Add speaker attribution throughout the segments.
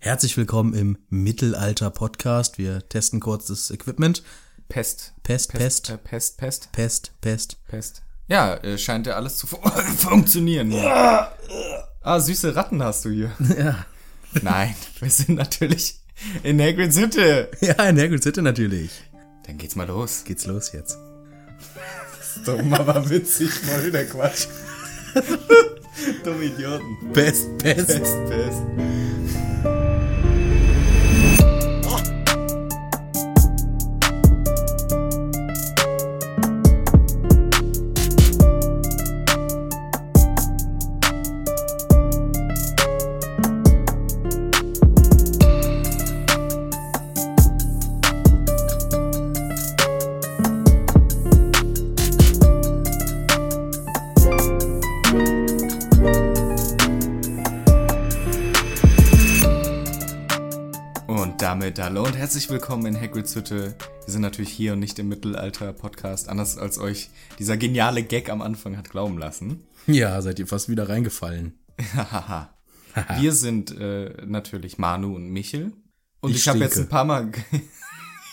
Speaker 1: Herzlich willkommen im Mittelalter-Podcast. Wir testen kurz das Equipment.
Speaker 2: Pest.
Speaker 1: Pest, Pest,
Speaker 2: Äh, Pest, Pest,
Speaker 1: Pest, Pest.
Speaker 2: Pest. Ja, äh, scheint ja alles zu fu funktionieren. ah, süße Ratten hast du hier.
Speaker 1: Ja,
Speaker 2: Nein, wir sind natürlich in Hagrid's Hütte.
Speaker 1: ja in Hagrid's Hütte natürlich.
Speaker 2: Dann geht's mal los.
Speaker 1: Geht's los jetzt.
Speaker 2: Dumm, aber witzig. Mal wieder Quatsch. Dumme Idioten.
Speaker 1: Pest, Pest.
Speaker 2: Pest, Pest. Und damit hallo und herzlich willkommen in Hagrid's Hütte. Wir sind natürlich hier und nicht im Mittelalter-Podcast, anders als euch dieser geniale Gag am Anfang hat glauben lassen.
Speaker 1: Ja, seid ihr fast wieder reingefallen.
Speaker 2: Hahaha. Wir sind äh, natürlich Manu und Michel. Und
Speaker 1: Ich
Speaker 2: ich, hab habe jetzt
Speaker 1: stinke.
Speaker 2: ein paar Mal. ge-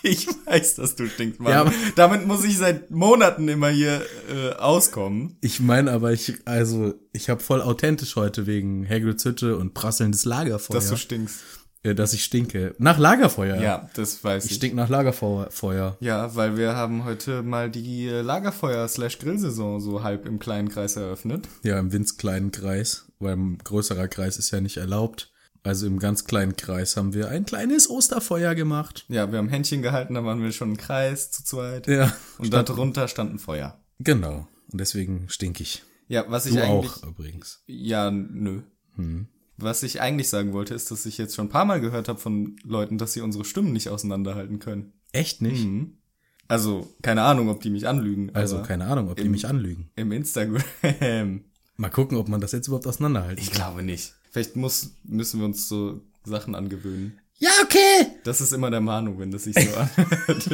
Speaker 2: ich weiß, dass du stinkst, Manu.
Speaker 1: Ja, aber-
Speaker 2: Damit muss ich seit Monaten immer hier äh, auskommen.
Speaker 1: Ich meine aber, ich, also, ich habe voll authentisch heute wegen Hagrid's Hütte und prasselndes Lagerfeuer,
Speaker 2: Dass du
Speaker 1: dass,
Speaker 2: stinkst.
Speaker 1: äh, dass ich stinke. Nach Lagerfeuer.
Speaker 2: Ja, das weiß
Speaker 1: Ich
Speaker 2: ich.
Speaker 1: stink nach Lagerfeuer. Feuer.
Speaker 2: Ja, weil wir haben heute mal die äh, Lagerfeuer-Slash-Grillsaison so halb im kleinen Kreis eröffnet.
Speaker 1: Ja, im winz kleinen Kreis, weil ein größerer Kreis ist ja nicht erlaubt. Also im ganz kleinen Kreis haben wir ein kleines Osterfeuer gemacht.
Speaker 2: Ja, wir haben Händchen gehalten, da waren wir schon im Kreis zu zweit.
Speaker 1: Ja.
Speaker 2: Und darunter stand ein Feuer.
Speaker 1: Genau. Und deswegen stink ich.
Speaker 2: Ja, was ich
Speaker 1: Du
Speaker 2: eigentlich.
Speaker 1: auch übrigens.
Speaker 2: Ja, nö. Hm. Was ich eigentlich sagen wollte, ist, dass ich jetzt schon ein paar Mal gehört habe von Leuten, dass sie unsere Stimmen nicht auseinanderhalten können.
Speaker 1: Echt nicht?
Speaker 2: Mhm. Also, keine Ahnung, ob die mich anlügen.
Speaker 1: Hm, Also
Speaker 2: aber
Speaker 1: keine Ahnung, ob die mich anlügen.
Speaker 2: Im Instagram.
Speaker 1: Mal gucken, ob man das jetzt überhaupt auseinanderhalten
Speaker 2: Ich glaube nicht. Vielleicht muss, müssen wir uns so Sachen angewöhnen.
Speaker 1: Ja, okay.
Speaker 2: Das ist immer der Manu, wenn das sich so anhört.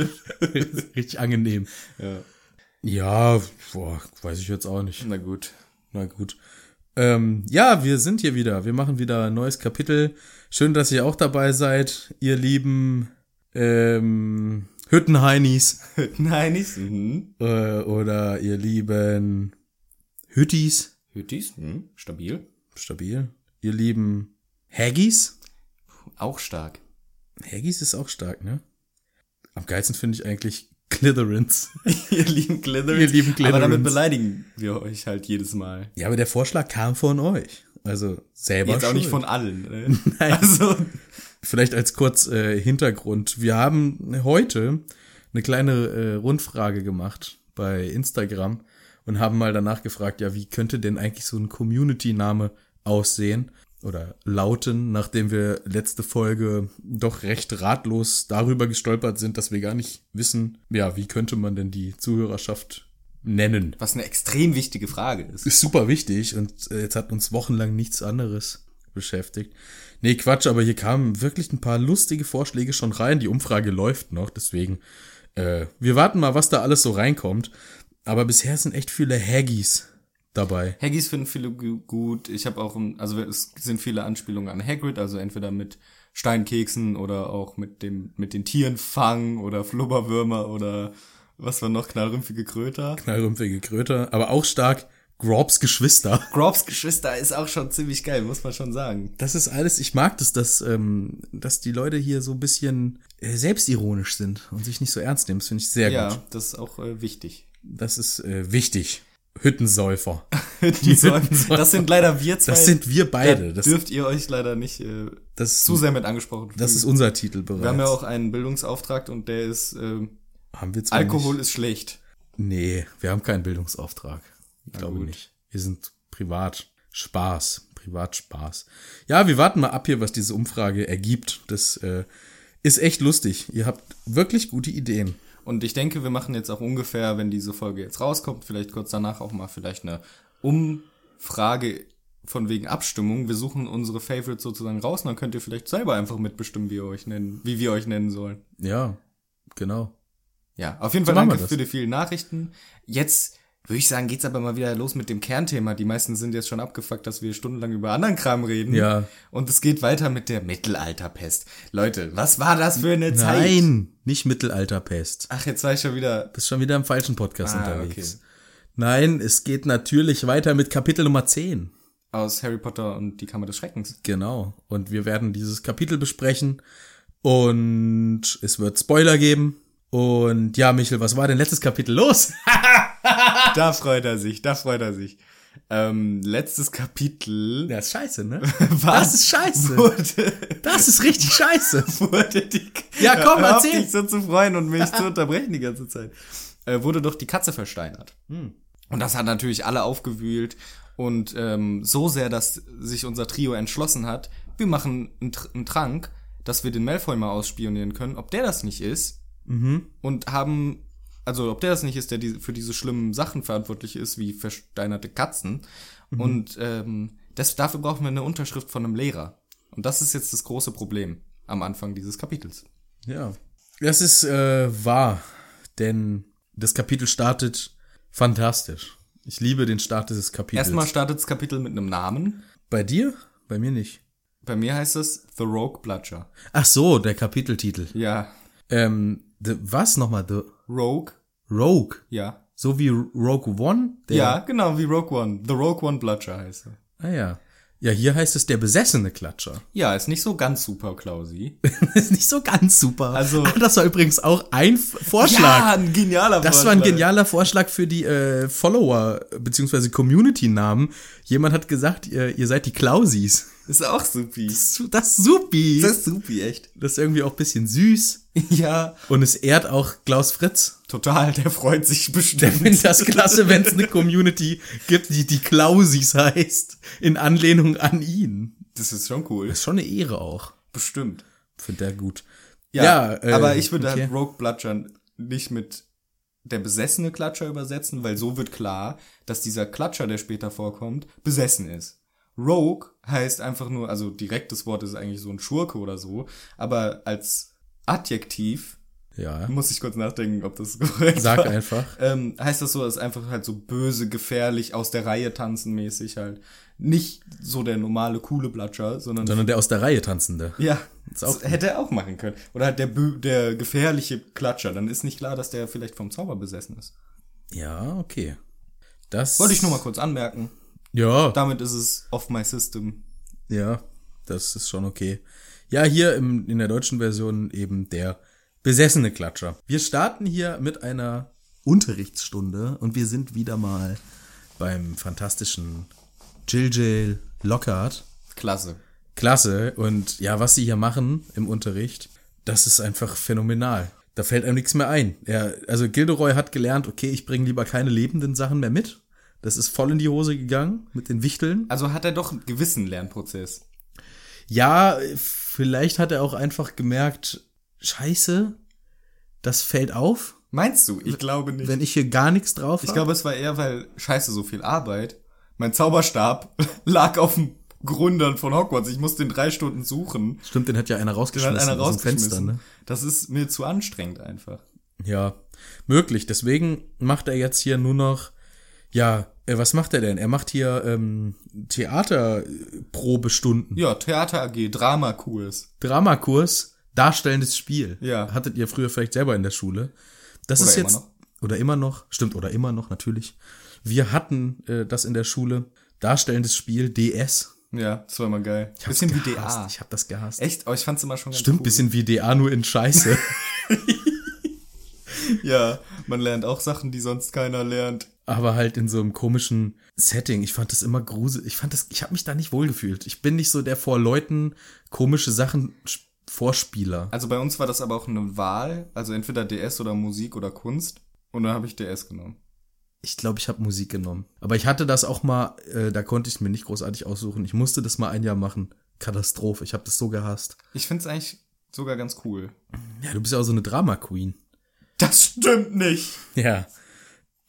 Speaker 1: Richtig angenehm.
Speaker 2: ja.
Speaker 1: Ja, boah, weiß ich jetzt auch nicht.
Speaker 2: Na gut.
Speaker 1: Na gut. Ähm, ja, wir sind hier wieder. Wir machen wieder ein neues Kapitel. Schön, dass ihr auch dabei seid, ihr lieben ähm, Hüttenheinis
Speaker 2: Nein, nicht. Mhm.
Speaker 1: äh, oder ihr lieben Hüttis.
Speaker 2: Hüttis, mhm. stabil.
Speaker 1: Stabil. Ihr lieben Haggis.
Speaker 2: Auch stark.
Speaker 1: Haggis ist auch stark, ne? Am geilsten finde ich eigentlich Glitherins.
Speaker 2: Ihr lieben Glitherins.
Speaker 1: Ihr lieben
Speaker 2: Aber damit
Speaker 1: Glitherins.
Speaker 2: beleidigen wir euch halt jedes Mal.
Speaker 1: Ja, aber der Vorschlag kam von euch. Also selber
Speaker 2: Jetzt auch nicht
Speaker 1: schuld.
Speaker 2: von allen. Ne? Also,
Speaker 1: Vielleicht als kurz äh, Hintergrund. Wir haben heute eine kleine äh, Rundfrage gemacht bei Instagram und haben mal danach gefragt, ja, wie könnte denn eigentlich so ein Community-Name aussehen oder lauten, nachdem wir letzte Folge doch recht ratlos darüber gestolpert sind, dass wir gar nicht wissen, ja, wie könnte man denn die Zuhörerschaft nennen.
Speaker 2: was eine extrem wichtige Frage ist.
Speaker 1: ist super wichtig und äh, jetzt hat uns wochenlang nichts anderes beschäftigt. Nee, Quatsch, aber hier kamen wirklich ein paar lustige Vorschläge schon rein. Die Umfrage läuft noch, deswegen äh, wir warten mal, was da alles so reinkommt. Aber bisher sind echt viele Haggies dabei.
Speaker 2: Haggis finden viele gu- gut. Ich habe auch, ein- also es sind viele Anspielungen an Hagrid, also entweder mit Steinkeksen oder auch mit dem mit den Tieren fangen oder Flubberwürmer oder was war noch knallrümpfige Kröter.
Speaker 1: Knallrümpfige Kröter, aber auch stark Grobs Geschwister.
Speaker 2: Grobs Geschwister ist auch schon ziemlich geil, muss man schon sagen.
Speaker 1: Das ist alles, ich mag das, dass, ähm, dass die Leute hier so ein bisschen äh, selbstironisch sind und sich nicht so ernst nehmen. Das finde ich sehr
Speaker 2: Ja,
Speaker 1: gut.
Speaker 2: das ist auch äh, wichtig.
Speaker 1: Das ist äh, wichtig. Hüttensäufer.
Speaker 2: das sind leider wir zwei.
Speaker 1: Das sind wir beide. Das,
Speaker 2: Das dürft ihr euch leider nicht äh,
Speaker 1: das,
Speaker 2: zu sehr mit angesprochen
Speaker 1: das
Speaker 2: fühlen.
Speaker 1: ist unser Titel bereits.
Speaker 2: Wir haben ja auch einen Bildungsauftrag und der ist ähm,
Speaker 1: Haben wir zwar
Speaker 2: Alkohol
Speaker 1: Nicht.
Speaker 2: ist schlecht.
Speaker 1: Nee, wir haben keinen Bildungsauftrag. Ich glaube
Speaker 2: gut.
Speaker 1: nicht. Wir sind privat. Spaß. Privatspaß. Ja, wir warten mal ab hier, was diese Umfrage ergibt. Das äh, ist echt lustig. Ihr habt wirklich gute Ideen.
Speaker 2: Und ich denke, wir machen jetzt auch ungefähr, wenn diese Folge jetzt rauskommt, vielleicht kurz danach auch mal vielleicht eine Umfrage von wegen Abstimmung. Wir suchen unsere Favorites sozusagen raus und dann könnt ihr vielleicht selber einfach mitbestimmen, wie ihr euch nennen, wie wir euch nennen sollen.
Speaker 1: Ja, genau.
Speaker 2: Ja, auf jeden
Speaker 1: So
Speaker 2: Fall
Speaker 1: machen wir
Speaker 2: danke
Speaker 1: das.
Speaker 2: für die vielen Nachrichten. Jetzt Würde ich sagen, geht's aber mal wieder los mit dem Kernthema. Die meisten sind jetzt schon abgefuckt, dass wir stundenlang über anderen Kram reden.
Speaker 1: Ja.
Speaker 2: Und es geht weiter mit der Mittelalterpest. Leute, was war das für eine Zeit?
Speaker 1: Nein, nicht Mittelalterpest.
Speaker 2: Ach, jetzt war ich schon wieder.
Speaker 1: Bist schon wieder im falschen Podcast
Speaker 2: Ah,
Speaker 1: unterwegs. Nein, es geht natürlich weiter mit Kapitel Nummer 10.
Speaker 2: Aus Harry Potter und die Kammer des Schreckens.
Speaker 1: Genau. Und wir werden dieses Kapitel besprechen. Und es wird Spoiler geben. Und ja, Michel, was war denn letztes Kapitel los?
Speaker 2: Da freut er sich, da freut er sich. Ähm, letztes Kapitel
Speaker 1: Das ist scheiße, ne?
Speaker 2: Was?
Speaker 1: Das ist scheiße.
Speaker 2: wurde,
Speaker 1: Das ist richtig scheiße.
Speaker 2: wurde die.
Speaker 1: Ja, komm,
Speaker 2: Hör auf,
Speaker 1: erzähl.
Speaker 2: dich so zu freuen und mich zu unterbrechen die ganze Zeit. Äh, wurde doch die Katze versteinert.
Speaker 1: Hm.
Speaker 2: Und das hat natürlich alle aufgewühlt und ähm, so sehr, dass sich unser Trio entschlossen hat, wir machen einen, Tr einen Trank, dass wir den Malfoy mal ausspionieren können, ob der das nicht ist. Und haben, also ob der das nicht ist, der die, für diese schlimmen Sachen verantwortlich ist, wie versteinerte Katzen. Und ähm, das, dafür brauchen wir eine Unterschrift von einem Lehrer. Und das ist jetzt das große Problem am Anfang dieses Kapitels.
Speaker 1: Ja. Das ist äh, wahr, denn das Kapitel startet fantastisch. Ich liebe den Start dieses Kapitels.
Speaker 2: Erstmal startet das Kapitel mit einem Namen.
Speaker 1: bei dir? Bei mir nicht.
Speaker 2: Bei mir heißt es The Rogue Bludger.
Speaker 1: Ach so, der Kapiteltitel.
Speaker 2: Ja.
Speaker 1: Ähm, the, was nochmal? The
Speaker 2: Rogue,
Speaker 1: Rogue.
Speaker 2: ja.
Speaker 1: So wie Rogue One? Der,
Speaker 2: Ja, genau, wie Rogue One. The Rogue One Bludger heißt er.
Speaker 1: Ah ja. Ja, hier heißt es der besessene Klatscher.
Speaker 2: Ja, ist nicht so ganz super, Klausi.
Speaker 1: ist nicht so ganz super.
Speaker 2: Also-
Speaker 1: Ah, das war übrigens auch ein F- Vorschlag.
Speaker 2: ein genialer
Speaker 1: Das war ein genialer Vorschlag für die äh, Follower bzw. Community-Namen. Jemand hat gesagt, ihr, ihr seid die Klausis.
Speaker 2: Ist auch supi.
Speaker 1: Su- Das ist supi.
Speaker 2: Das ist supi, echt.
Speaker 1: Das ist irgendwie auch ein bisschen süß.
Speaker 2: Ja,
Speaker 1: Und es ehrt auch Klaus Fritz.
Speaker 2: total, der freut sich
Speaker 1: Ich
Speaker 2: bestimmt.
Speaker 1: finde das klasse, wenn es eine Community gibt, die die Klausis heißt, in Anlehnung an ihn.
Speaker 2: Das ist schon cool.
Speaker 1: Ist schon eine Ehre auch.
Speaker 2: Bestimmt.
Speaker 1: Finde der gut. äh,
Speaker 2: aber ich würde
Speaker 1: okay.
Speaker 2: halt Rogue Bludger nicht mit der besessene Klatscher übersetzen, weil so wird klar, dass dieser Klatscher, der später vorkommt, besessen ist. Rogue heißt einfach nur, also direktes Wort ist eigentlich so ein Schurke oder so, aber als Adjektiv
Speaker 1: Ja,
Speaker 2: muss ich kurz nachdenken, ob das korrekt
Speaker 1: sag
Speaker 2: war.
Speaker 1: einfach.
Speaker 2: Ähm, heißt das so, dass einfach halt so böse, gefährlich, aus der Reihe tanzen mäßig halt. Nicht so der normale, coole Blatscher, sondern,
Speaker 1: Sondern der aus der Reihe tanzende.
Speaker 2: ja,
Speaker 1: auch
Speaker 2: das hätte er auch machen können. Oder halt der, bö- der gefährliche Klatscher. Dann ist nicht klar, dass der vielleicht vom Zauber besessen ist.
Speaker 1: Ja, okay. Das
Speaker 2: Wollte ich nur mal kurz anmerken.
Speaker 1: Ja,
Speaker 2: Damit ist es off my system.
Speaker 1: ja, das ist schon okay. Ja, hier im, in der deutschen Version eben der besessene Klatscher. Wir starten hier mit einer Unterrichtsstunde und wir sind wieder mal beim fantastischen Jill Jill Lockhart.
Speaker 2: Klasse.
Speaker 1: Klasse. Und ja, was sie hier machen im Unterricht, das ist einfach phänomenal. Da fällt einem nichts mehr ein. Ja, also Gilderoy hat gelernt, okay, ich bringe lieber keine lebenden Sachen mehr mit. Das ist voll in die Hose gegangen mit den Wichteln.
Speaker 2: Also hat er doch einen gewissen Lernprozess.
Speaker 1: Ja, vielleicht hat er auch einfach gemerkt, scheiße, das fällt auf,
Speaker 2: Meinst du? Ich glaube nicht.
Speaker 1: wenn ich hier gar nichts drauf
Speaker 2: Ich
Speaker 1: hab.
Speaker 2: glaube, es war eher, weil scheiße, so viel Arbeit. Mein Zauberstab lag auf dem Grundern von Hogwarts. Ich musste ihn drei Stunden suchen.
Speaker 1: Stimmt, den hat ja einer
Speaker 2: Dann
Speaker 1: rausgeschmissen
Speaker 2: hat einer
Speaker 1: aus dem
Speaker 2: rausgeschmissen.
Speaker 1: Fenster, ne?
Speaker 2: Das ist mir zu anstrengend einfach.
Speaker 1: Ja, möglich. Deswegen macht er jetzt hier nur noch, ja, äh, was macht er denn? Er macht hier ähm, Theaterprobestunden,
Speaker 2: Ja, Theater AG, Dramakurs.
Speaker 1: Dramakurs, darstellendes Spiel.
Speaker 2: Ja.
Speaker 1: Hattet ihr früher vielleicht selber in der Schule. Das
Speaker 2: Oder
Speaker 1: ist
Speaker 2: immer
Speaker 1: jetzt,
Speaker 2: noch.
Speaker 1: oder immer noch, stimmt, oder immer noch, natürlich. Wir hatten äh, das in der Schule, darstellendes Spiel, DS.
Speaker 2: Ja, das war immer geil.
Speaker 1: Ich hab's
Speaker 2: Bisschen wie
Speaker 1: gehasst.
Speaker 2: DA.
Speaker 1: Ich hab das gehasst.
Speaker 2: Echt? Aber ich fand's immer schon ganz
Speaker 1: Stimmt,
Speaker 2: cool.
Speaker 1: bisschen wie DA, nur in Scheiße.
Speaker 2: Ja, man lernt auch Sachen, die sonst keiner lernt.
Speaker 1: aber halt in so einem komischen Setting. Ich fand das immer gruselig. Ich fand das, ich habe mich da nicht wohlgefühlt. Ich bin nicht so der vor Leuten komische Sachen Sch- Vorspieler.
Speaker 2: Also bei uns war das aber auch eine Wahl. Also entweder DS oder Musik oder Kunst. Und dann habe ich DS genommen.
Speaker 1: Ich glaube, ich habe Musik genommen. Aber ich hatte das auch mal, äh, da konnte ich mir nicht großartig aussuchen. Ich musste das mal ein Jahr machen. Katastrophe. Ich habe das so gehasst.
Speaker 2: Ich find's eigentlich sogar ganz cool.
Speaker 1: Ja, du bist ja auch so eine Drama Queen.
Speaker 2: Das stimmt nicht!
Speaker 1: Ja.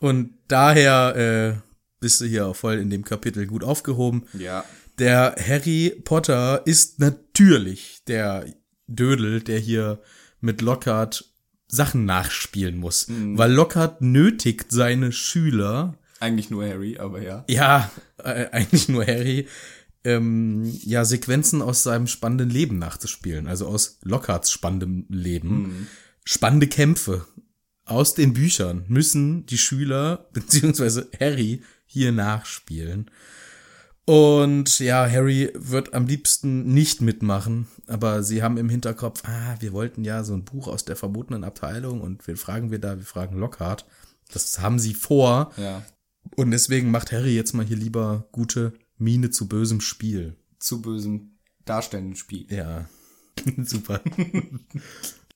Speaker 1: Und daher äh, bist du hier auch voll in dem Kapitel gut aufgehoben.
Speaker 2: Ja.
Speaker 1: Der Harry Potter ist natürlich der Dödel, der hier mit Lockhart Sachen nachspielen muss. Weil Lockhart nötigt seine Schüler
Speaker 2: Eigentlich nur Harry, aber ja.
Speaker 1: Ja, äh, eigentlich nur Harry. Ähm, ja, Sequenzen aus seinem spannenden Leben nachzuspielen. Also aus Lockharts spannendem Leben. Spannende Kämpfe aus den Büchern müssen die Schüler beziehungsweise Harry hier nachspielen. Und ja, Harry wird am liebsten nicht mitmachen, aber sie haben im Hinterkopf, ah, wir wollten ja so ein Buch aus der verbotenen Abteilung und wen fragen wir da? Wir fragen Lockhart. Das haben sie vor.
Speaker 2: Ja.
Speaker 1: Und deswegen macht Harry jetzt mal hier lieber gute Miene zu bösem Spiel.
Speaker 2: Zu bösem darstellenden Spiel.
Speaker 1: Ja. Super.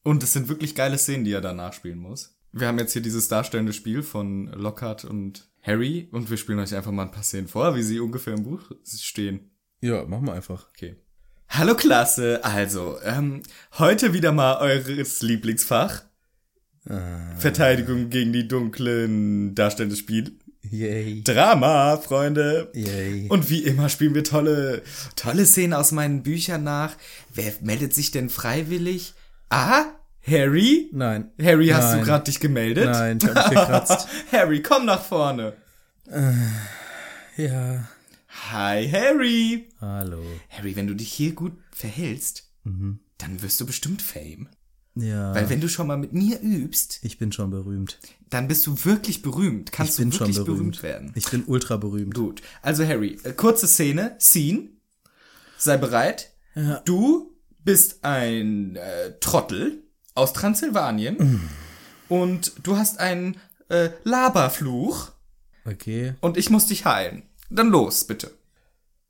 Speaker 2: Und es sind wirklich geile Szenen, die er danach spielen muss. Wir haben jetzt hier dieses darstellende Spiel von Lockhart und Harry und wir spielen euch einfach mal ein paar Szenen vor, wie sie ungefähr im Buch stehen.
Speaker 1: Ja, machen wir einfach.
Speaker 2: Okay. Hallo Klasse, also, ähm, heute wieder mal eures Lieblingsfach. Äh. Verteidigung gegen die dunklen darstellendes Spiel.
Speaker 1: Yay.
Speaker 2: Drama, Freunde.
Speaker 1: Yay.
Speaker 2: Und wie immer spielen wir tolle, tolle Szenen aus meinen Büchern nach. Wer meldet sich denn freiwillig? Ah, Harry?
Speaker 1: Nein.
Speaker 2: Harry, hast du
Speaker 1: Nein.
Speaker 2: gerade dich gemeldet?
Speaker 1: Nein, ich hab mich gekratzt.
Speaker 2: Harry, komm nach vorne.
Speaker 1: Ja.
Speaker 2: Hi, Harry.
Speaker 1: Hallo.
Speaker 2: Harry, wenn du dich hier gut verhältst,
Speaker 1: Mhm.
Speaker 2: dann wirst du bestimmt Fame.
Speaker 1: Ja.
Speaker 2: Weil wenn du schon mal mit mir übst,
Speaker 1: ich bin schon berühmt.
Speaker 2: dann bist du wirklich berühmt. Kannst
Speaker 1: Ich bin
Speaker 2: du
Speaker 1: schon
Speaker 2: wirklich
Speaker 1: berühmt.
Speaker 2: berühmt werden.
Speaker 1: Ich bin ultra berühmt.
Speaker 2: Gut. Also Harry, äh, kurze Szene, Scene. Sei bereit. Du bist ein äh, Trottel aus Transsilvanien
Speaker 1: Hm.
Speaker 2: und du hast einen äh, Laberfluch
Speaker 1: Okay.
Speaker 2: und ich muss dich heilen. Dann los, bitte.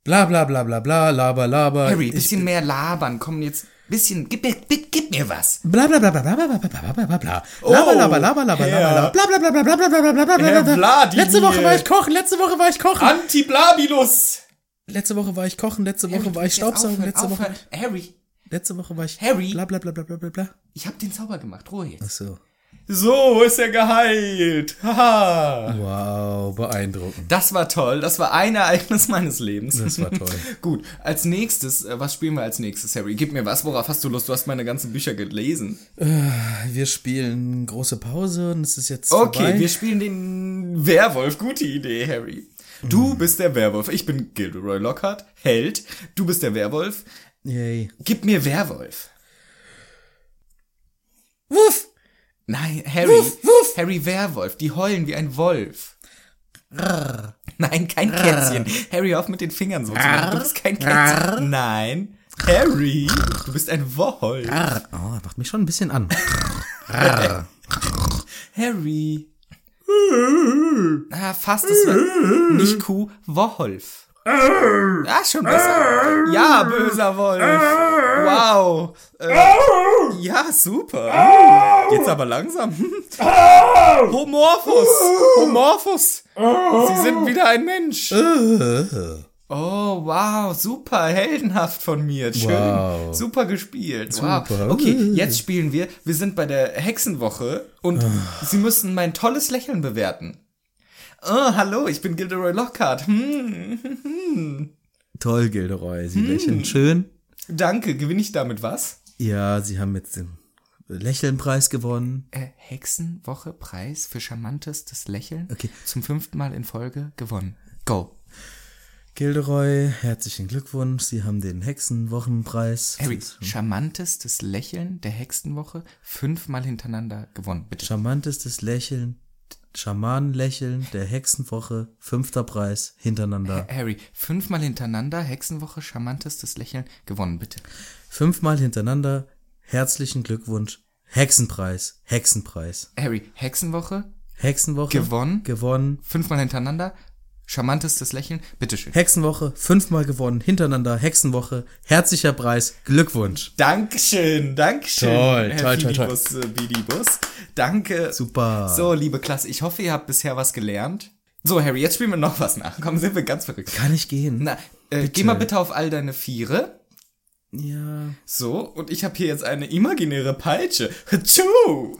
Speaker 1: Bla bla bla bla bla, laber, laber.
Speaker 2: Harry,
Speaker 1: ich,
Speaker 2: bisschen mehr labern. Komm jetzt, bisschen, gib mir, gib, gib mir was.
Speaker 1: bla bla bla bla bla bla bla bla bla bla bla. Laber, laber, laber, laber,
Speaker 2: Oh. Herr-
Speaker 1: laber, laber. Bla bla bla bla bla bla bla bla bla bla
Speaker 2: Herr
Speaker 1: bla bla.
Speaker 2: Wladimir.
Speaker 1: Letzte Woche war ich kochen, letzte Woche war ich kochen.
Speaker 2: Antiblabilus!
Speaker 1: Letzte Woche war ich kochen, letzte Woche war ich staubsaugen, letzte Woche.
Speaker 2: Harry,
Speaker 1: Letzte Woche war ich.
Speaker 2: Harry.
Speaker 1: Bla bla bla bla bla bla bla.
Speaker 2: ich hab den Zauber gemacht. Ruhe jetzt.
Speaker 1: Achso.
Speaker 2: So ist er geheilt. Haha.
Speaker 1: Wow, beeindruckend.
Speaker 2: Das war toll. Das war ein Ereignis meines Lebens.
Speaker 1: Das war toll.
Speaker 2: Gut, als nächstes, äh, was spielen wir als nächstes, Harry? Gib mir was, worauf hast du Lust? Du hast meine ganzen Bücher gelesen.
Speaker 1: Wir spielen große Pause und es ist jetzt
Speaker 2: Okay,
Speaker 1: vorbei.
Speaker 2: wir spielen den Werwolf. Gute Idee, Harry.
Speaker 1: Mhm.
Speaker 2: Du bist der Werwolf. Ich bin Gilderoy Lockhart, Held. Du bist der Werwolf.
Speaker 1: Yay.
Speaker 2: Gib mir Werwolf.
Speaker 1: Wuff!
Speaker 2: Nein, Harry.
Speaker 1: Wuff, wuff.
Speaker 2: Harry Werwolf. Die heulen wie ein Wolf. Nein, kein Kätzchen. Harry, auf mit den Fingern so zu machen. Du bist kein Kätzchen. Nein. Harry, du bist ein Wolf.
Speaker 1: Arr. Oh, macht mich schon ein bisschen an.
Speaker 2: Harry. Ah, fast es war nicht Kuh, Wolf. Ah, schon besser. Ja, böser Wolf. Wow. Äh, ja, super. Jetzt aber langsam. Homorphus. Homorphus. Sie sind wieder ein Mensch. Oh, wow, super, heldenhaft von mir. Schön.
Speaker 1: Wow.
Speaker 2: Super gespielt. Wow.
Speaker 1: Super.
Speaker 2: Okay, jetzt spielen wir. Wir sind bei der Hexenwoche
Speaker 1: Ah.
Speaker 2: und Sie müssen mein tolles Lächeln bewerten. Oh, hallo, ich bin Gilderoy Lockhart. Hm,
Speaker 1: Toll, Gilderoy. Sie lächeln schön.
Speaker 2: danke, gewinne ich damit was?
Speaker 1: Ja, sie haben jetzt den Lächelnpreis gewonnen.
Speaker 2: Äh, Hexenwoche Preis für charmantestes Lächeln
Speaker 1: Okay.
Speaker 2: zum fünften Mal in Folge gewonnen. Go.
Speaker 1: Gilderoy, herzlichen Glückwunsch. Sie haben den Hexenwochenpreis.
Speaker 2: Harry, charmantestes Lächeln der Hexenwoche fünfmal hintereinander gewonnen. Bitte.
Speaker 1: Charmantestes Lächeln. Schamanenlächeln der Hexenwoche. Fünfter Preis hintereinander.
Speaker 2: Harry, fünfmal hintereinander Hexenwoche charmantestes Lächeln gewonnen, bitte.
Speaker 1: Fünfmal hintereinander. Herzlichen Glückwunsch. Hexenpreis. Hexenpreis.
Speaker 2: Harry, Hexenwoche
Speaker 1: Hexenwoche.
Speaker 2: Gewonnen?
Speaker 1: Gewonnen.
Speaker 2: fünfmal hintereinander charmantestes Lächeln, bitteschön.
Speaker 1: Hexenwoche. Fünfmal gewonnen. Hintereinander. Hexenwoche. Herzlicher Preis. Glückwunsch.
Speaker 2: Dankeschön, Dankeschön.
Speaker 1: Toll,
Speaker 2: Herr
Speaker 1: toll, toll, toll.
Speaker 2: Fidibus, äh, Bidibus. Danke.
Speaker 1: Super.
Speaker 2: So, liebe Klasse, ich hoffe, ihr habt bisher was gelernt. So, Harry, jetzt spielen wir noch was nach. Komm, sind wir ganz verrückt.
Speaker 1: Kann ich gehen?
Speaker 2: Na, äh, geh mal bitte auf all deine Viere.
Speaker 1: Ja.
Speaker 2: So, und ich habe hier jetzt eine imaginäre Peitsche. Hatschu!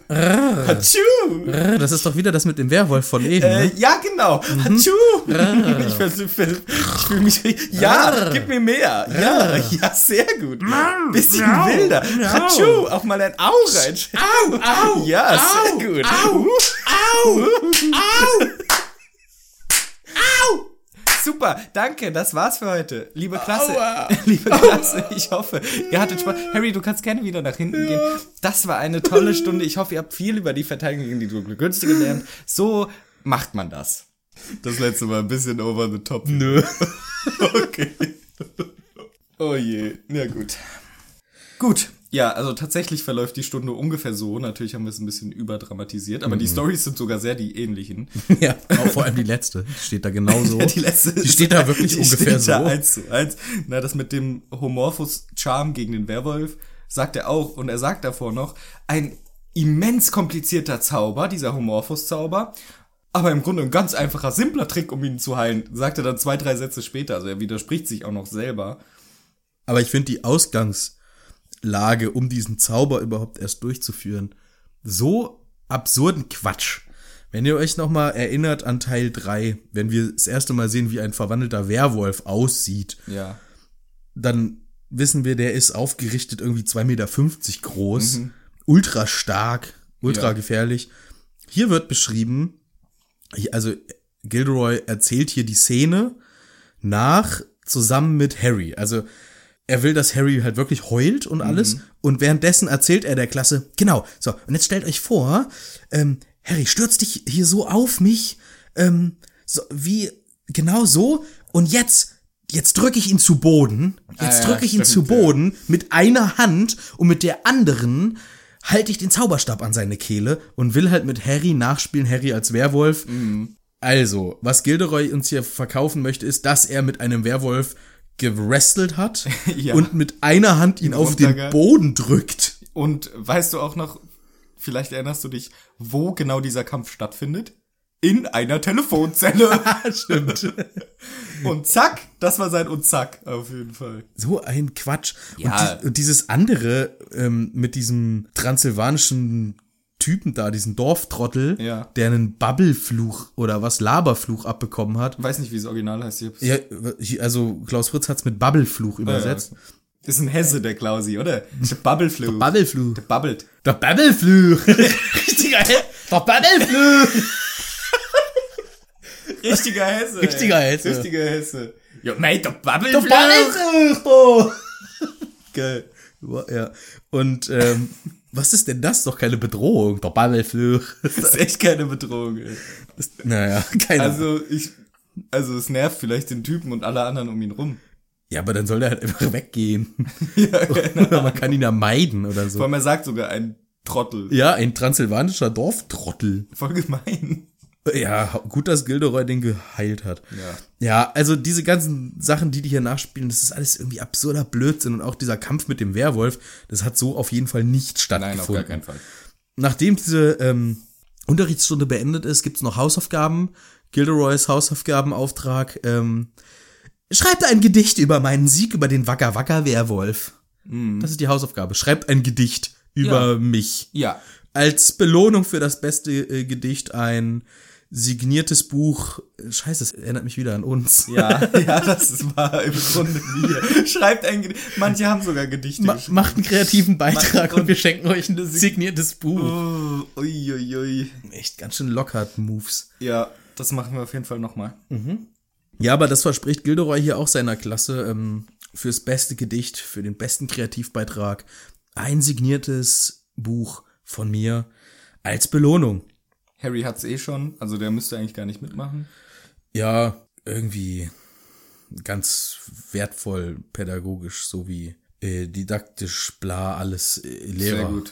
Speaker 2: Hatschu!
Speaker 1: Äh, Das ist doch wieder das mit dem Werwolf von eben.
Speaker 2: Äh,
Speaker 1: ne?
Speaker 2: ja, genau. Hatschu. Ich, vers- vers- ich fühle mich richtig. Ja, gib mir mehr. Ja, ja, sehr gut. Bisschen
Speaker 1: Miau.
Speaker 2: wilder.
Speaker 1: Miau.
Speaker 2: Hatschu. Auch mal ein Au rein. Au,
Speaker 1: au,
Speaker 2: Ja, sehr gut. Au, au, au. Super, danke, das war's für heute. Liebe Klasse,
Speaker 1: Aua.
Speaker 2: liebe Klasse, ich hoffe, ihr hattet Spaß. Harry, du kannst gerne wieder nach hinten gehen. Das war eine tolle Stunde. Ich hoffe, ihr habt viel über die Verteidigung gegen die Dunkelkünste gelernt. So macht man das. Das letzte Mal ein bisschen over the top.
Speaker 1: Nö.
Speaker 2: Okay. Oh je, ja gut. Gut. Ja, also tatsächlich verläuft die Stunde ungefähr so. Natürlich haben wir es ein bisschen überdramatisiert,
Speaker 1: Mhm.
Speaker 2: aber die Stories sind sogar sehr die ähnlichen.
Speaker 1: Ja, auch vor allem die letzte. Die Steht da genauso.
Speaker 2: Ja, Äh. die letzte
Speaker 1: Die steht da wirklich
Speaker 2: die
Speaker 1: ungefähr
Speaker 2: steht da
Speaker 1: so.
Speaker 2: Eins zu eins. Na, das mit dem Homorphus Charm gegen den Werwolf sagt er auch und er sagt davor noch ein immens komplizierter Zauber, dieser Homorphus Zauber. Aber im Grunde ein ganz einfacher, simpler Trick, um ihn zu heilen, sagt er dann zwei, drei Sätze später. Also er widerspricht sich auch noch selber.
Speaker 1: Aber ich finde die Ausgangslage, um diesen Zauber überhaupt erst durchzuführen, so absurden Quatsch. Wenn ihr euch nochmal erinnert an Teil 3, wenn wir das erste Mal sehen, wie ein verwandelter Werwolf aussieht,
Speaker 2: Ja.
Speaker 1: dann wissen wir, der ist aufgerichtet irgendwie 2,50 Meter groß, ultra stark, ultra
Speaker 2: Ja.
Speaker 1: gefährlich. Hier wird beschrieben, hier- also Gilderoy erzählt hier die Szene nach zusammen mit Harry. Also er will, dass Harry halt wirklich heult und alles.
Speaker 2: Mhm.
Speaker 1: Und währenddessen erzählt er der Klasse, genau, so, und jetzt stellt euch vor, ähm, Harry, stürzt dich hier so auf mich, ähm, so, wie, genau so, und jetzt, jetzt drücke ich ihn zu Boden, jetzt
Speaker 2: Ah ja,
Speaker 1: drücke ich ihn zu
Speaker 2: stimmt, ja.
Speaker 1: Boden mit einer Hand und mit der anderen halte ich den Zauberstab an seine Kehle und will halt mit Harry nachspielen, Harry als Werwolf. Also, was Gilderoy uns hier verkaufen möchte, ist, dass er mit einem Werwolf gewrestelt hat
Speaker 2: Ja.
Speaker 1: und mit einer Hand ihn auf den
Speaker 2: runterge-
Speaker 1: Boden drückt.
Speaker 2: Und weißt du auch noch, vielleicht erinnerst du dich, wo genau dieser Kampf stattfindet? In einer Telefonzelle.
Speaker 1: Ah, Stimmt.
Speaker 2: und zack, das war sein und zack, auf jeden Fall.
Speaker 1: So ein Quatsch.
Speaker 2: Ja.
Speaker 1: Und, dies- und dieses andere ähm, mit diesem transsilvanischen Typen da, diesen Dorftrottel,
Speaker 2: Ja.
Speaker 1: der einen Bubblefluch oder was Laberfluch abbekommen hat.
Speaker 2: Weiß nicht, wie es original heißt. Ich hab's-
Speaker 1: Ja, also Klaus Fritz hat's mit Bubblefluch übersetzt.
Speaker 2: Ist ein Hesse, der Klausi, oder? Der Bubbleflu.
Speaker 1: Bubblefluch.
Speaker 2: Der bubbelt.
Speaker 1: Der Bubblefluch. Richtiger Held. Der Bubblefluch.
Speaker 2: Richtiger Hesse. ey.
Speaker 1: Richtiger Hesse.
Speaker 2: Richtiger Hesse. Ja, mate, der Bubbleflu.
Speaker 1: Der Bubblefluch. Oh.
Speaker 2: Geil.
Speaker 1: Ja. Und ähm, was ist denn das? Doch keine Bedrohung. Der Bubblefluch.
Speaker 2: Das ist echt keine Bedrohung, ey.
Speaker 1: Naja, keine Ahnung.
Speaker 2: Also, ich, also es nervt vielleicht den Typen und alle anderen um ihn rum.
Speaker 1: Ja, aber dann soll der halt einfach weggehen.
Speaker 2: Ja, genau.
Speaker 1: Oder man kann ihn ja meiden oder so.
Speaker 2: Vor allem, er sagt sogar ein Trottel.
Speaker 1: Ja, ein transsilvanischer Dorftrottel.
Speaker 2: Voll gemein.
Speaker 1: Ja, gut, dass Gilderoy den geheilt hat.
Speaker 2: Ja.
Speaker 1: Ja, also diese ganzen Sachen, die die hier nachspielen, das ist alles irgendwie absurder Blödsinn und auch dieser Kampf mit dem Werwolf, das hat so auf jeden Fall nicht stattgefunden.
Speaker 2: Nein, auf gar keinen Fall.
Speaker 1: Nachdem diese ähm, Unterrichtsstunde beendet ist, gibt's noch Hausaufgaben. Gilderoys Hausaufgabenauftrag. Ähm, schreibt ein Gedicht über meinen Sieg über den Wacker Wacker Werwolf. Das ist die Hausaufgabe. Schreibt ein Gedicht über mich.
Speaker 2: Mhm. Ja.
Speaker 1: Als Belohnung für das beste äh, Gedicht ein signiertes Buch. Scheiße, es erinnert mich wieder an uns.
Speaker 2: Ja, ja, das ist wahr im Grunde wir. Schreibt ein Gedicht. Manche haben sogar Gedichte
Speaker 1: Ma
Speaker 2: geschrieben.
Speaker 1: macht einen kreativen Beitrag
Speaker 2: Macht-
Speaker 1: und wir schenken euch ein signiertes Buch.
Speaker 2: Oh, ui, ui, ui.
Speaker 1: Echt ganz schön lockert Moves.
Speaker 2: Ja, das machen wir auf jeden Fall nochmal.
Speaker 1: Ja, aber das verspricht Gilderoy hier auch seiner Klasse ähm, fürs beste Gedicht, für den besten Kreativbeitrag ein signiertes Buch von mir als Belohnung.
Speaker 2: Harry hat's eh schon, also der müsste eigentlich gar nicht mitmachen.
Speaker 1: Ja, irgendwie ganz wertvoll pädagogisch sowie äh, didaktisch, bla, alles äh,
Speaker 2: gut.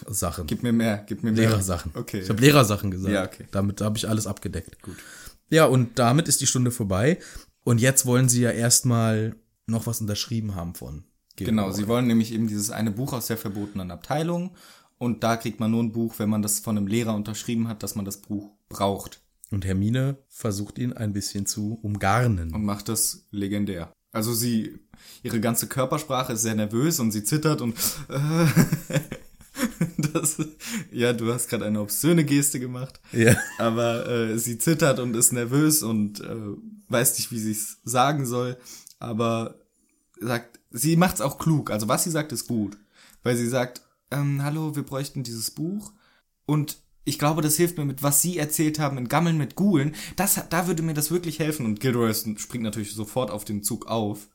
Speaker 1: Lehrersachen.
Speaker 2: Gib mir mehr, gib mir mehr.
Speaker 1: Lehrersachen.
Speaker 2: Okay.
Speaker 1: Ich habe Lehrersachen gesagt.
Speaker 2: Ja, okay.
Speaker 1: Damit habe ich alles abgedeckt. Gut. Ja, und damit ist die Stunde vorbei. Und jetzt wollen sie ja erstmal noch was unterschrieben haben von.
Speaker 2: Genau, sie wollen nämlich eben dieses eine Buch aus der verbotenen Abteilung und da kriegt man nur ein Buch, wenn man das von einem Lehrer unterschrieben hat, dass man das Buch braucht
Speaker 1: Und Hermine versucht ihn ein bisschen zu umgarnen.
Speaker 2: und macht das legendär. Also sie, ihre ganze Körpersprache ist sehr nervös und sie zittert und äh, das, ja, du hast gerade eine obszöne Geste gemacht.
Speaker 1: Ja.
Speaker 2: Aber äh, sie zittert und ist nervös und äh, weiß nicht, wie sie es sagen soll. Aber sagt, sie macht's auch klug. Also was sie sagt, ist gut. Weil sie sagt, ähm, hallo, wir bräuchten dieses Buch. Und ich glaube, das hilft mir mit, was Sie erzählt haben, in Gammeln mit Gulen. Das, da würde mir das wirklich helfen. Und Gilroy springt natürlich sofort auf den Zug auf.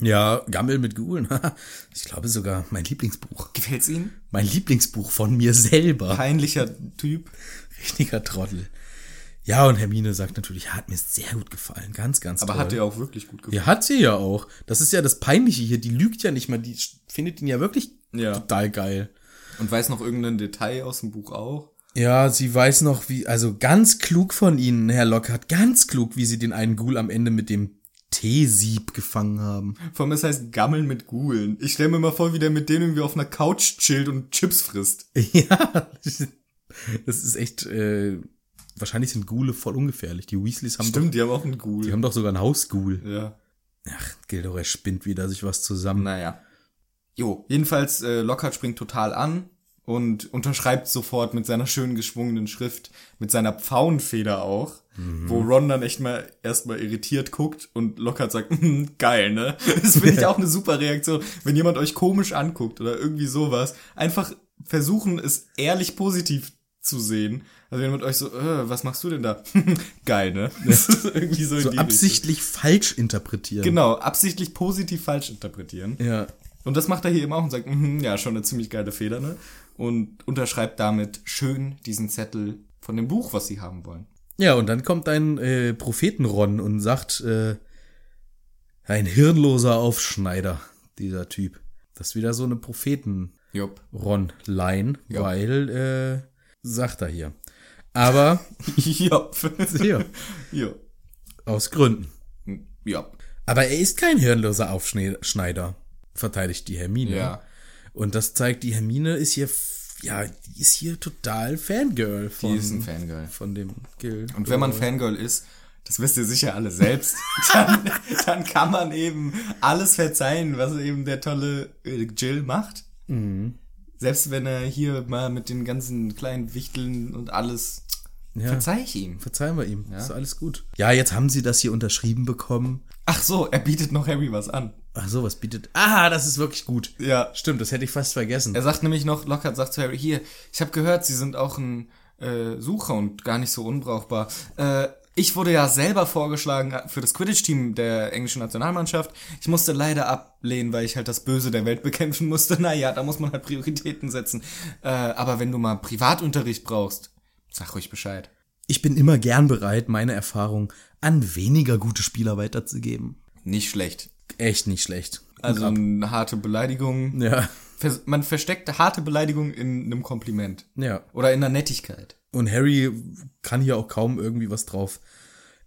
Speaker 1: Ja, Gammel mit Gulen. ich glaube sogar mein Lieblingsbuch.
Speaker 2: Gefällt's Ihnen?
Speaker 1: Mein Lieblingsbuch von mir selber.
Speaker 2: Peinlicher Typ.
Speaker 1: Richtiger Trottel. Ja, und Hermine sagt natürlich, ja, hat mir sehr gut gefallen. Ganz, ganz
Speaker 2: Aber
Speaker 1: toll.
Speaker 2: hat dir auch wirklich gut gefallen.
Speaker 1: Ja, hat sie ja auch. Das ist ja das Peinliche hier. Die lügt ja nicht mal. Die sch- findet ihn ja wirklich
Speaker 2: Ja.
Speaker 1: total geil.
Speaker 2: Und weiß noch irgendein Detail aus dem Buch auch?
Speaker 1: Ja, sie weiß noch, wie, also ganz klug von Ihnen, Herr Lockhart, ganz klug, wie Sie den einen Ghoul am Ende mit dem Teesieb gefangen haben.
Speaker 2: Vor allem, es heißt Gammeln mit Gulen. Ich stelle mir mal vor, wie der mit denen irgendwie auf einer Couch chillt und Chips frisst.
Speaker 1: Ja, das ist echt, äh, wahrscheinlich sind Ghule voll ungefährlich. Die Weasleys haben, doch,
Speaker 2: Stimmt, die haben auch einen Ghoul.
Speaker 1: die haben doch sogar einen Hausghoul.
Speaker 2: ja.
Speaker 1: Ach, Gilderoy spinnt wieder sich was zusammen.
Speaker 2: Naja. Jo, jedenfalls, äh, Lockhart springt total an und unterschreibt sofort mit seiner schönen geschwungenen Schrift, mit seiner Pfauenfeder auch, wo Ron dann echt mal erstmal irritiert guckt und Lockhart sagt, "Mhm, geil, ne? Das finde ich auch eine super Reaktion. Wenn jemand euch komisch anguckt oder irgendwie sowas, einfach versuchen, es ehrlich positiv zu sehen. Also wenn jemand euch so, äh, was machst du denn da? geil, ne? Das ist irgendwie so, in
Speaker 1: so
Speaker 2: die
Speaker 1: absichtlich falsch interpretieren.
Speaker 2: Richtung. Genau, absichtlich positiv falsch interpretieren.
Speaker 1: Ja.
Speaker 2: Und das macht er hier eben auch und sagt, mhm, ja, schon eine ziemlich geile Feder, ne? Und unterschreibt damit schön diesen Zettel von dem Buch, was sie haben wollen.
Speaker 1: Ja, und dann kommt ein äh, Prophetenron und sagt, äh, ein hirnloser Aufschneider, dieser Typ. Das ist wieder so eine Propheten-Ron-Line,
Speaker 2: Jupp. Ja.
Speaker 1: weil, äh, sagt er hier. Aber,
Speaker 2: Jupp.
Speaker 1: ja,
Speaker 2: Jupp.
Speaker 1: aus Gründen.
Speaker 2: Jupp.
Speaker 1: Aber er ist kein hirnloser Aufschneider, verteidigt die Hermine.
Speaker 2: Ja.
Speaker 1: Und das zeigt, die Hermine ist hier, f- ja, die ist hier total Fangirl von,
Speaker 2: Die ist ein Fangirl.
Speaker 1: von dem Gil.
Speaker 2: Und wenn man Fangirl ist, das wisst ihr sicher alle selbst, dann, dann kann man eben alles verzeihen, was eben der tolle äh, Jill macht.
Speaker 1: Mhm.
Speaker 2: Selbst wenn er hier mal mit den ganzen kleinen Wichteln und alles,
Speaker 1: Ja.
Speaker 2: verzeih ich ihm.
Speaker 1: Verzeihen wir ihm, ist alles gut. Ja, jetzt haben sie das hier unterschrieben bekommen.
Speaker 2: Ach so, er bietet noch Harry was an.
Speaker 1: Ach so, was bietet. Ah, das ist wirklich gut.
Speaker 2: Ja,
Speaker 1: Stimmt, das hätte ich fast vergessen.
Speaker 2: Er sagt nämlich noch, Lockhart sagt zu Harry, hier, ich habe gehört, Sie sind auch ein äh, Sucher und gar nicht so unbrauchbar. Äh, ich wurde ja selber vorgeschlagen äh, für das Quidditch-Team der englischen Nationalmannschaft. Ich musste leider ablehnen, weil ich halt das Böse der Welt bekämpfen musste. Naja, da muss man halt Prioritäten setzen. Äh, aber wenn du mal Privatunterricht brauchst, sag ruhig Bescheid.
Speaker 1: Ich bin immer gern bereit, meine Erfahrung an weniger gute Spieler weiterzugeben.
Speaker 2: Nicht schlecht.
Speaker 1: Echt nicht schlecht.
Speaker 2: Also eine harte Beleidigung.
Speaker 1: Ja.
Speaker 2: Vers- Man versteckt harte Beleidigung in einem Kompliment.
Speaker 1: Ja.
Speaker 2: Oder in einer Nettigkeit.
Speaker 1: Und Harry kann hier auch kaum irgendwie was drauf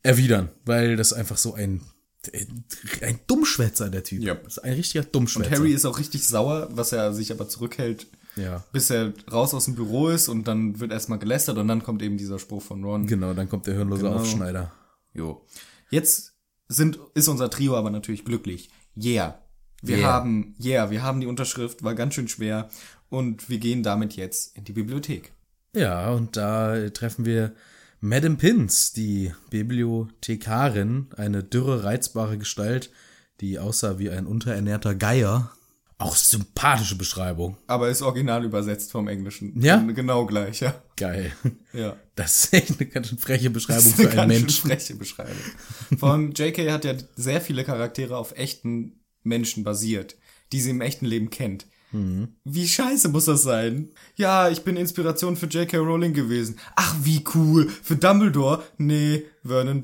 Speaker 1: erwidern, weil das einfach so ein. Ein Dummschwätzer, der Typ.
Speaker 2: Ja.
Speaker 1: Das ist ein richtiger Dummschwätzer.
Speaker 2: Und Harry ist auch richtig sauer, was er sich aber zurückhält,
Speaker 1: Ja.
Speaker 2: bis er raus aus dem Büro ist und dann wird erstmal gelästert und dann kommt eben dieser Spruch von Ron.
Speaker 1: Genau, dann kommt der hirnlose Aufschneider.
Speaker 2: Jo. Jetzt sind, ist unser Trio aber natürlich glücklich. Yeah. Wir
Speaker 1: Yeah.
Speaker 2: haben, yeah, wir haben die Unterschrift, war ganz schön schwer und wir gehen damit jetzt in die Bibliothek.
Speaker 1: Ja, und da äh, treffen wir Madame Pins, die Bibliothekarin, eine dürre, reizbare Gestalt, die aussah wie ein unterernährter Geier. Auch sympathische Beschreibung.
Speaker 2: Aber ist original übersetzt vom Englischen.
Speaker 1: Ja?
Speaker 2: Genau gleich, ja.
Speaker 1: Geil.
Speaker 2: Ja.
Speaker 1: Das ist echt eine ganz schön freche
Speaker 2: Das
Speaker 1: Beschreibung
Speaker 2: ist eine
Speaker 1: für einen
Speaker 2: ganz schön
Speaker 1: Menschen.
Speaker 2: freche Beschreibung. Vor allem JK hat ja sehr viele Charaktere auf echten Menschen basiert, die sie im echten Leben kennt.
Speaker 1: Mhm.
Speaker 2: Wie scheiße muss das sein? Ja, ich bin Inspiration für J.K. Rowling gewesen. Ach, wie cool. Für Dumbledore? Nee, Vernon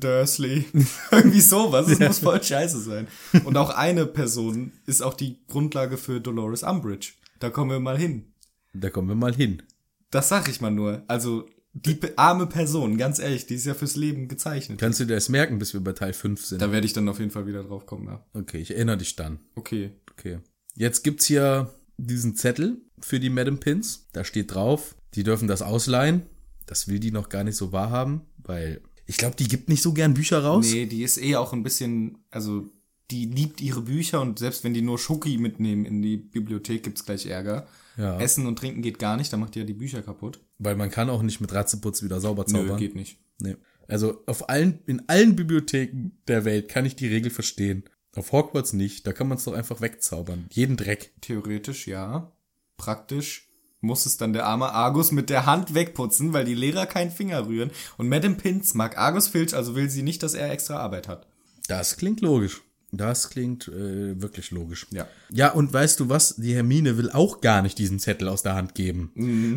Speaker 2: Dursley. Irgendwie sowas. Es muss voll scheiße sein. Und auch eine Person ist auch die Grundlage für Dolores Umbridge. Da kommen wir mal hin.
Speaker 1: Da kommen wir mal hin.
Speaker 2: Das sag ich mal nur. Also, die pe- arme Person, ganz ehrlich, die ist ja fürs Leben gezeichnet.
Speaker 1: Kannst du dir das merken, bis wir bei Teil 5 sind?
Speaker 2: Da werde ich dann auf jeden Fall wieder drauf kommen, ja.
Speaker 1: Okay, ich erinnere dich dann.
Speaker 2: Okay.
Speaker 1: Okay. Jetzt gibt's hier diesen Zettel für die Madame Pins. Da steht drauf, die dürfen das ausleihen. Das will die noch gar nicht so wahrhaben, weil ich glaube, die gibt nicht so gern Bücher raus.
Speaker 2: Nee, die ist eh auch ein bisschen, also die liebt ihre Bücher und selbst wenn die nur Schoki mitnehmen in die Bibliothek, gibt's gleich Ärger.
Speaker 1: Ja.
Speaker 2: Essen und Trinken geht gar nicht, da macht die ja die Bücher kaputt.
Speaker 1: Weil man kann auch nicht mit Ratzeputz wieder sauber
Speaker 2: Nö,
Speaker 1: zaubern.
Speaker 2: geht nicht.
Speaker 1: Nee. Also auf allen, in allen Bibliotheken der Welt kann ich die Regel verstehen. Auf Hogwarts nicht, da kann man es doch einfach wegzaubern. Jeden Dreck.
Speaker 2: Theoretisch ja, praktisch muss es dann der arme Argus mit der Hand wegputzen, weil die Lehrer keinen Finger rühren. Und Madame Pins mag Argus Filch, also will sie nicht, dass er extra Arbeit hat.
Speaker 1: Das klingt logisch. Das klingt äh, wirklich logisch.
Speaker 2: Ja.
Speaker 1: Ja, und weißt du was? Die Hermine will auch gar nicht diesen Zettel aus der Hand geben.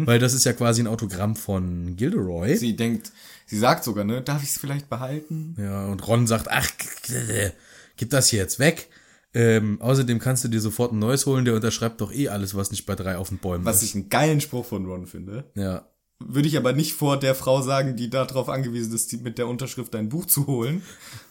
Speaker 1: Weil das ist ja quasi ein Autogramm von Gilderoy.
Speaker 2: Mhm. Sie denkt, sie sagt sogar, ne, darf ich es vielleicht behalten?
Speaker 1: ja, und Ron sagt, ach, gib das hier jetzt weg. Ähm, außerdem kannst du dir sofort ein neues holen, der unterschreibt doch eh alles, was nicht bei drei auf den Bäumen
Speaker 2: Was
Speaker 1: ist.
Speaker 2: ich einen geilen Spruch von Ron finde.
Speaker 1: Ja.
Speaker 2: Würde ich aber nicht vor der Frau sagen, die darauf angewiesen ist, die mit der Unterschrift dein Buch zu holen.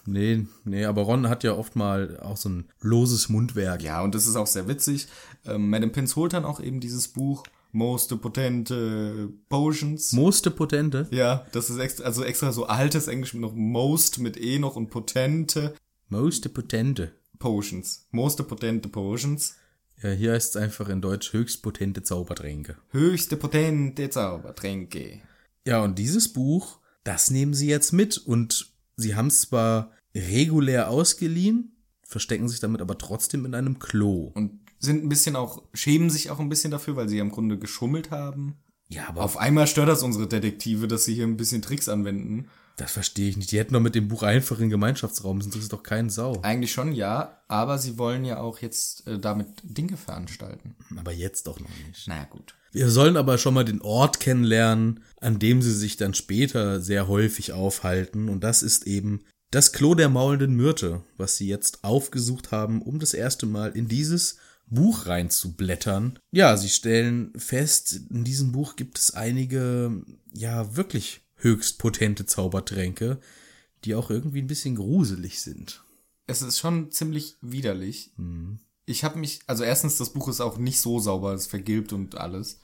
Speaker 1: Nee, nee, aber Ron hat ja oft mal auch so ein loses Mundwerk.
Speaker 2: Ja, und das ist auch sehr witzig. Ähm, Madame Pins holt dann auch eben dieses Buch Most Potent äh, Potions.
Speaker 1: Moste Potente.
Speaker 2: ja, das ist extra, also extra so altes Englisch mit noch Most mit E noch und Potente
Speaker 1: Moste Potente.
Speaker 2: Potions. Most Potente Potions.
Speaker 1: Ja, hier heißt es einfach in Deutsch höchst potente Zaubertränke.
Speaker 2: Höchste potente Zaubertränke.
Speaker 1: Ja, und dieses Buch, das nehmen sie jetzt mit und sie haben es zwar regulär ausgeliehen, verstecken sich damit aber trotzdem in einem Klo.
Speaker 2: Und sind ein bisschen auch, schämen sich auch ein bisschen dafür, weil sie im Grunde geschummelt haben.
Speaker 1: Ja, aber
Speaker 2: Auf einmal stört das unsere Detektive, dass sie hier ein bisschen Tricks anwenden.
Speaker 1: das verstehe ich nicht. Die hätten doch mit dem Buch einfach in den Gemeinschaftsraum, sonst ist doch kein Sau.
Speaker 2: Eigentlich schon ja, aber sie wollen ja auch jetzt äh, damit Dinge veranstalten.
Speaker 1: Aber jetzt doch noch nicht.
Speaker 2: Naja, gut.
Speaker 1: Wir sollen aber schon mal den Ort kennenlernen, an dem sie sich dann später sehr häufig aufhalten. Und das ist eben das Klo der maulenden Myrte, was sie jetzt aufgesucht haben, um das erste Mal in dieses Buch reinzublättern. Ja, sie stellen fest, in diesem Buch gibt es einige, ja, wirklich höchst potente Zaubertränke, die auch irgendwie ein bisschen gruselig sind.
Speaker 2: Es ist schon ziemlich widerlich. Ich habe mich, also erstens, das Buch ist auch nicht so sauber, es vergilbt und alles.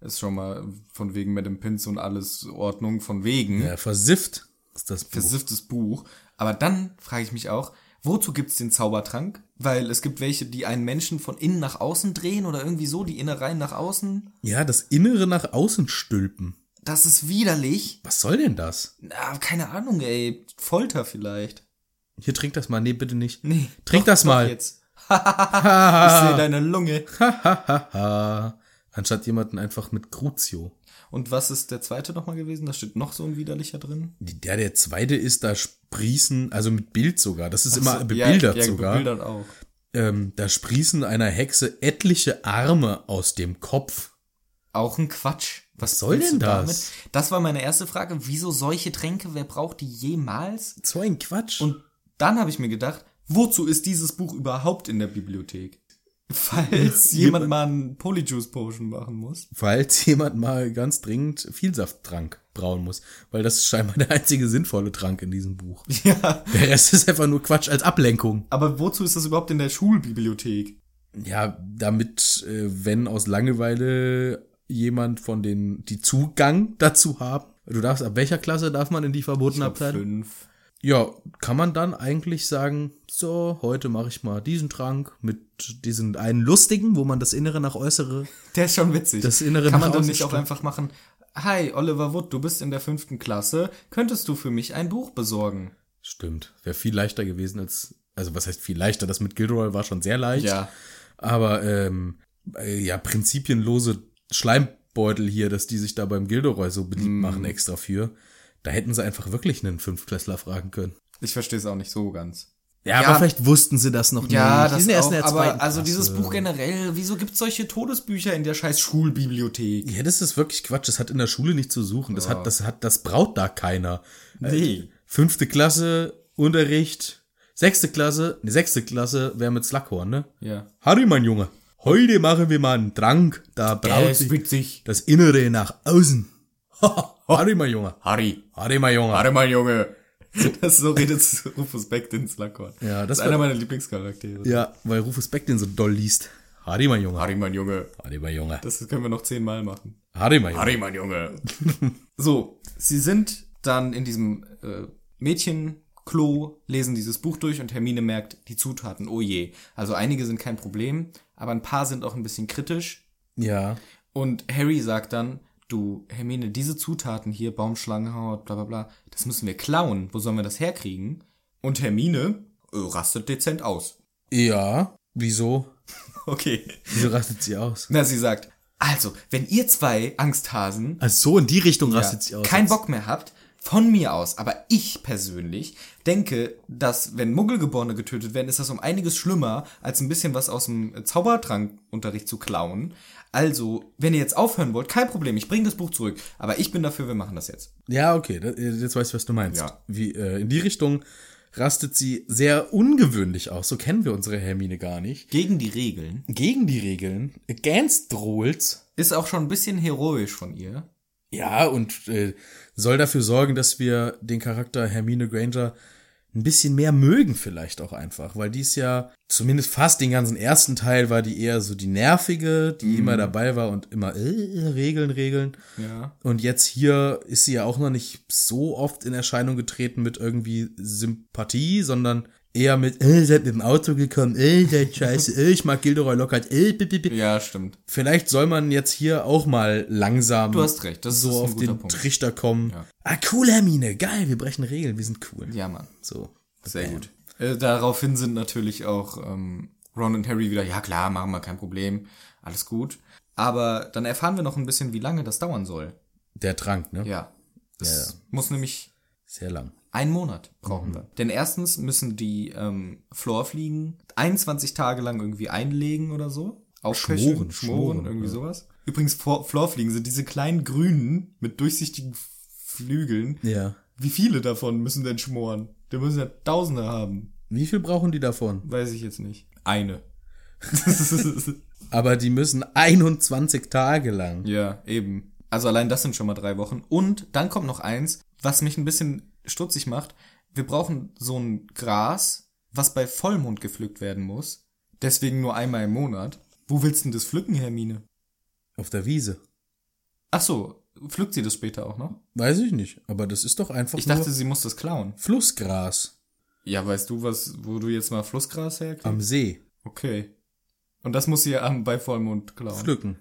Speaker 2: Ist schon mal von wegen mit dem Pins und alles Ordnung, von wegen.
Speaker 1: Ja, versifft ist das Buch.
Speaker 2: versifftes Buch. Aber dann frage ich mich auch, wozu gibt's den Zaubertrank? Weil es gibt welche, die einen Menschen von innen nach außen drehen oder irgendwie so, die Innereien nach außen.
Speaker 1: Ja, das Innere nach außen stülpen.
Speaker 2: Das ist widerlich.
Speaker 1: Was soll denn das?
Speaker 2: Na, keine Ahnung, ey. Folter vielleicht.
Speaker 1: Hier trink das mal. Nee, bitte nicht.
Speaker 2: Nee.
Speaker 1: Trink das mal. Ah.
Speaker 2: Jetzt. ich sehe deine Lunge.
Speaker 1: Hahaha. Anstatt jemanden einfach mit Crucio.
Speaker 2: Und was ist der zweite nochmal gewesen? Da steht noch so ein widerlicher drin.
Speaker 1: Der, der zweite ist da sprießen, also mit Bild sogar. Das ist immer bebildert
Speaker 2: ja, ja,
Speaker 1: sogar.
Speaker 2: bebildert auch.
Speaker 1: Ähm, da sprießen einer Hexe etliche Arme aus dem Kopf.
Speaker 2: Auch ein Quatsch. Was
Speaker 1: soll
Speaker 2: willst
Speaker 1: denn
Speaker 2: du
Speaker 1: das?
Speaker 2: Damit? Das war meine erste Frage. Wieso solche Tränke? Wer braucht die jemals?
Speaker 1: So ein Quatsch. Und
Speaker 2: Und dann habe ich mir gedacht, wozu ist dieses Buch überhaupt in der Bibliothek? Falls jemand mal einen Polyjuice Potion machen muss.
Speaker 1: falls jemand mal ganz dringend Vielsafttrank brauen muss. Weil das ist scheinbar der einzige sinnvolle Trank in diesem Buch.
Speaker 2: Ja.
Speaker 1: Der Rest ist einfach nur Quatsch als Ablenkung.
Speaker 2: Aber wozu ist das überhaupt in der Schulbibliothek?
Speaker 1: Ja, damit, äh, wenn aus Langeweile jemand von den, die Zugang dazu haben. Du darfst, ab welcher Klasse darf man in die verbotene Abteilung?
Speaker 2: Fünf.
Speaker 1: Ja, kann man dann eigentlich sagen, so, heute mache ich mal diesen Trank mit diesen einen lustigen, wo man das Innere nach Äußere.
Speaker 2: Der ist schon witzig.
Speaker 1: Das Innere
Speaker 2: Kann man
Speaker 1: nach
Speaker 2: doch
Speaker 1: außen
Speaker 2: nicht auch
Speaker 1: stimmt.
Speaker 2: einfach machen. Hi, Oliver Wood, du bist in der fünften Klasse. Könntest du für mich ein Buch besorgen?
Speaker 1: Stimmt, wäre viel leichter gewesen als, also was heißt viel leichter? Das mit Gilderoy war schon sehr leicht.
Speaker 2: Ja.
Speaker 1: Aber, ähm, äh, ja, prinzipienlose Schleimbeutel hier, dass die sich da beim Gilderoy so beliebt machen extra für. Da hätten sie einfach wirklich einen Fünftklässler fragen können.
Speaker 2: Ich verstehe es auch nicht so ganz.
Speaker 1: Ja,
Speaker 2: Ja.
Speaker 1: aber vielleicht wussten sie das noch
Speaker 2: Ja,
Speaker 1: nicht. Hm, Die
Speaker 2: das
Speaker 1: sind erst
Speaker 2: auch,
Speaker 1: in der
Speaker 2: aber
Speaker 1: zweiten
Speaker 2: also dieses
Speaker 1: Klasse.
Speaker 2: Buch generell, wieso gibt's solche Todesbücher in der scheiß Schulbibliothek?
Speaker 1: Ja, das ist wirklich Quatsch. Das hat in der Schule nicht zu suchen. Das
Speaker 2: Ja.
Speaker 1: hat, das hat, das braut da keiner.
Speaker 2: Nee.
Speaker 1: Fünfte Klasse, Unterricht. Sechste Klasse, ne, sechste Klasse wäre mit Slackhorn, ne?
Speaker 2: Ja.
Speaker 1: Harry, mein Junge, heute machen wir mal einen Trank. Da braut sich
Speaker 2: witzig.
Speaker 1: das Innere nach außen. Harry, mein Junge.
Speaker 2: Harry.
Speaker 1: Harry, mein Junge.
Speaker 2: Warte mal, Junge. Das so redet Rufus Beck den Slackhorn.
Speaker 1: Ja, das
Speaker 2: ist einer meiner Lieblingscharaktere.
Speaker 1: Ja, weil Rufus Beck den so doll liest. Harry, mein Junge.
Speaker 2: Harry, mein Junge.
Speaker 1: Harry, mein Junge.
Speaker 2: Das können wir noch zehnmal machen.
Speaker 1: Harry, mein Junge.
Speaker 2: Harry, mein Junge. so, sie sind dann in diesem äh, Mädchenklo, lesen dieses Buch durch und Hermine merkt die Zutaten. Oh je. Also einige sind kein Problem, aber ein paar sind auch ein bisschen kritisch.
Speaker 1: Ja.
Speaker 2: Und Harry sagt dann, du, Hermine, diese Zutaten hier, Baumschlangenhaut, bla bla bla, das müssen wir klauen. Wo sollen wir das herkriegen? Und Hermine äh, rastet dezent aus.
Speaker 1: Ja. Wieso?
Speaker 2: Okay.
Speaker 1: Wieso rastet sie aus?
Speaker 2: Na, sie sagt, Also, wenn ihr zwei Angsthasen
Speaker 1: Also so in die Richtung
Speaker 2: ja,
Speaker 1: rastet sie aus.
Speaker 2: keinen Bock mehr habt, von mir aus, aber ich persönlich denke, dass wenn Muggelgeborene getötet werden, ist das um einiges schlimmer, als ein bisschen was aus dem Zaubertrankunterricht zu klauen. Also, wenn ihr jetzt aufhören wollt, kein Problem, ich bringe das Buch zurück, aber ich bin dafür, wir machen das jetzt.
Speaker 1: Ja, okay, da- jetzt weiß ich, was du meinst.
Speaker 2: Ja.
Speaker 1: Wie, äh, in die Richtung rastet sie sehr ungewöhnlich aus. So kennen wir unsere Hermine gar nicht.
Speaker 2: Gegen die Regeln.
Speaker 1: Gegen die Regeln, against Rules.
Speaker 2: Ist auch schon ein bisschen heroisch von ihr.
Speaker 1: Ja, und äh, soll dafür sorgen, dass wir den Charakter Hermine Granger ein bisschen mehr mögen vielleicht auch einfach, weil die ist ja zumindest fast den ganzen ersten Teil war die eher so die nervige, die immer dabei war und immer äh, Regeln, Regeln.
Speaker 2: Ja.
Speaker 1: Und jetzt hier ist sie ja auch noch nicht so oft in Erscheinung getreten mit irgendwie Sympathie, sondern eher mit, äh, seid mit dem Auto gekommen, äh, seid scheiße, äh, ich mag Gilderoy Lockhart, äh, bi, bi, bi.
Speaker 2: Ja, stimmt.
Speaker 1: Vielleicht soll man jetzt hier auch mal langsam
Speaker 2: Du hast recht, das ist
Speaker 1: so
Speaker 2: ein
Speaker 1: auf
Speaker 2: guter
Speaker 1: den
Speaker 2: Punkt.
Speaker 1: Trichter kommen.
Speaker 2: Ja.
Speaker 1: Ah, cool, Hermine, geil, wir brechen Regeln, wir sind cool.
Speaker 2: Ja, Mann.
Speaker 1: So.
Speaker 2: Sehr gut. Äh, daraufhin sind natürlich auch ähm, Ron und Harry wieder, ja klar, machen wir kein Problem, alles gut. Aber dann erfahren wir noch ein bisschen, wie lange das dauern soll.
Speaker 1: Der Trank, ne?
Speaker 2: Ja. Das
Speaker 1: Ja. Mhm.
Speaker 2: muss nämlich
Speaker 1: Sehr lang.
Speaker 2: einen Monat brauchen wir. Denn erstens müssen die ähm, Floorfliegen 21 Tage lang irgendwie einlegen oder so. Aufköcheln, schmoren,
Speaker 1: Schmoren,
Speaker 2: schmoren
Speaker 1: schmoren,
Speaker 2: irgendwie
Speaker 1: ja.
Speaker 2: sowas. Übrigens, Flo- Floorfliegen sind diese kleinen grünen mit durchsichtigen Flügeln.
Speaker 1: Ja.
Speaker 2: Wie viele davon müssen denn schmoren? Da müssen ja Tausende haben.
Speaker 1: Wie viel brauchen die davon?
Speaker 2: Weiß ich jetzt nicht. Eine.
Speaker 1: Aber die müssen 21 Tage lang.
Speaker 2: ja, eben. Also allein das sind schon mal drei Wochen. Und dann kommt noch eins, was mich ein bisschen stutzig macht. Wir brauchen so ein Gras, was bei Vollmond gepflückt werden muss. Deswegen nur einmal im Monat. Wo willst du denn das pflücken, Hermine?
Speaker 1: Auf der Wiese.
Speaker 2: Ach so, pflückt sie das später auch noch?
Speaker 1: Weiß ich nicht, aber das ist doch einfach
Speaker 2: Ich dachte,
Speaker 1: nur
Speaker 2: sie muss das klauen.
Speaker 1: Flussgras
Speaker 2: Ja, weißt du was, wo du jetzt mal Flussgras herkriegst?
Speaker 1: am See
Speaker 2: Okay. Und das muss sie ja am- bei Vollmond klauen.
Speaker 1: pflücken.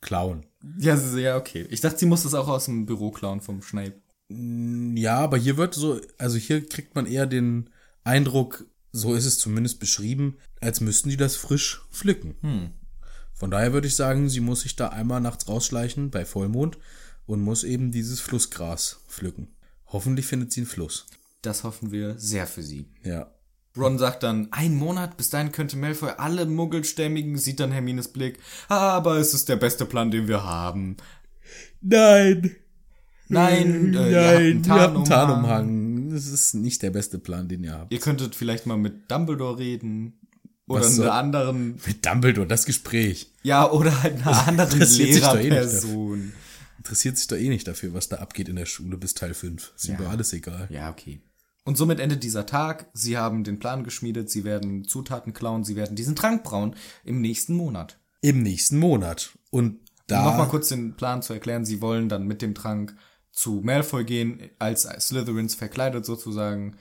Speaker 1: Klauen.
Speaker 2: Ja, sie- ja, okay. Ich dachte, sie muss das auch aus dem Büro klauen vom Schneib.
Speaker 1: Ja, aber hier wird so, also hier kriegt man eher den Eindruck, so ist es zumindest beschrieben, als müssten die das frisch pflücken.
Speaker 2: Hm.
Speaker 1: Von daher würde ich sagen, sie muss sich da einmal nachts rausschleichen bei Vollmond und muss eben dieses Flussgras pflücken. Hoffentlich findet sie einen Fluss.
Speaker 2: Das hoffen wir sehr für sie.
Speaker 1: Ja.
Speaker 2: Ron sagt dann, ein Monat, bis dahin könnte Malfoy alle Muggelstämmigen, sieht dann Hermines Blick, aber es ist der beste Plan, den wir haben.
Speaker 1: Nein!
Speaker 2: Nein, äh,
Speaker 1: Mm, Nein,
Speaker 2: ihr
Speaker 1: ihr habt einen
Speaker 2: habt einen Tarnumhang.
Speaker 1: Tarnumhang. Das ist nicht der beste Plan, den ihr habt.
Speaker 2: Ihr könntet vielleicht mal mit Dumbledore reden. Oder
Speaker 1: Was soll-
Speaker 2: einer anderen,
Speaker 1: Mit Dumbledore, das Gespräch.
Speaker 2: ja, oder halt einer anderen
Speaker 1: interessiert sich doch eh nicht
Speaker 2: Lehrerperson.
Speaker 1: Interessiert sich doch eh nicht dafür, was da abgeht in der Schule bis Teil 5. Ist ihm doch alles egal.
Speaker 2: Ja, okay. Und somit endet dieser Tag. Sie haben den Plan geschmiedet, sie werden Zutaten klauen, sie werden diesen Trank brauen im nächsten Monat.
Speaker 1: Im nächsten Monat. Und da.
Speaker 2: Um nochmal kurz den Plan zu erklären, sie wollen dann mit dem Trank zu Malfoy gehen, als Slytherins verkleidet sozusagen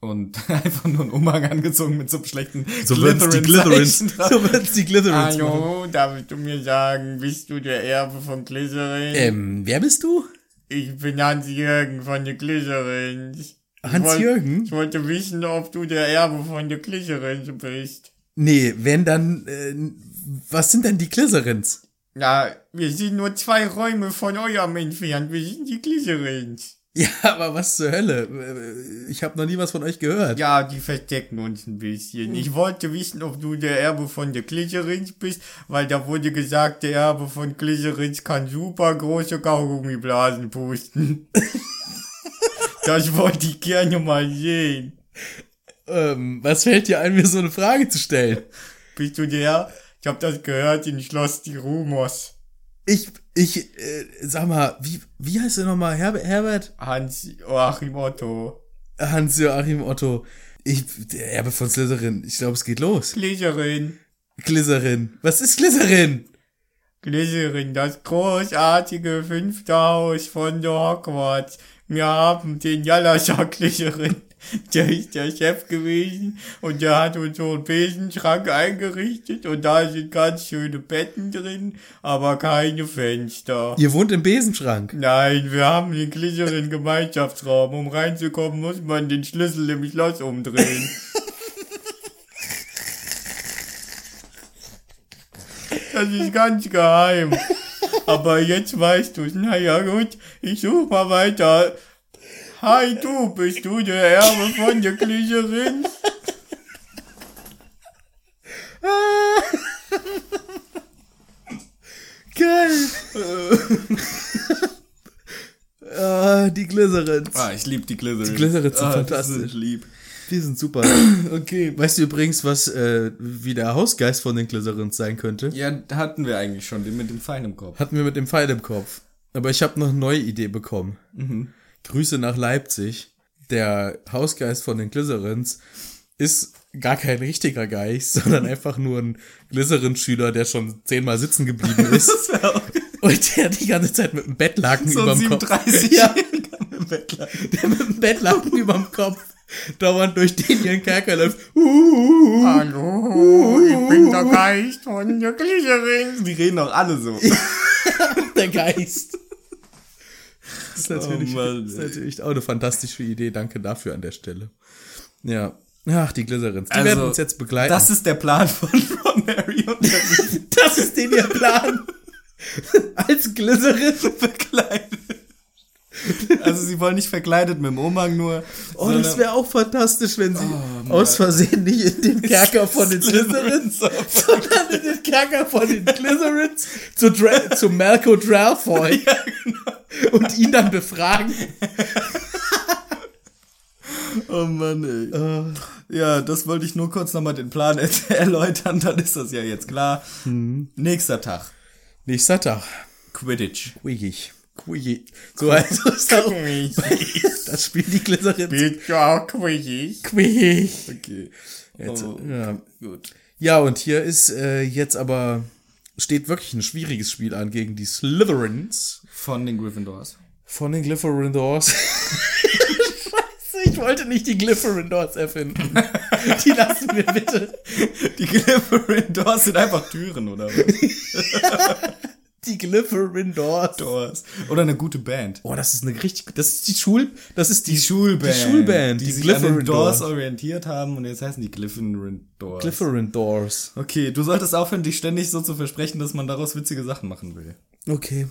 Speaker 2: und einfach nur einen Umhang angezogen mit so einem schlechten
Speaker 1: so wird's die Glitherins.
Speaker 2: Slytherin-Zeichen drauf.
Speaker 1: So wird's die
Speaker 3: Ah,
Speaker 1: Glitherins. machen.
Speaker 3: Hallo, darfst du mir sagen, bist du der Erbe von Glycerin?
Speaker 1: Ähm, wer bist du?
Speaker 3: Ich bin Hans-Jürgen von der Glycerin. Ich
Speaker 1: Hans-Jürgen?
Speaker 3: wollt- Ich wollte wissen, ob du der Erbe von der Glycerin bist.
Speaker 1: Nee, wenn dann. Äh, was sind denn die Glitherins?
Speaker 3: Na, wir sind nur zwei Räume von eurem entfernt. Wir sind die Glycerins.
Speaker 1: Ja, aber was zur Hölle? Äh, Ich habe noch nie was von euch gehört.
Speaker 3: Ja, die verstecken uns ein bisschen. Ich wollte wissen, ob du der Erbe von der Glycerins bist, weil da wurde gesagt, der Erbe von Glycerins kann super große Kaugummiblasen pusten. das wollte ich gerne mal sehen.
Speaker 1: Ähm, was fällt dir ein, mir so eine Frage zu stellen?
Speaker 3: Bist du der? Ich hab das gehört in Schloss die Rumors.
Speaker 1: Ich, ich, äh, sag mal, wie, wie heißt er nochmal? Herber, Herbert?
Speaker 3: Hans Joachim Otto.
Speaker 1: Hans-Joachim Otto. Ich, der Erbe von Slytherin. Ich glaube, es geht los.
Speaker 3: Glycerin.
Speaker 1: Glytherin. Was ist Glytherin?
Speaker 3: Glycerin, das großartige fünfte Haus von der Hogwarts. Wir haben den Jalascha Glycerin. Der ist der Chef gewesen und der hat uns so einen Besenschrank eingerichtet und da sind ganz schöne Betten drin, aber keine Fenster.
Speaker 1: Ihr wohnt im Besenschrank.
Speaker 3: Nein, wir haben den glitzeren Gemeinschaftsraum. Um reinzukommen, muss man den Schlüssel im Schloss umdrehen. Das ist ganz geheim. Aber jetzt weißt du's. Naja, gut, ich such mal weiter. Hi, du, bist du der Erbe von der Klücherin?
Speaker 1: Geil. ah, die Glycerins.
Speaker 2: Ah, ich liebe die Glycerin. Die
Speaker 1: Glycerins sind
Speaker 2: Die
Speaker 1: fantastisch.
Speaker 2: sind lieb.
Speaker 1: Die sind super. okay. Weißt du übrigens, was äh, wie der Hausgeist von den Glycerins sein könnte?
Speaker 2: Ja, da hatten wir eigentlich schon, den mit dem Pfeil im Kopf.
Speaker 1: Hatten wir mit dem Pfeil im Kopf. Aber ich habe noch eine neue Idee bekommen. Grüße nach Leipzig. Der Hausgeist von den Glycerins ist gar kein richtiger Geist, sondern einfach nur ein Glycerin-Schüler, der schon zehnmal sitzen geblieben ist
Speaker 2: Das wäre auch
Speaker 1: und der die ganze Zeit mit einem Bettlaken
Speaker 2: so ein
Speaker 1: überm Kopf
Speaker 2: 37-Jähriger im Bettler.
Speaker 1: der mit dem Bettlaken überm Kopf dauernd durch den ihren Kerker läuft. Uh,
Speaker 3: Hallo, ich bin der Geist von der Klücherin.
Speaker 2: Die reden auch alle so.
Speaker 1: der Geist. Das ist natürlich,
Speaker 2: Oh Mann,
Speaker 1: das ist
Speaker 2: ey.
Speaker 1: natürlich auch eine fantastische Idee. Danke dafür an der Stelle. Ja. Ach, die Glycerins. Die
Speaker 2: Also,
Speaker 1: werden uns jetzt begleiten.
Speaker 2: Das ist der Plan von Ron, Harry und der
Speaker 1: das ist den ihr Plan. Als Glycerin.
Speaker 2: verkleidet. Also sie wollen nicht verkleidet mit dem Umhang nur.
Speaker 1: Oh, das wäre auch fantastisch, wenn sie aus Versehen nicht in den Kerker von den Slytherins, sondern in den Kerker von den Glycerins zu, Dra zu Malco Dralfoy und ihn dann befragen.
Speaker 2: Oh Mann, ey. Ja, das wollte ich nur kurz nochmal den Plan erläutern, dann ist das ja jetzt klar. Mhm. Nächster Tag.
Speaker 1: Nächster Tag.
Speaker 2: Quidditch.
Speaker 1: Quiggy. Quiggy. So heißt es auch.
Speaker 3: Mich.
Speaker 1: Das spielt die Glycerins.
Speaker 3: Bist du auch quirlig?
Speaker 1: Quig.
Speaker 2: Okay.
Speaker 1: Jetzt,
Speaker 2: Oh,
Speaker 1: ja.
Speaker 2: Gut.
Speaker 1: ja, und hier ist äh, jetzt aber steht wirklich ein schwieriges Spiel an gegen die Slytherins.
Speaker 2: Von den Gryffindors.
Speaker 1: Von den Glypherindors. Scheiße, ich wollte nicht die Glypherindors erfinden. Die lassen wir bitte.
Speaker 2: Die Gryffindors sind einfach Türen, oder was?
Speaker 1: Die Glypherindors.
Speaker 2: Doors. Oder eine gute Band.
Speaker 1: Oh, das ist eine richtig, das ist die Schul, das ist die,
Speaker 2: Schulband.
Speaker 1: Die Schulband,
Speaker 2: Die,
Speaker 1: die,
Speaker 2: sich an den Doors
Speaker 1: Glypherindors.
Speaker 2: orientiert haben und jetzt heißen die Gryffindors.
Speaker 1: Glypherindors.
Speaker 2: okay, du solltest aufhören, dich ständig so zu versprechen, dass man daraus witzige Sachen machen will.
Speaker 1: Okay.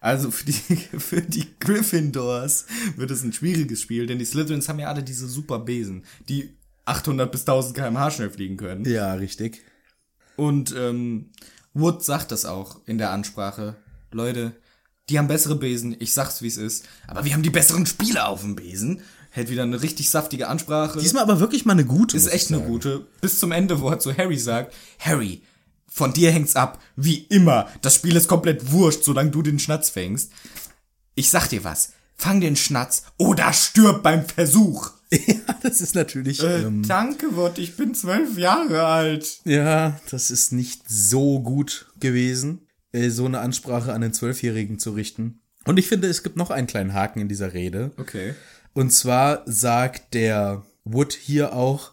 Speaker 2: Also für die, für die Gryffindors wird es ein schwieriges Spiel, denn die Slytherins haben ja alle diese super Besen, die 800 bis 1000 km/h schnell fliegen können.
Speaker 1: Ja, richtig.
Speaker 2: Und ähm, Wood sagt das auch in der Ansprache. Leute, die haben bessere Besen, ich sag's wie's ist, aber wir haben die besseren Spieler auf dem Besen. Hält wieder eine richtig saftige Ansprache.
Speaker 1: Diesmal aber wirklich mal eine gute.
Speaker 2: ist echt eine gute. Bis zum Ende, wo er zu Harry sagt, Harry, von dir hängt's ab, wie immer. Das Spiel ist komplett wurscht, solange du den Schnatz fängst. Ich sag dir was, fang den Schnatz oder stirb beim Versuch.
Speaker 1: ja, das ist natürlich, ähm,
Speaker 2: Äh, Danke, Wort, ich bin zwölf Jahre alt.
Speaker 1: ja, das ist nicht so gut gewesen, äh, so eine Ansprache an den Zwölfjährigen zu richten. Und ich finde, es gibt noch einen kleinen Haken in dieser Rede.
Speaker 2: Okay.
Speaker 1: Und zwar sagt der Wood hier auch,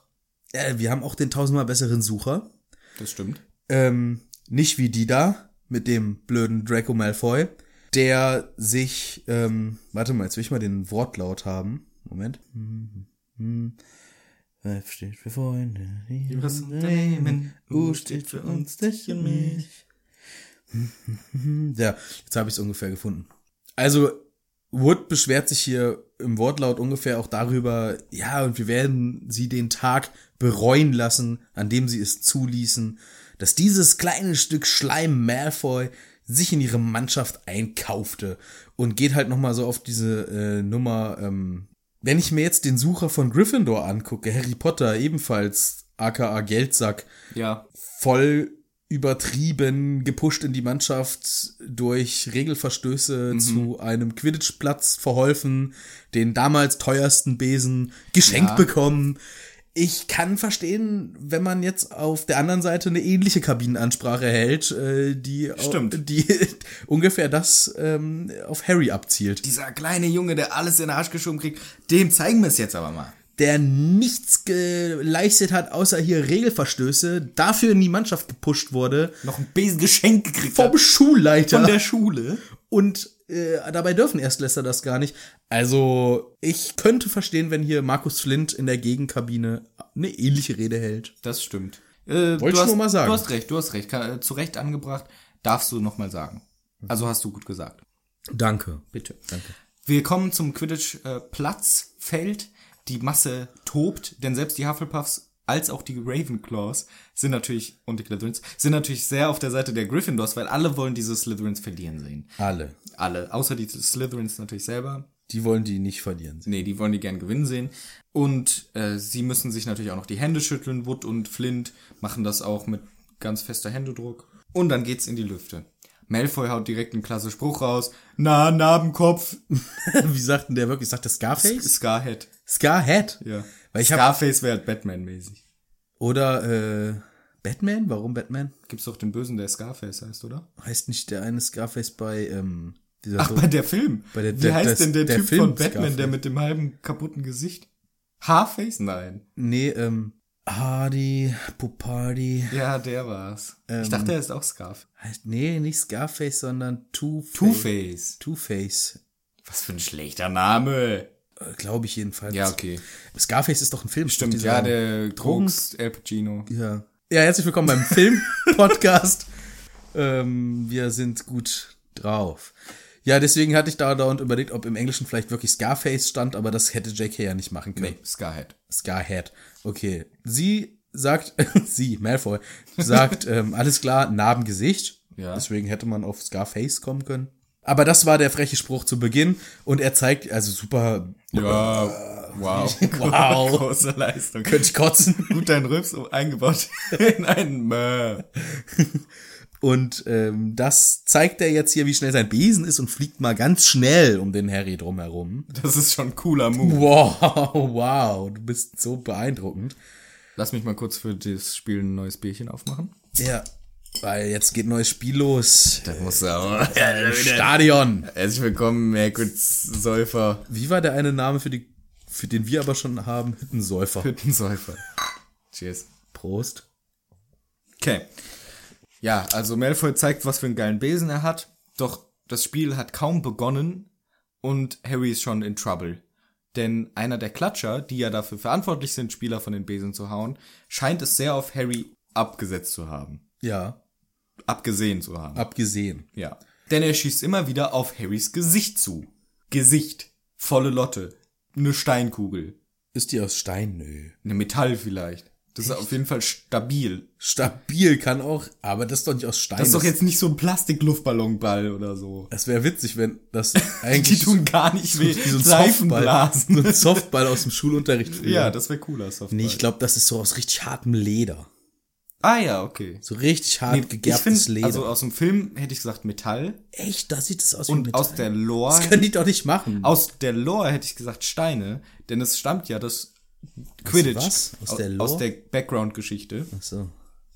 Speaker 1: äh, wir haben auch den tausendmal besseren Sucher.
Speaker 2: Das stimmt.
Speaker 1: Ähm, nicht wie die da mit dem blöden Draco Malfoy, der sich, ähm, warte mal, jetzt will ich mal den Wortlaut haben. Moment. Hm, hm. F steht für Freunde, die
Speaker 2: was unternehmen.
Speaker 1: U steht für uns, dich und mich. Ja, jetzt habe ich es ungefähr gefunden. Also, Wood beschwert sich hier im Wortlaut ungefähr auch darüber, ja, und wir werden sie den Tag bereuen lassen, an dem sie es zuließen, dass dieses kleine Stück Schleim Malfoy sich in ihre Mannschaft einkaufte und geht halt nochmal so auf diese äh, Nummer, ähm, wenn ich mir jetzt den Sucher von Gryffindor angucke, Harry Potter ebenfalls, aka Geldsack,
Speaker 2: Ja.
Speaker 1: voll übertrieben, gepusht in die Mannschaft durch Regelverstöße
Speaker 2: Mhm.
Speaker 1: zu einem Quidditch-Platz verholfen, den damals teuersten Besen geschenkt
Speaker 2: Ja.
Speaker 1: bekommen. Ich kann verstehen, wenn man jetzt auf der anderen Seite eine ähnliche Kabinenansprache hält, äh, die, au-
Speaker 2: Stimmt.
Speaker 1: die ungefähr das ähm, auf Harry abzielt.
Speaker 2: Dieser kleine Junge, der alles in den Arsch geschoben kriegt, dem zeigen wir es jetzt aber mal.
Speaker 1: der nichts geleistet hat, außer hier Regelverstöße, dafür in die Mannschaft gepusht wurde,
Speaker 2: Noch ein Besen Geschenk gekriegt
Speaker 1: vom Schulleiter.
Speaker 2: von der Schule.
Speaker 1: Und äh, dabei dürfen Erstlässer das gar nicht. Also, ich könnte verstehen, wenn hier Markus Flint in der Gegenkabine eine ähnliche Rede hält.
Speaker 2: Das stimmt. Äh,
Speaker 1: Wollte
Speaker 2: du
Speaker 1: ich
Speaker 2: hast,
Speaker 1: nur mal sagen.
Speaker 2: Du hast recht, du hast recht. Kann, äh, zu Recht angebracht, darfst du nochmal sagen. Also hast du gut gesagt.
Speaker 1: Danke.
Speaker 2: Bitte.
Speaker 1: Danke.
Speaker 2: Wir kommen zum Quidditch-Platzfeld. die Masse tobt, denn selbst die Hufflepuffs als auch die Ravenclaws sind natürlich, und die Slytherins, sind natürlich sehr auf der Seite der Gryffindors, weil alle wollen diese Slytherins verlieren sehen.
Speaker 1: Alle.
Speaker 2: Alle. Außer die Slytherins natürlich selber.
Speaker 1: Die wollen die nicht verlieren.
Speaker 2: Nee, die wollen die gern gewinnen sehen. Und äh, sie müssen sich natürlich auch noch die Hände schütteln. Wood und Flint machen das auch mit ganz fester Händedruck. Und dann geht's in die Lüfte. Malfoy haut direkt einen klasse Spruch raus. Na, Narbenkopf,
Speaker 1: Wie sagt denn der wirklich? Sagt der Scarface?
Speaker 2: Scarhead.
Speaker 1: Scarhead?
Speaker 2: Ja.
Speaker 1: Weil ich hab-
Speaker 2: Scarface wäre halt Batman-mäßig.
Speaker 1: Oder äh, Batman? Warum Batman?
Speaker 2: Gibt's doch den Bösen, der Scarface heißt, oder?
Speaker 1: Heißt nicht der eine Scarface bei ähm, dieser
Speaker 2: Ach,
Speaker 1: so-
Speaker 2: bei der Film.
Speaker 1: Bei der-
Speaker 2: Wie
Speaker 1: der-
Speaker 2: heißt
Speaker 1: das-
Speaker 2: denn der,
Speaker 1: der
Speaker 2: Typ
Speaker 1: Film
Speaker 2: von Batman, der
Speaker 1: Scarface.
Speaker 2: mit dem halben kaputten Gesicht? Harface? Nein.
Speaker 1: Nee, ähm, Hardy, Pupardi.
Speaker 2: Ja, der war's.
Speaker 1: Ähm.
Speaker 2: ich dachte, er ist auch Scarface.
Speaker 1: Heißt, nee, nicht Scarface, sondern Two-Face.
Speaker 2: Two-Face.
Speaker 1: Two-Face.
Speaker 2: Was für ein schlechter Name.
Speaker 1: Äh, Glaube ich jedenfalls.
Speaker 2: Ja, okay.
Speaker 1: Scarface ist doch ein Film.
Speaker 2: Stimmt,
Speaker 1: dieser-
Speaker 2: ja, der Drogs, El Pacino.
Speaker 1: Ja. Ja, herzlich willkommen beim Film-Podcast. ähm, wir sind gut drauf. Ja, deswegen hatte ich da dauernd überlegt, ob im Englischen vielleicht wirklich Scarface stand, aber das hätte JK ja nicht machen können.
Speaker 2: Nee, Scarhead.
Speaker 1: Scarhead. Okay. Sie sagt, sie, Malfoy, sagt, ähm, alles klar, Narbengesicht.
Speaker 2: Ja.
Speaker 1: Deswegen hätte man auf Scarface kommen können. Aber das war der freche Spruch zu Beginn und er zeigt, also super,
Speaker 2: Ja, wow.
Speaker 1: Wow.
Speaker 2: Große Leistung.
Speaker 1: könnte ich kotzen.
Speaker 2: Gut dein Rübs eingebaut in einen Mö.
Speaker 1: Und ähm, das zeigt er jetzt hier, wie schnell sein Besen ist und fliegt mal ganz schnell um den Harry drumherum.
Speaker 2: Das ist schon ein cooler Move.
Speaker 1: Wow, wow, du bist so beeindruckend.
Speaker 2: Lass mich mal kurz für das Spiel ein neues Bierchen aufmachen.
Speaker 1: Ja, weil jetzt geht ein neues Spiel los.
Speaker 2: Das muss er. Herzlich
Speaker 1: Stadion.
Speaker 2: willkommen, Merkwitz Säufer.
Speaker 1: Wie war der eine Name für die, für den wir aber schon haben? Hüttensäufer.
Speaker 2: Hüttensäufer. Cheers.
Speaker 1: Prost.
Speaker 2: Okay. Ja, also Malfoy zeigt, was für einen geilen Besen er hat. Doch das Spiel hat kaum begonnen und Harry ist schon in Trouble. Denn einer der Klatscher, die ja dafür verantwortlich sind, Spieler von den Besen zu hauen, scheint es sehr auf Harry abgesetzt zu haben.
Speaker 1: Ja,
Speaker 2: Abgesehen zu haben.
Speaker 1: abgesehen.
Speaker 2: Ja. Denn er schießt immer wieder auf Harrys Gesicht zu. Gesicht. Volle Lotte. Eine Steinkugel.
Speaker 1: Ist die aus Stein? Nö.
Speaker 2: Eine Metall vielleicht. Das ist auf jeden Fall stabil.
Speaker 1: Stabil kann auch, aber das ist doch nicht aus Stein.
Speaker 2: Das ist doch jetzt nicht so ein Plastikluftballonball oder so.
Speaker 1: Das wäre witzig, wenn das
Speaker 2: Die
Speaker 1: eigentlich
Speaker 2: tun gar nicht weh.
Speaker 1: wie so ein Softball, so
Speaker 2: Seifenblasen.
Speaker 1: ein Softball aus dem Schulunterricht früher.
Speaker 2: Ja, das wäre cooler Softball.
Speaker 1: Nee, ich glaube, das ist so aus richtig hartem Leder.
Speaker 2: ah ja, okay.
Speaker 1: So richtig hart
Speaker 2: ich
Speaker 1: gegerbtes
Speaker 2: find,
Speaker 1: Leder.
Speaker 2: also aus dem Film hätte ich gesagt Metall
Speaker 1: Echt, da sieht es aus wie
Speaker 2: und
Speaker 1: Metall.
Speaker 2: aus der Lore
Speaker 1: Das können die doch nicht machen.
Speaker 2: aus der Lore hätte ich gesagt Steine, denn es stammt ja das Quidditch
Speaker 1: was? Aus
Speaker 2: Au-
Speaker 1: der Lore?
Speaker 2: aus der Background Geschichte.
Speaker 1: Ach so.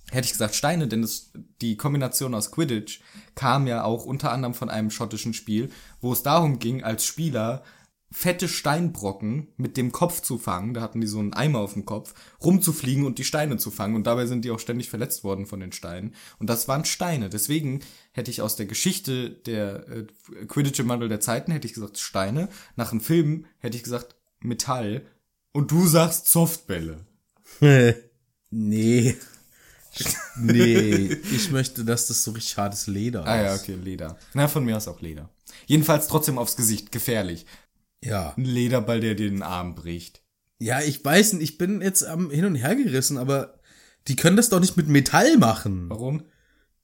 Speaker 2: Hätte ich gesagt Steine, denn es, die Kombination aus Quidditch kam ja auch unter anderem von einem schottischen Spiel, wo es darum ging, als Spieler fette Steinbrocken mit dem Kopf zu fangen, da hatten die so einen Eimer auf dem Kopf, rumzufliegen und die Steine zu fangen und dabei sind die auch ständig verletzt worden von den Steinen und das waren Steine. Deswegen hätte ich aus der Geschichte der äh, Quidditch im Wandel der Zeiten hätte ich gesagt Steine, nach dem Film hätte ich gesagt Metall und du sagst Softbälle.
Speaker 1: nee. nee, ich möchte, dass das so richtig hartes Leder
Speaker 2: Ah ja,
Speaker 1: ist.
Speaker 2: okay, Leder. Na, von mir aus auch Leder. Jedenfalls trotzdem aufs Gesicht, gefährlich.
Speaker 1: Ja.
Speaker 2: Ein Lederball, der dir den Arm bricht.
Speaker 1: Ja, ich weiß nicht, ich bin jetzt am hin und her gerissen, aber die können das doch nicht mit Metall machen.
Speaker 2: Warum?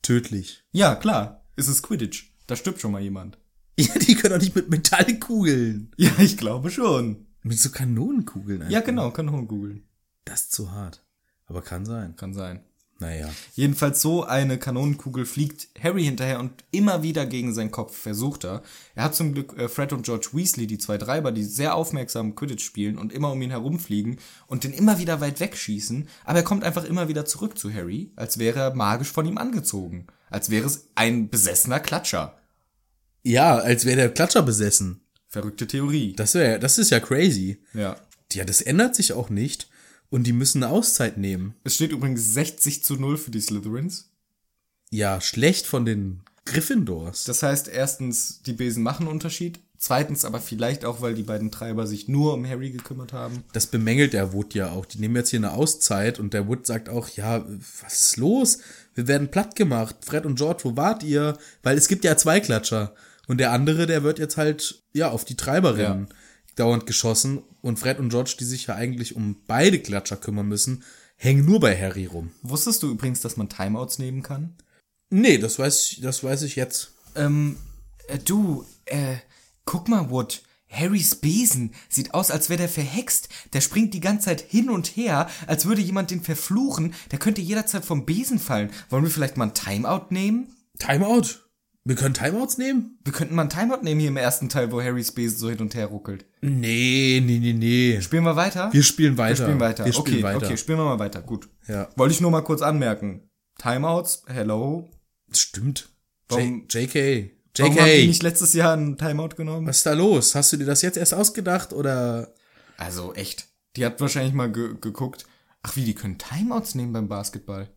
Speaker 1: Tödlich.
Speaker 2: Ja, klar, es ist Quidditch. Da stirbt schon mal jemand.
Speaker 1: Ja, die können doch nicht mit Metallkugeln.
Speaker 2: Ja, ich glaube schon.
Speaker 1: Mit so Kanonenkugeln einfach.
Speaker 2: Ja, genau, kann man googeln.
Speaker 1: Das ist zu hart. Aber kann sein.
Speaker 2: Kann sein.
Speaker 1: Naja.
Speaker 2: Jedenfalls so eine Kanonenkugel fliegt Harry hinterher und immer wieder gegen seinen Kopf versucht er. Er hat zum Glück äh, Fred und George Weasley, die zwei Treiber, die sehr aufmerksam Quidditch spielen und immer um ihn herumfliegen und den immer wieder weit wegschießen, aber er kommt einfach immer wieder zurück zu Harry, als wäre er magisch von ihm angezogen. Als wäre es ein besessener Klatscher.
Speaker 1: Ja, als wäre der Klatscher besessen.
Speaker 2: Verrückte Theorie.
Speaker 1: Das wäre, das ist ja crazy.
Speaker 2: ja.
Speaker 1: Ja, das ändert sich auch nicht. Und die müssen eine Auszeit nehmen.
Speaker 2: Es steht übrigens 60 zu 0 für die Slytherins.
Speaker 1: Ja, schlecht von den Gryffindors.
Speaker 2: Das heißt, erstens, die Besen machen Unterschied. Zweitens aber vielleicht auch, weil die beiden Treiber sich nur um Harry gekümmert haben.
Speaker 1: Das bemängelt der Wood ja auch. Die nehmen jetzt hier eine Auszeit und der Wood sagt auch, ja, was ist los? Wir werden platt gemacht. Fred und George, wo wart ihr? Weil es gibt ja zwei Klatscher. Und der andere, der wird jetzt halt, ja, auf die Treiber
Speaker 2: Ja.
Speaker 1: rennen. Dauernd geschossen. Und Fred und George, die sich ja eigentlich um beide Klatscher kümmern müssen, hängen nur bei Harry rum.
Speaker 2: Wusstest du übrigens, dass man Timeouts nehmen kann?
Speaker 1: Nee, das weiß ich, das weiß ich jetzt.
Speaker 2: Ähm, äh, du, äh, guck mal, Wood. Harrys Besen sieht aus, als wäre der verhext. Der springt die ganze Zeit hin und her, als würde jemand den verfluchen. Der könnte jederzeit vom Besen fallen. Wollen wir vielleicht mal ein Timeout nehmen?
Speaker 1: Timeout. Wir können Timeouts nehmen?
Speaker 2: Wir könnten mal ein Timeout nehmen hier im ersten Teil, wo Harrys Besen so hin und her ruckelt.
Speaker 1: Nee, nee, nee, nee.
Speaker 2: Spielen wir weiter?
Speaker 1: Wir spielen weiter.
Speaker 2: Wir spielen weiter.
Speaker 1: Wir spielen
Speaker 2: okay,
Speaker 1: weiter.
Speaker 2: okay, spielen wir mal weiter. Gut.
Speaker 1: Ja.
Speaker 2: Wollte ich nur mal kurz anmerken. Timeouts, hello.
Speaker 1: Stimmt.
Speaker 2: Warum-
Speaker 1: J JK.
Speaker 2: Warum haben die nicht
Speaker 1: JK.
Speaker 2: letztes Jahr einen Timeout genommen?
Speaker 1: Was ist da los? Hast du dir das jetzt erst ausgedacht oder?
Speaker 2: Also echt. Die hat wahrscheinlich mal ge geguckt. Ach wie, die können Timeouts nehmen beim Basketball.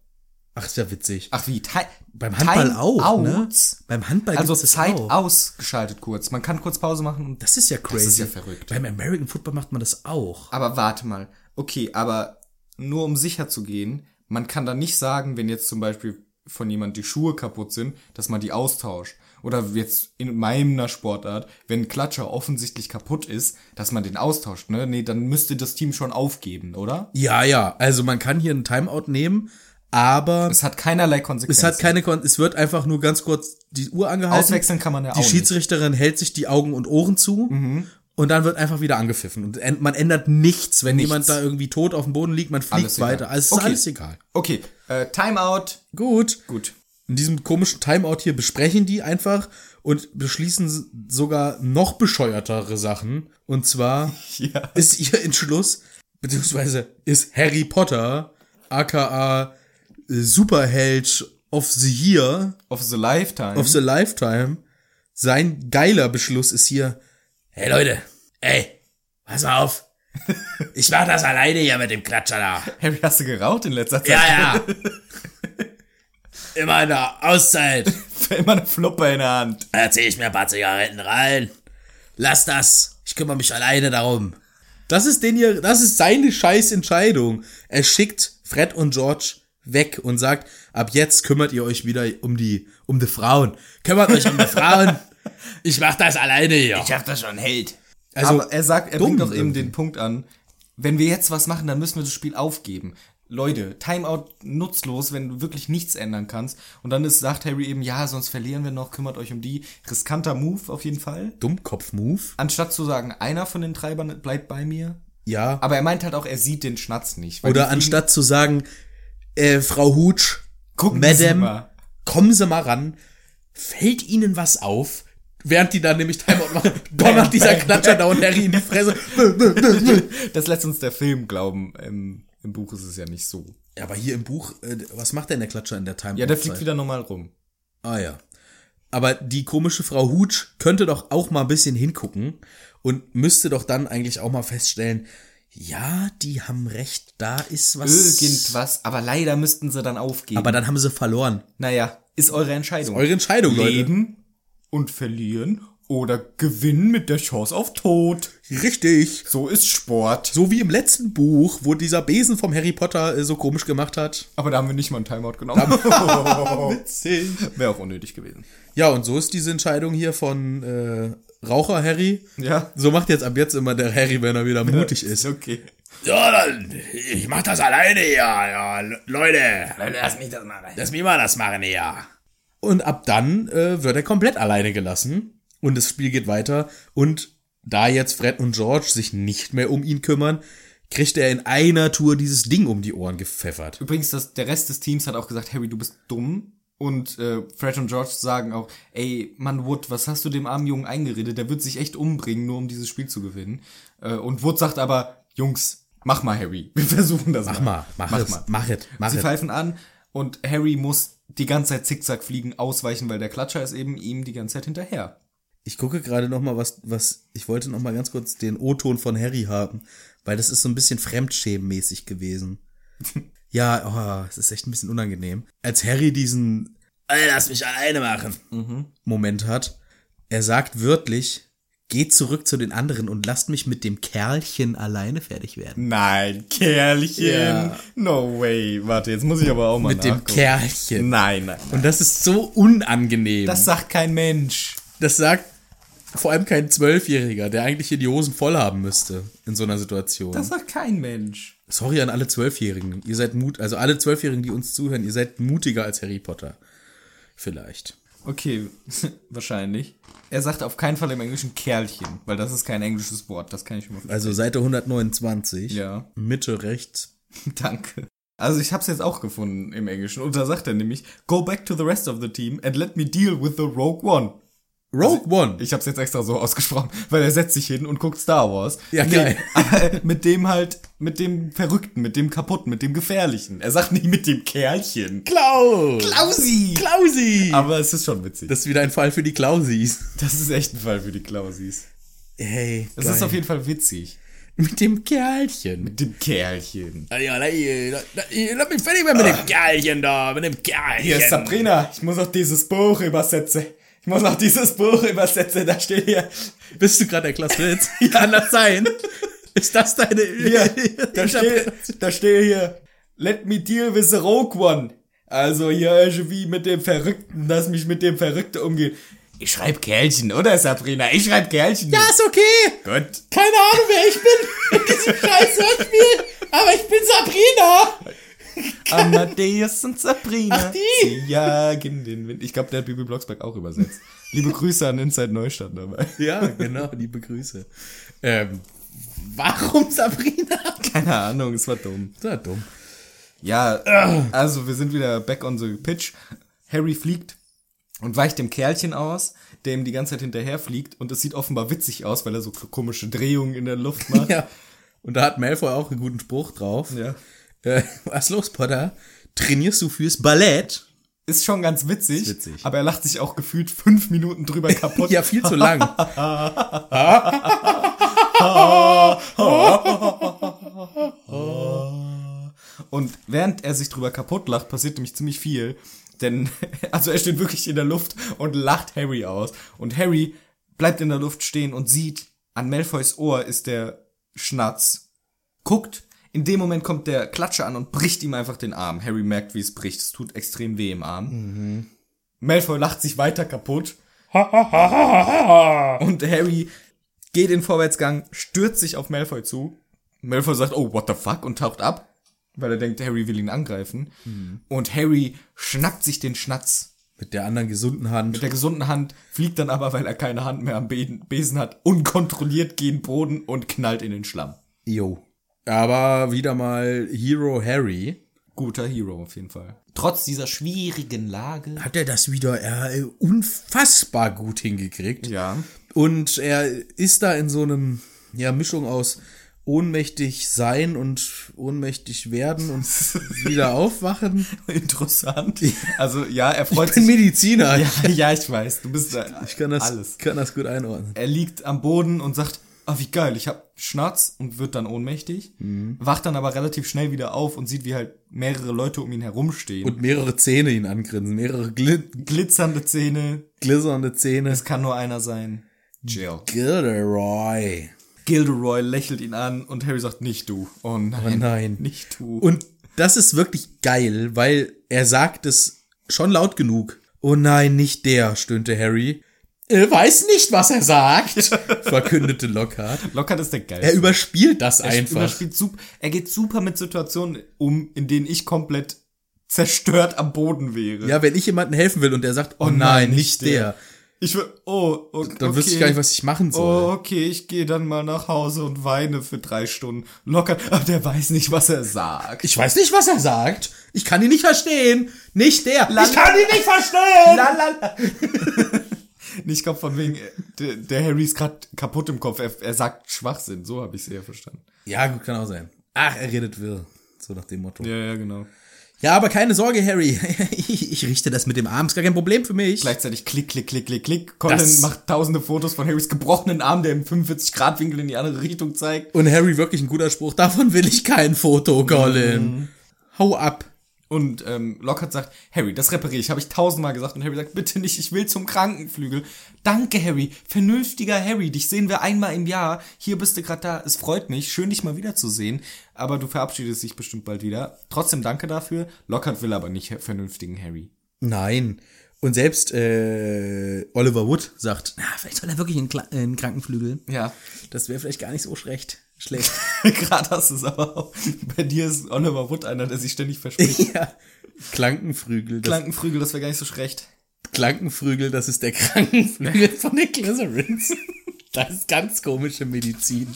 Speaker 1: Ach, ist ja witzig.
Speaker 2: Ach wie, Ti
Speaker 1: Beim Handball auch, ne?
Speaker 2: Timeouts?
Speaker 1: Beim Handball
Speaker 2: Also
Speaker 1: gibt's das
Speaker 2: Zeit
Speaker 1: auch.
Speaker 2: ausgeschaltet kurz. Man kann kurz Pause machen und
Speaker 1: Das ist ja crazy.
Speaker 2: ist ja verrückt.
Speaker 1: Beim American Football macht man das auch.
Speaker 2: Aber warte mal. Okay, aber nur um sicher zu gehen, man kann da nicht sagen, wenn jetzt zum Beispiel von jemand die Schuhe kaputt sind, dass man die austauscht. Oder jetzt in meiner Sportart, wenn ein Klatscher offensichtlich kaputt ist, dass man den austauscht, ne? Nee, dann müsste das Team schon aufgeben, oder?
Speaker 1: Ja, ja. Also man kann hier einen Timeout nehmen, aber
Speaker 2: Es hat keinerlei Konsequenzen.
Speaker 1: es hat keine Kon es wird einfach nur ganz kurz die Uhr angehalten.
Speaker 2: Auswechseln kann man ja
Speaker 1: Die
Speaker 2: auch nicht. Mhm.
Speaker 1: Schiedsrichterin hält sich die Augen und Ohren zu und dann wird einfach wieder angepfiffen. Und en- man ändert nichts, wenn jemand da irgendwie tot auf dem Boden liegt, man fliegt
Speaker 2: Alles egal.
Speaker 1: weiter. Also es ist
Speaker 2: Okay.
Speaker 1: alles egal.
Speaker 2: Okay, äh, Timeout.
Speaker 1: Gut.
Speaker 2: Gut.
Speaker 1: In diesem komischen Timeout hier besprechen die einfach und beschließen s- sogar noch bescheuertere Sachen. Und zwar
Speaker 2: Ja.
Speaker 1: ist ihr Entschluss, beziehungsweise ist Harry Potter, aka Superheld of the Year,
Speaker 2: Of the Lifetime.
Speaker 1: of the Lifetime. Sein geiler Beschluss ist hier, hey Leute, ey, pass mal auf. Ich mach das alleine hier mit dem Klatscher da.
Speaker 2: Harry, hast du geraucht in letzter Zeit?
Speaker 1: Ja, ja. Immer in der Auszeit
Speaker 2: Immer eine Fluppe in der Hand.
Speaker 1: erzähl ich mir ein paar Zigaretten rein. Lass das. Ich kümmere mich alleine darum. Das ist den hier, das ist seine scheiß Entscheidung. Er schickt Fred und George weg und sagt, ab jetzt kümmert ihr euch wieder um die, um die Frauen. Kümmert euch um die Frauen. Ich mach das alleine hier.
Speaker 2: hab das schon hält.
Speaker 1: Also,
Speaker 2: Aber er sagt, er
Speaker 1: dumm
Speaker 2: bringt doch eben
Speaker 1: irgendwie.
Speaker 2: den Punkt an, wenn wir jetzt was machen, dann müssen wir das Spiel aufgeben. Leute, Timeout nutzlos, wenn du wirklich nichts ändern kannst. Und dann ist, sagt Harry eben, ja, sonst verlieren wir noch, kümmert euch um die. Riskanter Move auf jeden Fall.
Speaker 1: Dummkopf-Move.
Speaker 2: Anstatt zu sagen, einer von den Treibern bleibt bei mir.
Speaker 1: Ja.
Speaker 2: Aber er meint halt auch, er sieht den Schnatz nicht. weil die
Speaker 1: Oder
Speaker 2: fliegen-
Speaker 1: anstatt zu sagen, äh, Frau Hutsch,
Speaker 2: Gucken Sie
Speaker 1: Madame,
Speaker 2: mal.
Speaker 1: kommen Sie mal ran, fällt Ihnen was auf? Während die dann nämlich Timeout machen, donnert dieser Klatscher da und Harry in die Fresse.
Speaker 2: Das lässt uns der Film glauben. Im, im Buch ist es ja nicht so.
Speaker 1: Ja, aber hier im Buch, äh, was macht denn der Klatscher in der Timeout?
Speaker 2: Ja, der fliegt wieder normal rum.
Speaker 1: Ah ja. Aber die komische Frau Hutsch könnte doch auch mal ein bisschen hingucken und müsste doch dann eigentlich auch mal feststellen, ja, die haben recht, da ist was.
Speaker 2: Irgendwas, aber leider müssten sie dann aufgeben.
Speaker 1: Aber dann haben sie verloren.
Speaker 2: Naja, ist eure Entscheidung.
Speaker 1: Eure Entscheidung, Leute.
Speaker 2: Leben und verlieren oder gewinnen mit der Chance auf Tod.
Speaker 1: Richtig.
Speaker 2: So ist Sport.
Speaker 1: So wie im letzten Buch, wo dieser Besen vom Harry Potter äh, so komisch gemacht hat.
Speaker 2: Aber da haben wir nicht mal einen Timeout genommen. Wäre auch unnötig gewesen.
Speaker 1: Ja, und so ist diese Entscheidung hier von äh, Raucher Harry.
Speaker 2: Ja.
Speaker 1: So macht jetzt ab jetzt immer der Harry, wenn er wieder mutig ist.
Speaker 2: Okay.
Speaker 1: Ja, dann, ich mach das alleine hier, ja, Le- Leute.
Speaker 2: Lass mich das mal rein.
Speaker 1: Lass mich mal das machen hier. Und ab dann äh, wird er komplett alleine gelassen. Und das Spiel geht weiter. Und da jetzt Fred und George sich nicht mehr um ihn kümmern, kriegt er in einer Tour dieses Ding um die Ohren gepfeffert.
Speaker 2: Übrigens, das, der Rest des Teams hat auch gesagt, Harry, du bist dumm. Und äh, Fred und George sagen auch, ey, Mann, Wood, was hast du dem armen Jungen eingeredet? Der wird sich echt umbringen, nur um dieses Spiel zu gewinnen. Äh, und Wood sagt aber, Jungs, mach mal, Harry. Wir versuchen das
Speaker 1: Mach mal, mach, es, mach es, mach
Speaker 2: Sie
Speaker 1: es.
Speaker 2: pfeifen an und Harry muss die ganze Zeit zickzack fliegen, ausweichen, weil der Klatscher ist eben ihm die ganze Zeit hinterher.
Speaker 1: Ich gucke gerade noch mal, was, was, ich wollte noch mal ganz kurz den O-Ton von Harry haben, weil das ist so ein bisschen fremdschämenmäßig gewesen. ja, oh, es ist echt ein bisschen unangenehm. Als Harry diesen,
Speaker 2: Mhm.
Speaker 1: "Ey, lass mich alleine machen, Moment hat, er sagt wörtlich, geht zurück zu den anderen und lasst mich mit dem Kerlchen alleine fertig werden.
Speaker 2: Nein, Kerlchen.
Speaker 1: Ja.
Speaker 2: No way. Warte, jetzt muss ich aber auch mal
Speaker 1: Mit dem
Speaker 2: nachgucken.
Speaker 1: Kerlchen.
Speaker 2: Nein, nein.
Speaker 1: Und das ist so unangenehm.
Speaker 2: Das sagt kein Mensch.
Speaker 1: Das sagt vor allem kein Zwölfjähriger, der eigentlich hier die Hosen voll haben müsste in so einer Situation.
Speaker 2: Das sagt kein Mensch.
Speaker 1: Sorry an alle Zwölfjährigen. Ihr seid mut, also alle Zwölfjährigen, die uns zuhören, ihr seid mutiger als Harry Potter. Vielleicht.
Speaker 2: Okay, wahrscheinlich. Er sagt auf keinen Fall im Englischen Kerlchen, weil das ist kein englisches Wort. Das kann ich mir
Speaker 1: Also Seite 129.
Speaker 2: Ja.
Speaker 1: Mitte rechts.
Speaker 2: Danke. Also ich hab's jetzt auch gefunden im Englischen. Und da sagt er nämlich, go back to the rest of the team and let me deal with the Rogue One.
Speaker 1: Rogue One.
Speaker 2: Ich hab's jetzt extra so ausgesprochen, weil er setzt sich hin und guckt Star Wars.
Speaker 1: Ja, geil.
Speaker 2: aber mit dem halt, mit dem Verrückten, mit dem Kaputten, mit dem Gefährlichen. Er sagt nicht mit dem Kerlchen.
Speaker 1: Klaus.
Speaker 2: Klausi!
Speaker 1: Klausi.
Speaker 2: Aber es ist schon witzig. Das,
Speaker 1: Das ist wieder ein Fall für die Klausis.
Speaker 2: ist echt ein Fall für die Klausis.
Speaker 1: Hey.
Speaker 2: Es ist auf jeden Fall witzig.
Speaker 1: Mit dem Kerlchen.
Speaker 2: Mit dem Kerlchen.
Speaker 1: Ja, lass mich fertig werden mit dem Kerlchen da, mit dem Kerlchen.
Speaker 2: Ah. Hier ist Sabrina. Ich muss auch dieses Buch übersetzen. Ich muss auch dieses Buch übersetzen. Da steht hier.
Speaker 1: Bist du gerade der Klasswitz? Kann das sein? Ist das deine...
Speaker 2: hier da, steht, da steht hier. Let me deal with the Rogue One. Also hier irgendwie mit dem Verrückten, dass mich mit dem Verrückten umgeht. Ich schreib Kerlchen, oder Sabrina? Ich schreib Kerlchen.
Speaker 1: Ja, Ah, ist okay.
Speaker 2: Gott.
Speaker 1: Keine Ahnung, wer ich bin in diesem scheiß Hörspiel, aber ich bin Sabrina.
Speaker 2: Amadeus und Sabrina.
Speaker 1: Ach, die?
Speaker 2: Sie jagen den Wind. Ich glaube, der hat Bibi Blocksberg auch übersetzt. Liebe Grüße an Inside Neustadt dabei.
Speaker 1: Ja, genau, liebe Grüße. Ähm, warum Sabrina?
Speaker 2: Keine Ahnung, es war dumm.
Speaker 1: So dumm.
Speaker 2: Ja, also wir sind wieder back on the pitch. Harry fliegt und weicht dem Kerlchen aus, der ihm die ganze Zeit hinterher fliegt und es sieht offenbar witzig aus, weil er so komische Drehungen in der Luft macht.
Speaker 1: Ja. Und da hat Malfoy auch einen guten Spruch drauf.
Speaker 2: Ja.
Speaker 1: Äh, was ist los, Potter? Trainierst du fürs Ballett?
Speaker 2: Ist schon ganz witzig,
Speaker 1: Ist witzig.
Speaker 2: aber er lacht sich auch gefühlt fünf Minuten drüber kaputt.
Speaker 1: Ja, viel zu lang.
Speaker 2: Und während er sich drüber kaputt lacht, passiert nämlich ziemlich viel. Denn, also er steht wirklich in der Luft und lacht Harry aus. Und Harry bleibt in der Luft stehen und sieht, an Malfoys Ohr ist der Schnatz. Guckt, in dem Moment kommt der Klatscher an und bricht ihm einfach den Arm. Harry merkt, wie es bricht. Es tut extrem weh im Arm. Malfoy lacht sich weiter kaputt. und Harry geht in Vorwärtsgang, stürzt sich auf Malfoy zu. Malfoy sagt, oh, what the fuck, und taucht ab, weil er denkt, Harry will ihn angreifen. Und Harry schnappt sich den Schnatz
Speaker 1: Mit der anderen gesunden Hand.
Speaker 2: mit der gesunden Hand, fliegt dann aber, weil er keine Hand mehr am Beden- Besen hat, unkontrolliert gegen Boden und knallt in den Schlamm.
Speaker 1: Jo. Aber wieder mal Hero Harry.
Speaker 2: Guter Hero auf jeden Fall. Trotz dieser schwierigen Lage.
Speaker 1: Hat er das wieder äh, unfassbar gut hingekriegt.
Speaker 2: Ja.
Speaker 1: Und er ist da in so einem, ja, Mischung aus ohnmächtig sein und ohnmächtig werden und wieder aufwachen.
Speaker 2: Interessant. Also ja, er freut
Speaker 1: Ich bin
Speaker 2: sich.
Speaker 1: Mediziner.
Speaker 2: Ja, ja, ich weiß. Du bist
Speaker 1: Ich kann das,
Speaker 2: alles.
Speaker 1: kann das gut einordnen.
Speaker 2: Er liegt am Boden und sagt, ah, wie geil, ich hab Schnatz und wird dann ohnmächtig, wacht dann aber relativ schnell wieder auf und sieht, wie halt mehrere Leute um ihn herumstehen.
Speaker 1: Und mehrere Zähne ihn angrinsen, mehrere gl
Speaker 2: glitzernde Zähne,
Speaker 1: glitzernde Zähne.
Speaker 2: es kann nur einer sein. Jill.
Speaker 1: Gilderoy.
Speaker 2: Gilderoy lächelt ihn an und Harry sagt, nicht du. Oh nein.
Speaker 1: Oh nein.
Speaker 2: Nicht du.
Speaker 1: Und das ist wirklich geil, weil er sagt es schon laut genug. Oh nein, nicht der, stöhnte Harry. Er weiß nicht, was er sagt, verkündete Lockhart.
Speaker 2: Lockhart ist der Geist.
Speaker 1: Er überspielt das einfach.
Speaker 2: Überspielt sup- er geht super mit Situationen um, in denen ich komplett zerstört am Boden wäre.
Speaker 1: Ja, wenn ich jemandem helfen will und der sagt, oh, nein, nicht der,
Speaker 2: Ich würde, oh, oh, okay.
Speaker 1: dann wüsste ich gar nicht, was ich machen soll.
Speaker 2: Oh, okay, ich gehe dann mal nach Hause und weine für drei Stunden. Locker, aber der weiß nicht, was er sagt.
Speaker 1: Ich weiß nicht, was er sagt. Ich kann ihn nicht verstehen. Nicht der. ich kann ihn nicht verstehen.
Speaker 2: Lalala. ich glaube, von wegen, äh, der, der Harry ist gerade kaputt im Kopf. Er, er sagt Schwachsinn, so habe ich es eher verstanden.
Speaker 1: Ja, gut, kann auch sein. Ach, er redet wirr. So nach dem Motto. Ja,
Speaker 2: Ja, ja, genau.
Speaker 1: aber keine Sorge, Harry. ich, ich richte das mit dem Arm. Ist gar kein Problem für mich.
Speaker 2: Gleichzeitig klick, klick, klick, klick, klick. Colin
Speaker 1: Das-
Speaker 2: macht tausende Fotos von Harrys gebrochenen Arm, der im 45-Grad-Winkel in die andere Richtung zeigt.
Speaker 1: Mhm. Und Harry wirklich ein guter Spruch. Davon will ich kein Foto, Colin. Hau ab.
Speaker 2: Und ähm, Lockhart sagt, Harry, das repariere ich, habe ich tausendmal gesagt. Und Harry sagt, bitte nicht, ich will zum Krankenflügel. Danke, Harry, vernünftiger Harry, dich sehen wir einmal im Jahr. Hier bist du gerade da, es freut mich, schön dich mal wiederzusehen. Aber du verabschiedest dich bestimmt bald wieder. Trotzdem danke dafür. Lockhart will aber nicht vernünftigen Harry.
Speaker 1: Nein. Und selbst äh, Oliver Wood sagt, na, vielleicht soll er wirklich in, Kla- in Krankenflügel.
Speaker 2: Ja,
Speaker 1: Das wäre vielleicht gar nicht so schlecht. Schlecht.
Speaker 2: gerade hast du es aber auch. Bei dir ist Oliver Wood einer, der sich ständig verspricht.
Speaker 1: ja. Klankenflügel. Das,
Speaker 2: Krankenflügel, das wäre gar nicht so schlecht.
Speaker 1: Klankenflügel, das ist der Krankenflügel von den Glycerins. Das ist ganz komische Medizin.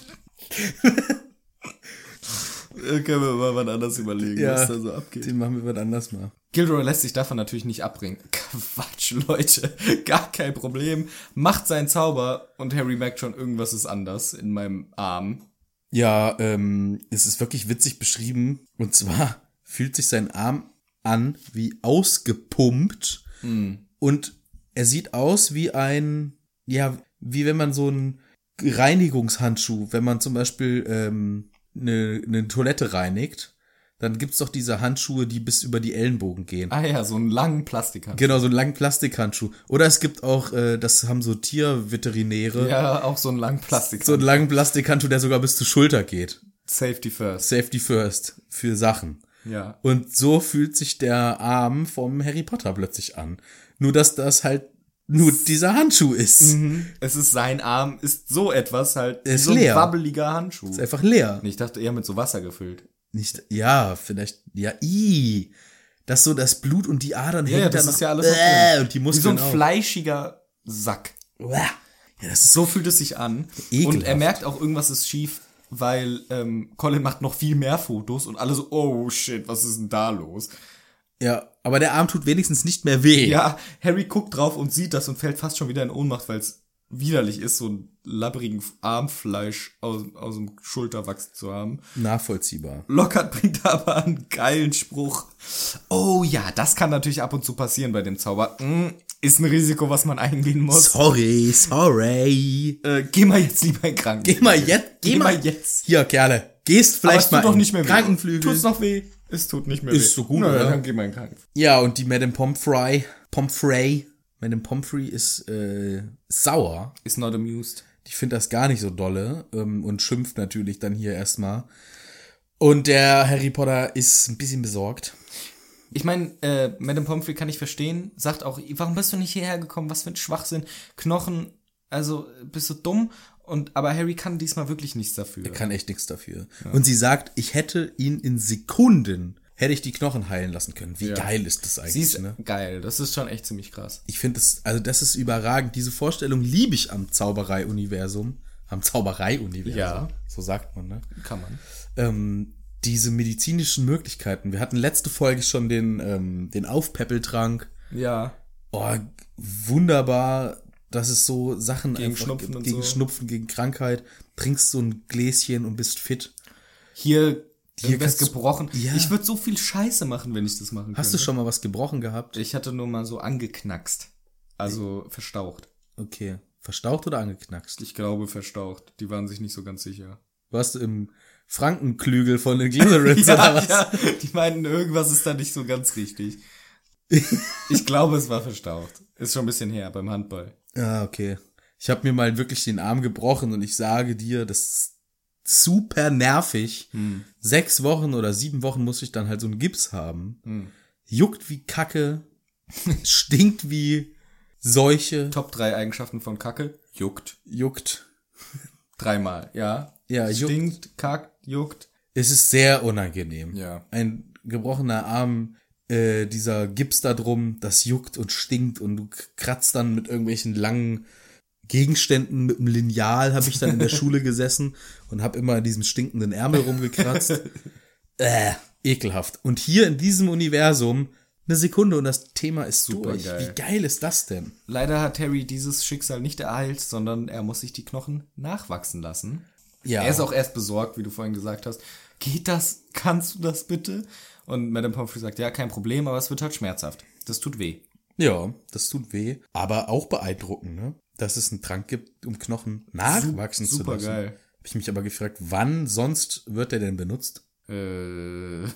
Speaker 2: Äh, Können wir mal was anderes überlegen,
Speaker 1: Ja.
Speaker 2: was da so abgeht.
Speaker 1: Den machen wir wann anders mal.
Speaker 2: Gilroy lässt sich davon natürlich nicht abbringen. Quatsch, Leute. Gar kein Problem. Macht seinen Zauber und Harry merkt schon, irgendwas ist anders in meinem Arm.
Speaker 1: Ja, ähm, es ist wirklich witzig beschrieben. Und zwar fühlt sich sein Arm an wie ausgepumpt.
Speaker 2: Hm.
Speaker 1: Und er sieht aus wie ein, ja, wie wenn man so einen Reinigungshandschuh, wenn man zum Beispiel ähm, eine, eine Toilette reinigt, dann gibt's doch diese Handschuhe, die bis über die Ellenbogen gehen.
Speaker 2: Ah ja, so einen langen Plastiker.
Speaker 1: Genau, so einen langen Plastikhandschuh. Oder es gibt auch, äh, das haben so Tierveterinäre,
Speaker 2: Ja, auch so einen langen Plastiker.
Speaker 1: so einen langen Plastikhandschuh, der sogar bis zur Schulter geht.
Speaker 2: Safety first.
Speaker 1: Safety first für Sachen.
Speaker 2: Ja.
Speaker 1: Und so fühlt sich der Arm vom Harry Potter plötzlich an. Nur dass das halt nur dieser Handschuh ist.
Speaker 2: Mhm. Es ist sein Arm, ist so etwas halt.
Speaker 1: Ist
Speaker 2: so
Speaker 1: leer.
Speaker 2: ein wabbeliger Handschuh.
Speaker 1: Ist einfach leer.
Speaker 2: Ich dachte eher mit so Wasser gefüllt.
Speaker 1: Nicht, ja, vielleicht, ja, i. Dass so das Blut und die Adern
Speaker 2: ja,
Speaker 1: hängen
Speaker 2: das
Speaker 1: dann
Speaker 2: ist
Speaker 1: noch-
Speaker 2: ja alles noch
Speaker 1: Äh,
Speaker 2: drin.
Speaker 1: und die
Speaker 2: Wie so
Speaker 1: Muskeln
Speaker 2: ein fleischiger Sack.
Speaker 1: auch. Uah. Ja, das ist so.
Speaker 2: So fühlt es sich an.
Speaker 1: Ekelhaft.
Speaker 2: Und er merkt auch, irgendwas ist schief, weil ähm, Colin macht noch viel mehr Fotos und alle so, oh shit, was ist denn da los?
Speaker 1: Ja, aber der Arm tut wenigstens nicht mehr weh.
Speaker 2: Ja, Harry guckt drauf und sieht das und fällt fast schon wieder in Ohnmacht, weil es widerlich ist, so einen labbrigen Armfleisch aus, aus dem Schulterwachs zu haben.
Speaker 1: Nachvollziehbar.
Speaker 2: Lockhart bringt da aber einen geilen Spruch. Oh ja, das kann natürlich ab und zu passieren bei dem Zauber. Mm, Ist ein Risiko, was man eingehen muss.
Speaker 1: Sorry, sorry.
Speaker 2: Äh, geh mal jetzt lieber in Kranken.
Speaker 1: Geh mal jetzt, geh,
Speaker 2: Geh
Speaker 1: mal
Speaker 2: mal
Speaker 1: jetzt.
Speaker 2: jetzt.
Speaker 1: Hier, Kerle, gehst vielleicht mal
Speaker 2: Aber es tut doch
Speaker 1: in
Speaker 2: nicht mehr weh.
Speaker 1: Krankenflügel.
Speaker 2: Tut's noch weh? Es tut nicht mehr weh.
Speaker 1: Ist so gut,
Speaker 2: Naja,
Speaker 1: oder?
Speaker 2: dann geh mal in den Krankenflügel.
Speaker 1: Ja, und die Madame Pomfrey, Pomfrey, Madame Pomfrey ist äh, sauer.
Speaker 2: Is not amused.
Speaker 1: Die findet das gar nicht so dolle ähm, und schimpft natürlich dann hier erstmal. Und der Harry Potter ist ein bisschen besorgt.
Speaker 2: Ich meine, äh, Madame Pomfrey kann ich verstehen, sagt auch, warum bist du nicht hierher gekommen? Was für ein Schwachsinn. Knochen, also äh, bist du dumm? Und aber Harry kann diesmal wirklich nichts dafür.
Speaker 1: Kann echt nichts dafür. Und sie sagt, ich hätte ihn in Sekunden, hätte ich die Knochen heilen lassen können. Wie geil ist das eigentlich?
Speaker 2: Sie ist
Speaker 1: ne?
Speaker 2: geil, das ist schon echt ziemlich krass.
Speaker 1: Ich finde das, also das ist überragend. Diese Vorstellung liebe ich am Zauberei-Universum. Am Zauberei-Universum.
Speaker 2: Ja.
Speaker 1: So sagt man, ne?
Speaker 2: Kann man.
Speaker 1: ähm, diese medizinischen Möglichkeiten. Wir hatten letzte Folge schon den, ähm, den Aufpäppeltrank.
Speaker 2: Ja.
Speaker 1: Oh, wunderbar, dass es so Sachen gegen
Speaker 2: Schnupfen und
Speaker 1: gegen
Speaker 2: so.
Speaker 1: Schnupfen, gegen Krankheit. Trinkst so ein Gläschen und bist fit.
Speaker 2: Hier,
Speaker 1: Hier
Speaker 2: hier wär's
Speaker 1: kannst-
Speaker 2: gebrochen.
Speaker 1: Ja.
Speaker 2: Ich würde so viel Scheiße machen, wenn ich das machen
Speaker 1: Hast
Speaker 2: könnte.
Speaker 1: du schon mal was gebrochen gehabt?
Speaker 2: Ich hatte nur mal so angeknackst. Also verstaucht.
Speaker 1: Okay. Verstaucht oder angeknackst?
Speaker 2: Ich glaube verstaucht. Die waren sich nicht so ganz sicher.
Speaker 1: Warst du im Frankenklügel von den Glycerins oder
Speaker 2: ja,
Speaker 1: was?
Speaker 2: ja, die meinen, irgendwas ist da nicht so ganz richtig. Ich glaube, es war verstaucht. Ist schon ein bisschen her beim Handball.
Speaker 1: Ah, okay. Ich habe mir mal wirklich den Arm gebrochen und ich sage dir, das ist super nervig. Sechs Wochen oder sieben Wochen muss ich dann halt so einen Gips haben. Juckt wie Kacke, stinkt wie Seuche,
Speaker 2: Top drei Eigenschaften von Kacke. Juckt.
Speaker 1: juckt.
Speaker 2: Dreimal, ja.
Speaker 1: Ja, juckt.
Speaker 2: Stinkt, kackt, juckt.
Speaker 1: Es ist sehr unangenehm.
Speaker 2: Ja.
Speaker 1: Ein gebrochener Arm, äh, dieser Gips da drum, das juckt und stinkt und du kratzt dann mit irgendwelchen langen Gegenständen mit einem Lineal habe ich dann in der Schule gesessen und habe immer in diesem stinkenden Ärmel rumgekratzt. äh, ekelhaft. Und hier in diesem Universum eine Sekunde und das Thema ist durch.
Speaker 2: Supergeil.
Speaker 1: Wie geil ist das denn?
Speaker 2: Leider hat Harry dieses Schicksal nicht ereilt, sondern er muss sich die Knochen nachwachsen lassen.
Speaker 1: Ja.
Speaker 2: Er ist auch erst besorgt, wie du vorhin gesagt hast. Geht das? Kannst du das bitte? Und Madame Pomfrey sagt, ja, kein Problem, aber es wird halt schmerzhaft. Das tut weh.
Speaker 1: Ja, das tut weh, aber auch beeindruckend, ne? Dass es einen Trank gibt, um Knochen nachwachsen zu lassen.
Speaker 2: supergeil.
Speaker 1: Hab ich mich aber gefragt, wann sonst wird der denn benutzt?
Speaker 2: Äh,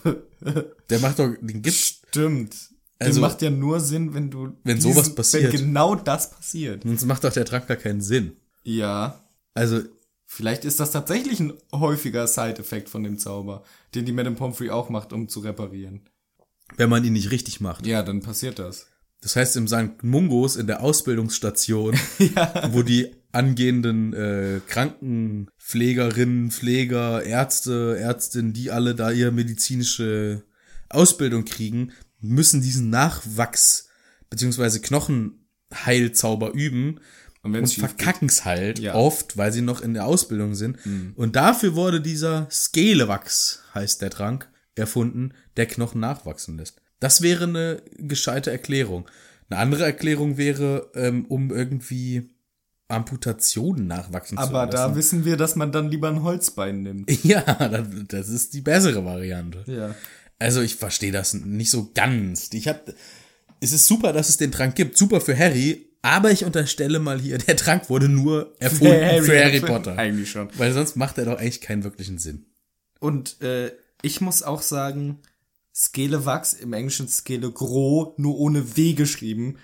Speaker 1: Der macht doch, den gibt's.
Speaker 2: stimmt.
Speaker 1: Also-
Speaker 2: das macht ja nur Sinn, wenn du
Speaker 1: Wenn sowas passiert.
Speaker 2: wenn genau das passiert.
Speaker 1: Sonst macht doch der Trank gar keinen Sinn.
Speaker 2: Ja,
Speaker 1: Also,
Speaker 2: vielleicht ist das tatsächlich ein häufiger Side-Effekt von dem Zauber, den die Madame Pomfrey auch macht, um zu reparieren.
Speaker 1: wenn man ihn nicht richtig macht.
Speaker 2: Ja, dann passiert das.
Speaker 1: Das heißt, im St. Mungos in der Ausbildungsstation, wo die angehenden äh, Krankenpflegerinnen, Pfleger, Ärzte, Ärztinnen, die alle da ihre medizinische Ausbildung kriegen, müssen diesen Nachwachs beziehungsweise Knochenheilzauber üben
Speaker 2: Und wenn
Speaker 1: und
Speaker 2: es schief geht,
Speaker 1: verkacken's halt
Speaker 2: Ja. Mhm.
Speaker 1: oft, weil sie noch in der Ausbildung sind. Und dafür wurde dieser Skelewachs, heißt der Trank, erfunden, der Knochen nachwachsen lässt. Das wäre eine gescheite Erklärung. Eine andere Erklärung wäre, ähm, um irgendwie Amputationen nachwachsen
Speaker 2: aber
Speaker 1: zu lassen.
Speaker 2: da wissen wir, dass man dann lieber ein Holzbein nimmt.
Speaker 1: ja, das, das ist die bessere Variante.
Speaker 2: Ja.
Speaker 1: Also ich verstehe das nicht so ganz. Ich hab, es ist super, dass es den Trank gibt, super für Harry, aber ich unterstelle mal hier, der Trank wurde nur erfunden für Harry Potter.
Speaker 2: Eigentlich schon.
Speaker 1: Weil sonst macht er doch eigentlich keinen wirklichen Sinn.
Speaker 2: Und äh, ich muss auch sagen, Skelewachs, im Englischen Skele Gro, nur ohne W geschrieben.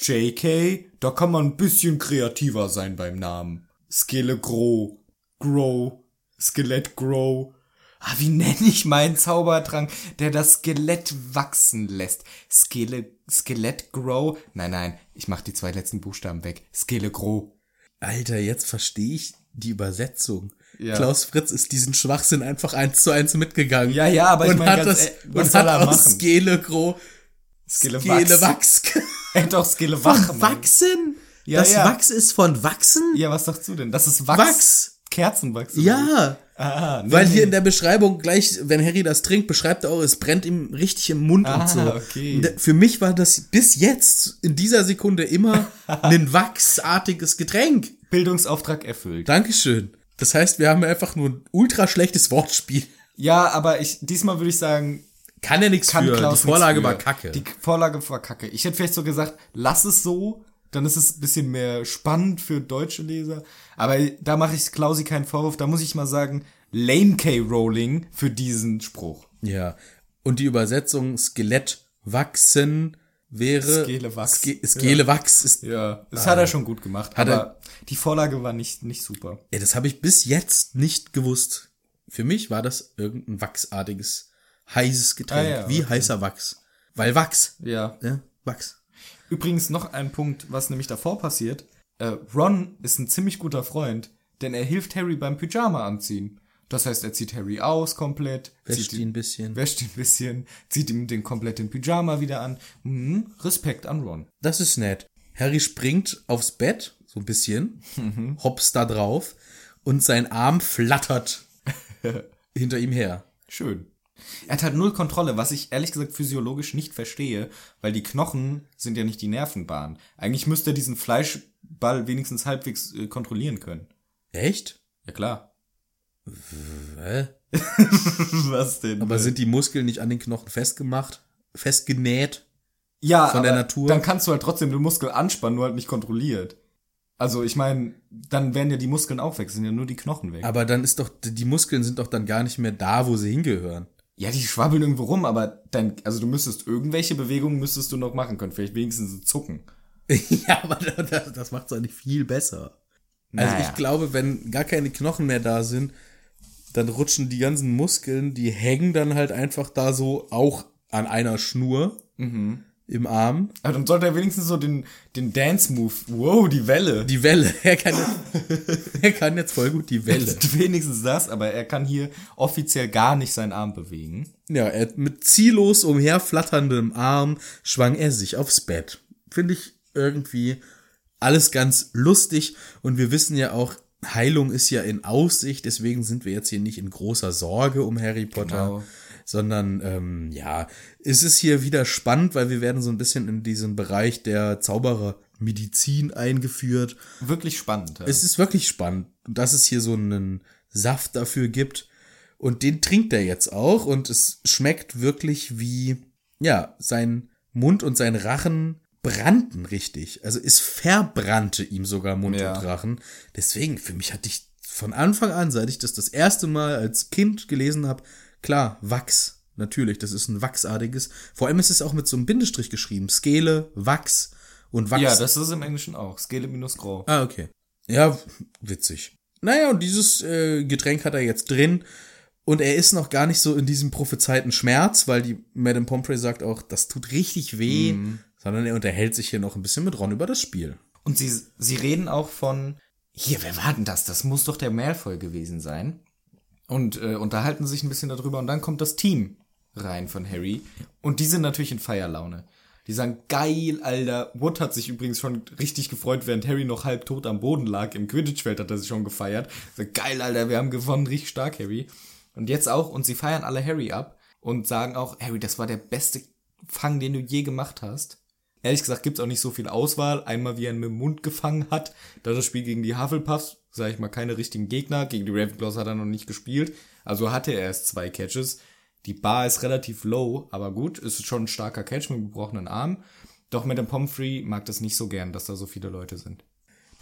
Speaker 2: JK, da kann man ein bisschen kreativer sein beim Namen. Skele Gro, Grow, Skelett Grow. Ah, wie nenne ich meinen Zaubertrank, der das Skelett wachsen lässt? Skele, Skelett Grow? Nein, nein, ich mach die zwei letzten Buchstaben weg. Skele Grow.
Speaker 1: Alter, jetzt verstehe ich die Übersetzung.
Speaker 2: Ja.
Speaker 1: Klaus Fritz ist diesen Schwachsinn einfach eins zu eins mitgegangen.
Speaker 2: Ja, ja, aber ich
Speaker 1: und
Speaker 2: meine,
Speaker 1: hat
Speaker 2: ganz
Speaker 1: das,
Speaker 2: ehrlich, was
Speaker 1: und
Speaker 2: soll
Speaker 1: hat
Speaker 2: er
Speaker 1: aus
Speaker 2: machen?
Speaker 1: Skelegro
Speaker 2: Skelewachs.
Speaker 1: Skelewachs
Speaker 2: Er hat auch Skelewach. Mann.
Speaker 1: Wachsen?
Speaker 2: Ja,
Speaker 1: das
Speaker 2: ja.
Speaker 1: Wachs ist von Wachsen?
Speaker 2: Ja, was sagst du denn? Das ist Wachs.
Speaker 1: Wachs.
Speaker 2: Kerzenwachs. oder wie?
Speaker 1: ja.
Speaker 2: Ah, nee,
Speaker 1: Weil hier
Speaker 2: nee.
Speaker 1: in der Beschreibung gleich, wenn Harry das trinkt, beschreibt er auch, es brennt ihm richtig im Mund
Speaker 2: Ah,
Speaker 1: und so.
Speaker 2: okay.
Speaker 1: Und Für mich war das bis jetzt in dieser Sekunde immer ein wachsartiges Getränk.
Speaker 2: Bildungsauftrag erfüllt.
Speaker 1: Dankeschön. Das heißt, wir haben einfach nur ein ultra schlechtes Wortspiel.
Speaker 2: Ja, aber ich diesmal würde ich sagen,
Speaker 1: Kann er nichts
Speaker 2: kann
Speaker 1: für.
Speaker 2: Klaus
Speaker 1: die Vorlage
Speaker 2: nichts
Speaker 1: war
Speaker 2: für.
Speaker 1: kacke.
Speaker 2: Die Vorlage war kacke. Ich hätte vielleicht so gesagt, lass es so, dann ist es ein bisschen mehr spannend für deutsche Leser. Aber da mache ich Klausi keinen Vorwurf. Da muss ich mal sagen, Lame K. Rowling für diesen Spruch.
Speaker 1: ja. Und die Übersetzung Skelett wachsen wäre.
Speaker 2: Skele Wachs.
Speaker 1: Ske Skele Wachs ist.
Speaker 2: Ja, das hat er schon gut gemacht.
Speaker 1: Hat
Speaker 2: aber die Vorlage war nicht, nicht super.
Speaker 1: Ja, das habe ich bis jetzt nicht gewusst. Für mich war das irgendein wachsartiges, heißes Getränk.
Speaker 2: Ah, ja,
Speaker 1: Wie heißer Wachs. Weil Wachs.
Speaker 2: Ja,
Speaker 1: Ja, Wachs.
Speaker 2: Übrigens noch ein Punkt, was nämlich davor passiert. Äh, Ron ist ein ziemlich guter Freund, denn er hilft Harry beim Pyjama anziehen. Das heißt, er zieht Harry aus komplett,
Speaker 1: Wäscht
Speaker 2: zieht
Speaker 1: ihn ein bisschen.
Speaker 2: wäscht ihn ein bisschen, zieht ihm den kompletten Pyjama wieder an. Mhm, Respekt an Ron.
Speaker 1: Das ist nett. Harry springt aufs Bett, so ein bisschen,
Speaker 2: Mhm.
Speaker 1: hops da drauf und sein Arm flattert hinter ihm her.
Speaker 2: Schön. Er hat halt null Kontrolle, was ich ehrlich gesagt physiologisch nicht verstehe, weil die Knochen sind ja nicht die Nervenbahn. Eigentlich müsste er diesen Fleischball wenigstens halbwegs äh, kontrollieren können.
Speaker 1: Echt?
Speaker 2: Ja klar.
Speaker 1: Hä?
Speaker 2: was denn?
Speaker 1: Aber sind die Muskeln nicht an den Knochen festgemacht, festgenäht?
Speaker 2: Ja,
Speaker 1: Von
Speaker 2: aber
Speaker 1: der Natur?
Speaker 2: Dann kannst du halt trotzdem den Muskel anspannen, nur halt nicht kontrolliert. Also ich meine, dann wären ja die Muskeln auch weg, sind ja nur die Knochen weg.
Speaker 1: Aber dann ist doch, die Muskeln sind doch dann gar nicht mehr da, wo sie hingehören.
Speaker 2: ja, die schwabbeln irgendwo rum, aber dann, also du müsstest irgendwelche Bewegungen müsstest du noch machen können, vielleicht wenigstens so zucken.
Speaker 1: ja, aber das, das macht es nicht viel besser. Also
Speaker 2: Naja.
Speaker 1: ich glaube, wenn gar keine Knochen mehr da sind, dann rutschen die ganzen Muskeln, die hängen dann halt einfach da so auch an einer Schnur im Arm.
Speaker 2: Aber dann sollte er wenigstens so den, den Dance-Move, wow, die Welle.
Speaker 1: Die Welle. Er kann, jetzt- er kann jetzt voll gut die Welle.
Speaker 2: wenigstens das, aber er kann hier offiziell gar nicht seinen Arm bewegen.
Speaker 1: Ja, er, mit ziellos umherflatterndem Arm schwang er sich aufs Bett. Finde ich irgendwie alles ganz lustig und wir wissen ja auch, Heilung ist ja in Aussicht, deswegen sind wir jetzt hier nicht in großer Sorge um Harry Potter,
Speaker 2: Genau.
Speaker 1: sondern ähm, ja, es ist hier wieder spannend, weil wir werden so ein bisschen in diesen Bereich der Zauberermedizin eingeführt.
Speaker 2: Wirklich spannend. Ja.
Speaker 1: Es ist wirklich spannend, dass es hier so einen Saft dafür gibt. Und den trinkt er jetzt auch. Und es schmeckt wirklich wie, ja, sein Mund und sein Rachen brannten richtig. Also es verbrannte ihm sogar Mund
Speaker 2: Ja.
Speaker 1: und Rachen. Deswegen, für mich hatte ich von Anfang an, seit ich das das erste Mal als Kind gelesen habe, Klar, Wachs. Natürlich, das ist ein wachsartiges. Vor allem ist es auch mit so einem Bindestrich geschrieben. Skele, Wachs und Wachs.
Speaker 2: Ja, das ist im Englischen auch. Skele minus grau.
Speaker 1: Ah, okay. Ja, w- witzig. Naja, und dieses äh, Getränk hat er jetzt drin. Und er ist noch gar nicht so in diesem prophezeiten Schmerz, weil die Madame Pomfrey sagt auch, das tut richtig weh. Sondern er unterhält sich hier noch ein bisschen mit Ron über das Spiel.
Speaker 2: Und sie, sie reden auch von, hier, wer war denn das? Das muss doch der Malfoy gewesen sein. Und äh, unterhalten sich ein bisschen darüber und dann kommt das Team rein von Harry. Und die sind natürlich in Feierlaune. Die sagen, geil, Alter. Wood hat sich übrigens schon richtig gefreut, während Harry noch halb tot am Boden lag. Im Quidditch-Feld hat er sich schon gefeiert. Sagt, geil, Alter, wir haben gewonnen, richtig stark, Harry. Und jetzt auch, und sie feiern alle Harry ab und sagen auch, Harry, das war der beste Fang, den du je gemacht hast. Ehrlich gesagt gibt's auch nicht so viel Auswahl. Einmal, wie er ihn mit dem Mund gefangen hat. Dann das Spiel gegen die Hufflepuffs, sage ich mal, keine richtigen Gegner. Gegen die Ravenclaws hat er noch nicht gespielt. Also hatte er erst zwei Catches. Die Bar ist relativ low, aber gut, ist schon ein starker Catch mit gebrochenen Arm. Doch mit dem Pomfrey mag das nicht so gern, dass da so viele Leute sind.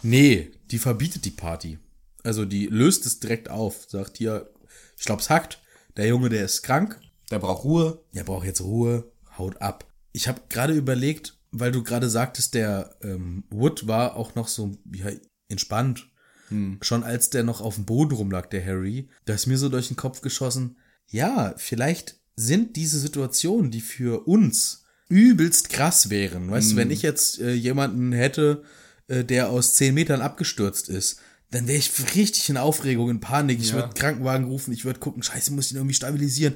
Speaker 1: Nee, die verbietet die Party. Also die löst es direkt auf. Sagt hier, ich glaub's hackt. Der Junge, der ist krank.
Speaker 2: Der braucht Ruhe.
Speaker 1: Er braucht jetzt Ruhe. Haut ab. Ich habe gerade überlegt, weil du gerade sagtest, der ähm, Wood war auch noch so ja, entspannt. Schon als der noch auf dem Boden rumlag, der Harry, da ist mir so durch den Kopf geschossen, ja, vielleicht sind diese Situationen, die für uns übelst krass wären. Weißt du, wenn ich jetzt äh, jemanden hätte, äh, der aus zehn Metern abgestürzt ist, dann wäre ich richtig in Aufregung, in Panik. Ich würde Krankenwagen rufen, ich würde gucken, scheiße, muss ich ihn irgendwie stabilisieren.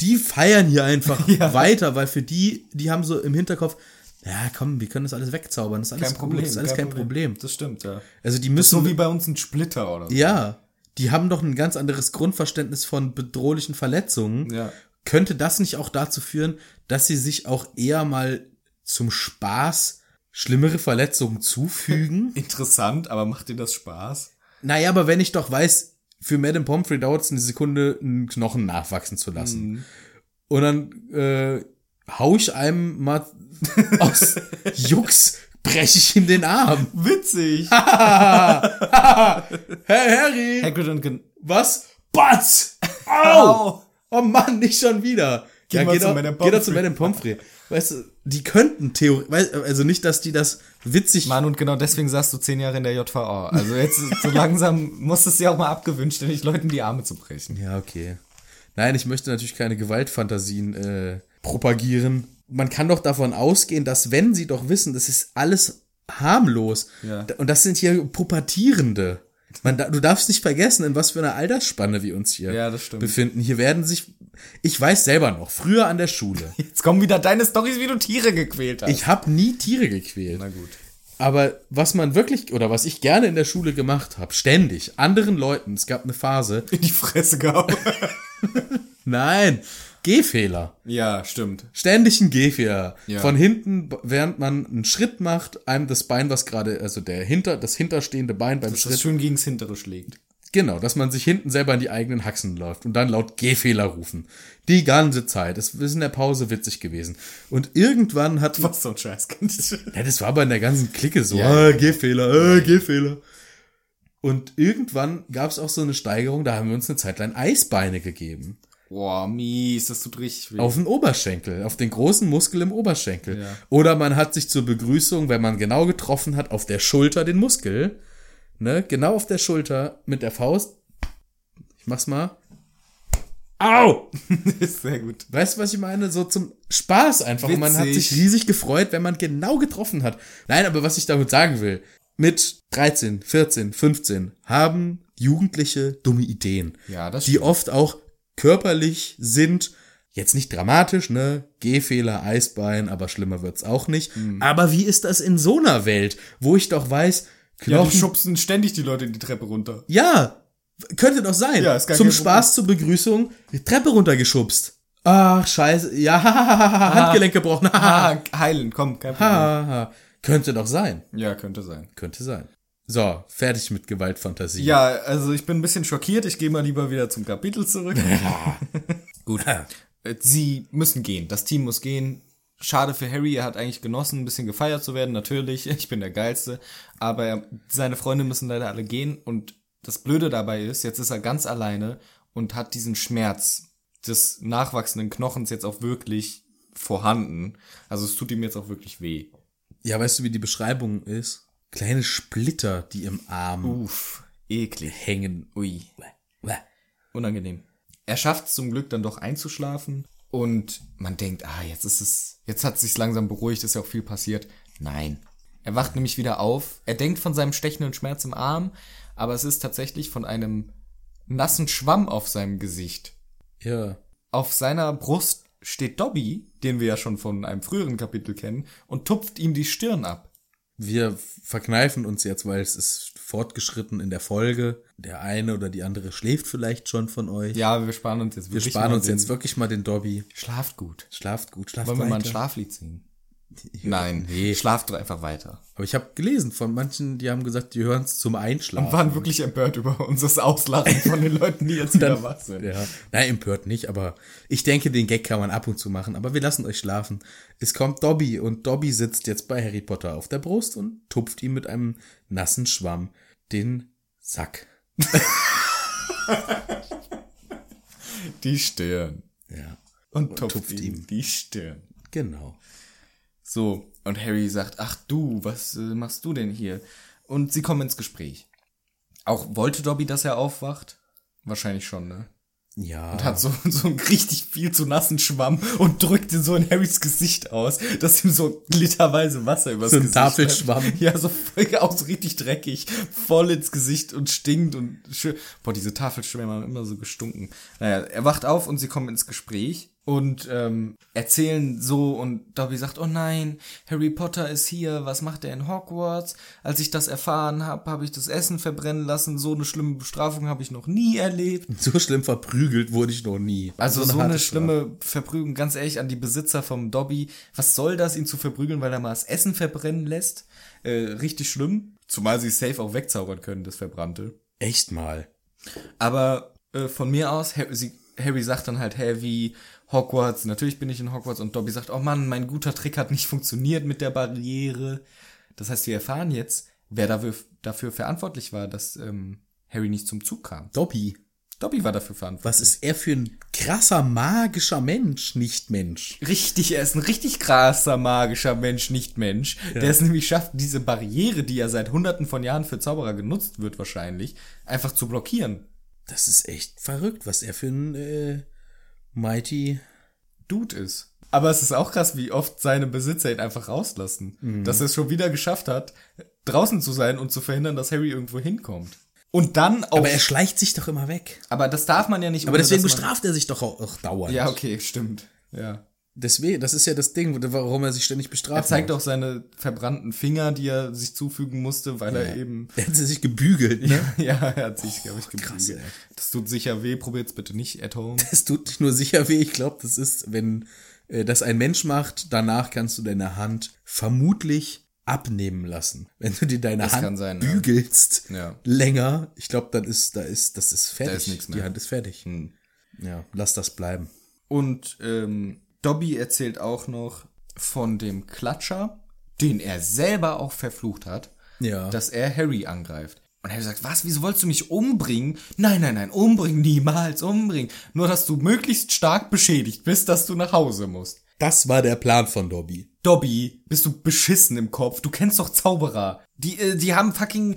Speaker 1: Die feiern hier einfach weiter, weil für die, die haben so im Hinterkopf, ja, komm, wir können das alles wegzaubern, das ist alles kein Problem, das ist alles kein, Problem.
Speaker 2: Das stimmt, ja.
Speaker 1: Also die müssen
Speaker 2: So wie bei uns ein Splitter oder so.
Speaker 1: ja, die haben doch ein ganz anderes Grundverständnis von bedrohlichen Verletzungen.
Speaker 2: Ja.
Speaker 1: Könnte das nicht auch dazu führen, dass sie sich auch eher mal zum Spaß schlimmere Verletzungen zufügen?
Speaker 2: Interessant, aber macht dir das Spaß?
Speaker 1: naja, aber wenn ich doch weiß, für Madame Pomfrey dauert es eine Sekunde, einen Knochen nachwachsen zu lassen. Und dann äh, hau ich einem mal aus Jux, breche ich ihm den Arm.
Speaker 2: Witzig!
Speaker 1: Ah. Herr Harry!
Speaker 2: Hagrid und Gen
Speaker 1: Was? Batz! Au! Oh Mann, nicht schon wieder. Geh ja,
Speaker 2: mal
Speaker 1: geht
Speaker 2: zu
Speaker 1: doch-
Speaker 2: Madame
Speaker 1: geht doch zu
Speaker 2: Pomfrey.
Speaker 1: Madame Pomfrey. Weißt du, die könnten theoretisch, also nicht, dass die das witzig
Speaker 2: Mann, und genau deswegen saßt du zehn Jahre in der JVA. Also jetzt so langsam muss es dir auch mal abgewünscht, ständig Leuten die Arme zu brechen.
Speaker 1: Ja, okay. Nein, ich möchte natürlich keine Gewaltfantasien äh, propagieren. Man kann doch davon ausgehen, dass wenn sie doch wissen, das ist alles harmlos.
Speaker 2: Ja.
Speaker 1: D- Und das sind hier Pubertierende. Man, da- du darfst nicht vergessen, in was für einer Altersspanne wir uns hier
Speaker 2: Ja, das stimmt.
Speaker 1: befinden. Hier werden sich, ich weiß selber noch, früher an der Schule.
Speaker 2: Jetzt kommen wieder deine Storys, wie du Tiere gequält hast.
Speaker 1: Ich habe nie Tiere gequält.
Speaker 2: Na gut.
Speaker 1: Aber was man wirklich, oder was ich gerne in der Schule gemacht habe, ständig, anderen Leuten, es gab eine Phase,
Speaker 2: In die Fresse gehauen.
Speaker 1: nein, Gehfehler.
Speaker 2: ja, stimmt.
Speaker 1: ständig ein Gehfehler.
Speaker 2: Ja.
Speaker 1: Von hinten, b- während man einen Schritt macht, einem das Bein, was gerade, also der hinter, das hinterstehende Bein beim
Speaker 2: Das
Speaker 1: Schritt,
Speaker 2: schön gegens Hintere schlägt.
Speaker 1: genau, dass man sich hinten selber in die eigenen Haxen läuft und dann laut Gehfehler rufen. Die ganze Zeit. Das ist in der Pause witzig gewesen. Und irgendwann hat,
Speaker 2: Was so ein Scheißkind.
Speaker 1: ja, das war aber in der ganzen Clique so,
Speaker 2: Ja,
Speaker 1: ah, Gehfehler, äh, Gehfehler. Und irgendwann gab es auch so eine Steigerung, da haben wir uns eine Zeit lang Eisbeine gegeben.
Speaker 2: Boah, mies, das tut richtig weh.
Speaker 1: Auf den Oberschenkel, auf den großen Muskel im Oberschenkel.
Speaker 2: Ja.
Speaker 1: Oder man hat sich zur Begrüßung, wenn man genau getroffen hat, auf der Schulter den Muskel, ne, genau auf der Schulter mit der Faust. Ich mach's mal. Au!
Speaker 2: ist sehr gut.
Speaker 1: Weißt du, was ich meine? So zum Spaß einfach. Und man hat
Speaker 2: Witzig.
Speaker 1: sich riesig gefreut, wenn man genau getroffen hat. Nein, aber was ich damit sagen will, mit 13, 14, 15 haben Jugendliche dumme Ideen
Speaker 2: Ja, das
Speaker 1: die oft auch körperlich sind. Jetzt nicht dramatisch, ne? Gehfehler, Eisbein, aber schlimmer wird's auch nicht.
Speaker 2: Hm.
Speaker 1: Aber wie ist das in so einer Welt, wo ich doch weiß,
Speaker 2: Ja, die
Speaker 1: Knochen. Ja,
Speaker 2: schubsen ständig die Leute die Treppe runter.
Speaker 1: könnte doch sein.
Speaker 2: Ja, ist gar
Speaker 1: Zum
Speaker 2: kein
Speaker 1: Spaß, zur Begrüßung, die Treppe runtergeschubst. Ach, scheiße. Ja, Handgelenk gebrochen.
Speaker 2: Ah, heilen, komm, kein Problem.
Speaker 1: Hahaha. könnte doch sein.
Speaker 2: Ja, könnte sein.
Speaker 1: Könnte sein. So, fertig mit Gewaltfantasie.
Speaker 2: Ja, also ich bin ein bisschen schockiert. Ich gehe mal lieber wieder zum Kapitel zurück.
Speaker 1: gut.
Speaker 2: Äh, sie müssen gehen. Das Team muss gehen. Schade für Harry, er hat eigentlich genossen, ein bisschen gefeiert zu werden, natürlich. Ich bin der Geilste. Aber er- seine Freunde müssen leider alle gehen. Und das Blöde dabei ist, jetzt ist er ganz alleine und hat diesen Schmerz. des nachwachsenden Knochens jetzt auch wirklich vorhanden. Also es tut ihm jetzt auch wirklich weh.
Speaker 1: Ja, weißt du, wie die Beschreibung ist? Kleine Splitter, die im Arm
Speaker 2: Uff, eklig.
Speaker 1: hängen.
Speaker 2: Ui,
Speaker 1: Uah.
Speaker 2: unangenehm. Er schafft es zum Glück dann doch einzuschlafen und man denkt, ah, jetzt ist es, jetzt hat es sich langsam beruhigt, ist ja auch viel passiert. Nein. Er wacht nämlich wieder auf. Er denkt von seinem stechenden Schmerz im Arm, aber es ist tatsächlich von einem nassen Schwamm auf seinem Gesicht.
Speaker 1: Ja.
Speaker 2: Auf seiner Brust steht Dobby, den wir ja schon von einem früheren Kapitel kennen, und tupft ihm die Stirn ab.
Speaker 1: Wir verkneifen uns jetzt, weil es ist fortgeschritten in der Folge. Der eine oder die andere schläft vielleicht schon von euch.
Speaker 2: Ja, wir sparen uns jetzt
Speaker 1: Wir
Speaker 2: wirklich
Speaker 1: sparen
Speaker 2: mal
Speaker 1: uns
Speaker 2: den-
Speaker 1: jetzt wirklich mal den Dobby.
Speaker 2: Schlaft gut.
Speaker 1: Schlaft gut, schlaft
Speaker 2: Wollen wir mal ein
Speaker 1: weiter.
Speaker 2: Schlaflied singen? Nein, schlaft doch einfach weiter.
Speaker 1: Aber ich habe gelesen von manchen, die haben gesagt, die hören es zum Einschlafen.
Speaker 2: Waren wirklich empört über unseres Auslachen von den Leuten, die jetzt wieder wach sind.
Speaker 1: Ja, nein, empört nicht, aber ich denke, den Gag kann man ab und zu machen. Aber wir lassen euch schlafen. Es kommt Dobby und Dobby sitzt jetzt bei Harry Potter auf der Brust und tupft ihm mit einem nassen Schwamm den Sack.
Speaker 2: Die Stirn.
Speaker 1: Ja,
Speaker 2: Und tupft,
Speaker 1: tupft
Speaker 2: ihm,
Speaker 1: ihm.
Speaker 2: die Stirn.
Speaker 1: genau.
Speaker 2: So, und Harry sagt, ach du, was äh, machst du denn hier? Und sie kommen ins Gespräch. Auch wollte Dobby, dass er aufwacht? Wahrscheinlich schon, ne?
Speaker 1: Ja,
Speaker 2: Hat so, so einen richtig viel zu nassen Schwamm und drückt ihn so in Harrys Gesicht aus, dass ihm so literweise Wasser übers
Speaker 1: So ein
Speaker 2: Gesicht läuft.
Speaker 1: Tafelschwamm.
Speaker 2: Ja, so voll, auch so richtig dreckig, voll ins Gesicht und stinkt und schön. Boah, diese Tafelschwämme haben immer so gestunken. Naja, er wacht auf und sie kommen ins Gespräch und ähm, erzählen so und Dobby sagt, oh nein, Harry Potter ist hier, was macht er in Hogwarts? Als ich das erfahren habe, habe ich das Essen verbrennen lassen, so eine schlimme Bestrafung habe ich noch nie erlebt.
Speaker 1: so schlimm verprügelt wurde ich noch nie.
Speaker 2: Also so eine,
Speaker 1: harte
Speaker 2: schlimme Verprügung, ganz ehrlich, an die Besitzer vom Dobby. Was soll das, ihn zu verprügeln, weil er mal das Essen verbrennen lässt? Äh, richtig schlimm. Zumal sie safe auch wegzaubern können, das Verbrannte.
Speaker 1: Strafe. Echt mal.
Speaker 2: Aber äh, von mir aus, Harry, sie, Harry sagt dann halt, hey, wie Hogwarts, natürlich bin ich in Hogwarts. Und Dobby sagt, oh Mann, mein guter Trick hat nicht funktioniert mit der Barriere. Das heißt, wir erfahren jetzt, wer dafür, dafür verantwortlich war, dass ähm, Harry nicht zum Zug kam.
Speaker 1: Dobby,
Speaker 2: Dobby war dafür verantwortlich.
Speaker 1: was ist er für ein krasser magischer Mensch, nicht Mensch?
Speaker 2: Richtig, er ist ein richtig krasser, magischer Mensch, nicht Mensch, der es nämlich schafft, diese Barriere, die ja seit hunderten von Jahren für Zauberer genutzt wird wahrscheinlich, einfach zu blockieren.
Speaker 1: Das ist echt verrückt, was er für ein äh, mighty
Speaker 2: Dude ist. Aber es ist auch krass, wie oft seine Besitzer ihn einfach rauslassen.
Speaker 1: Mhm.
Speaker 2: Dass er es schon wieder geschafft hat, draußen zu sein und zu verhindern, dass Harry irgendwo hinkommt. Und dann auch.
Speaker 1: Aber er schleicht sich doch immer weg. Also
Speaker 2: aber das darf man ja nicht.
Speaker 1: Aber
Speaker 2: ohne,
Speaker 1: deswegen
Speaker 2: dass man-
Speaker 1: bestraft er sich doch auch, auch dauernd.
Speaker 2: Ja, okay, stimmt. Ja.
Speaker 1: Deswegen, das ist ja das Ding, warum er sich ständig bestraft.
Speaker 2: Er zeigt auch seine verbrannten Finger, die er sich zufügen musste, weil er eben
Speaker 1: Er hat sich gebügelt, ne?
Speaker 2: Ja, er hat sich, glaube ich, geprügelt.
Speaker 1: Oh, krass, ey.
Speaker 2: das tut sicher weh, probiert's bitte nicht at home.
Speaker 1: Es tut nicht nur sicher weh, ich glaube, das ist, wenn äh, das ein Mensch macht, danach kannst du deine Hand vermutlich abnehmen lassen. Wenn du dir deine
Speaker 2: Das kann
Speaker 1: Hand
Speaker 2: sein, ja.
Speaker 1: bügelst
Speaker 2: Ja.
Speaker 1: länger, ich glaube, dann ist, da ist, das ist Hm. fertig.
Speaker 2: ist nichts
Speaker 1: Die
Speaker 2: mehr.
Speaker 1: Hand ist fertig. Ja, lass das bleiben.
Speaker 2: Und ähm, Dobby erzählt auch noch von dem Klatscher, den er selber auch verflucht hat,
Speaker 1: Ja.
Speaker 2: dass er Harry angreift. Und Harry sagt, was, wieso wolltest du mich umbringen? Nein, nein, nein, umbringen, niemals, umbringen. Nur, dass du möglichst stark beschädigt bist, dass du nach Hause musst.
Speaker 1: das war der Plan von Dobby.
Speaker 2: Dobby, bist du beschissen im Kopf? Du kennst doch Zauberer. Die, äh, die haben fucking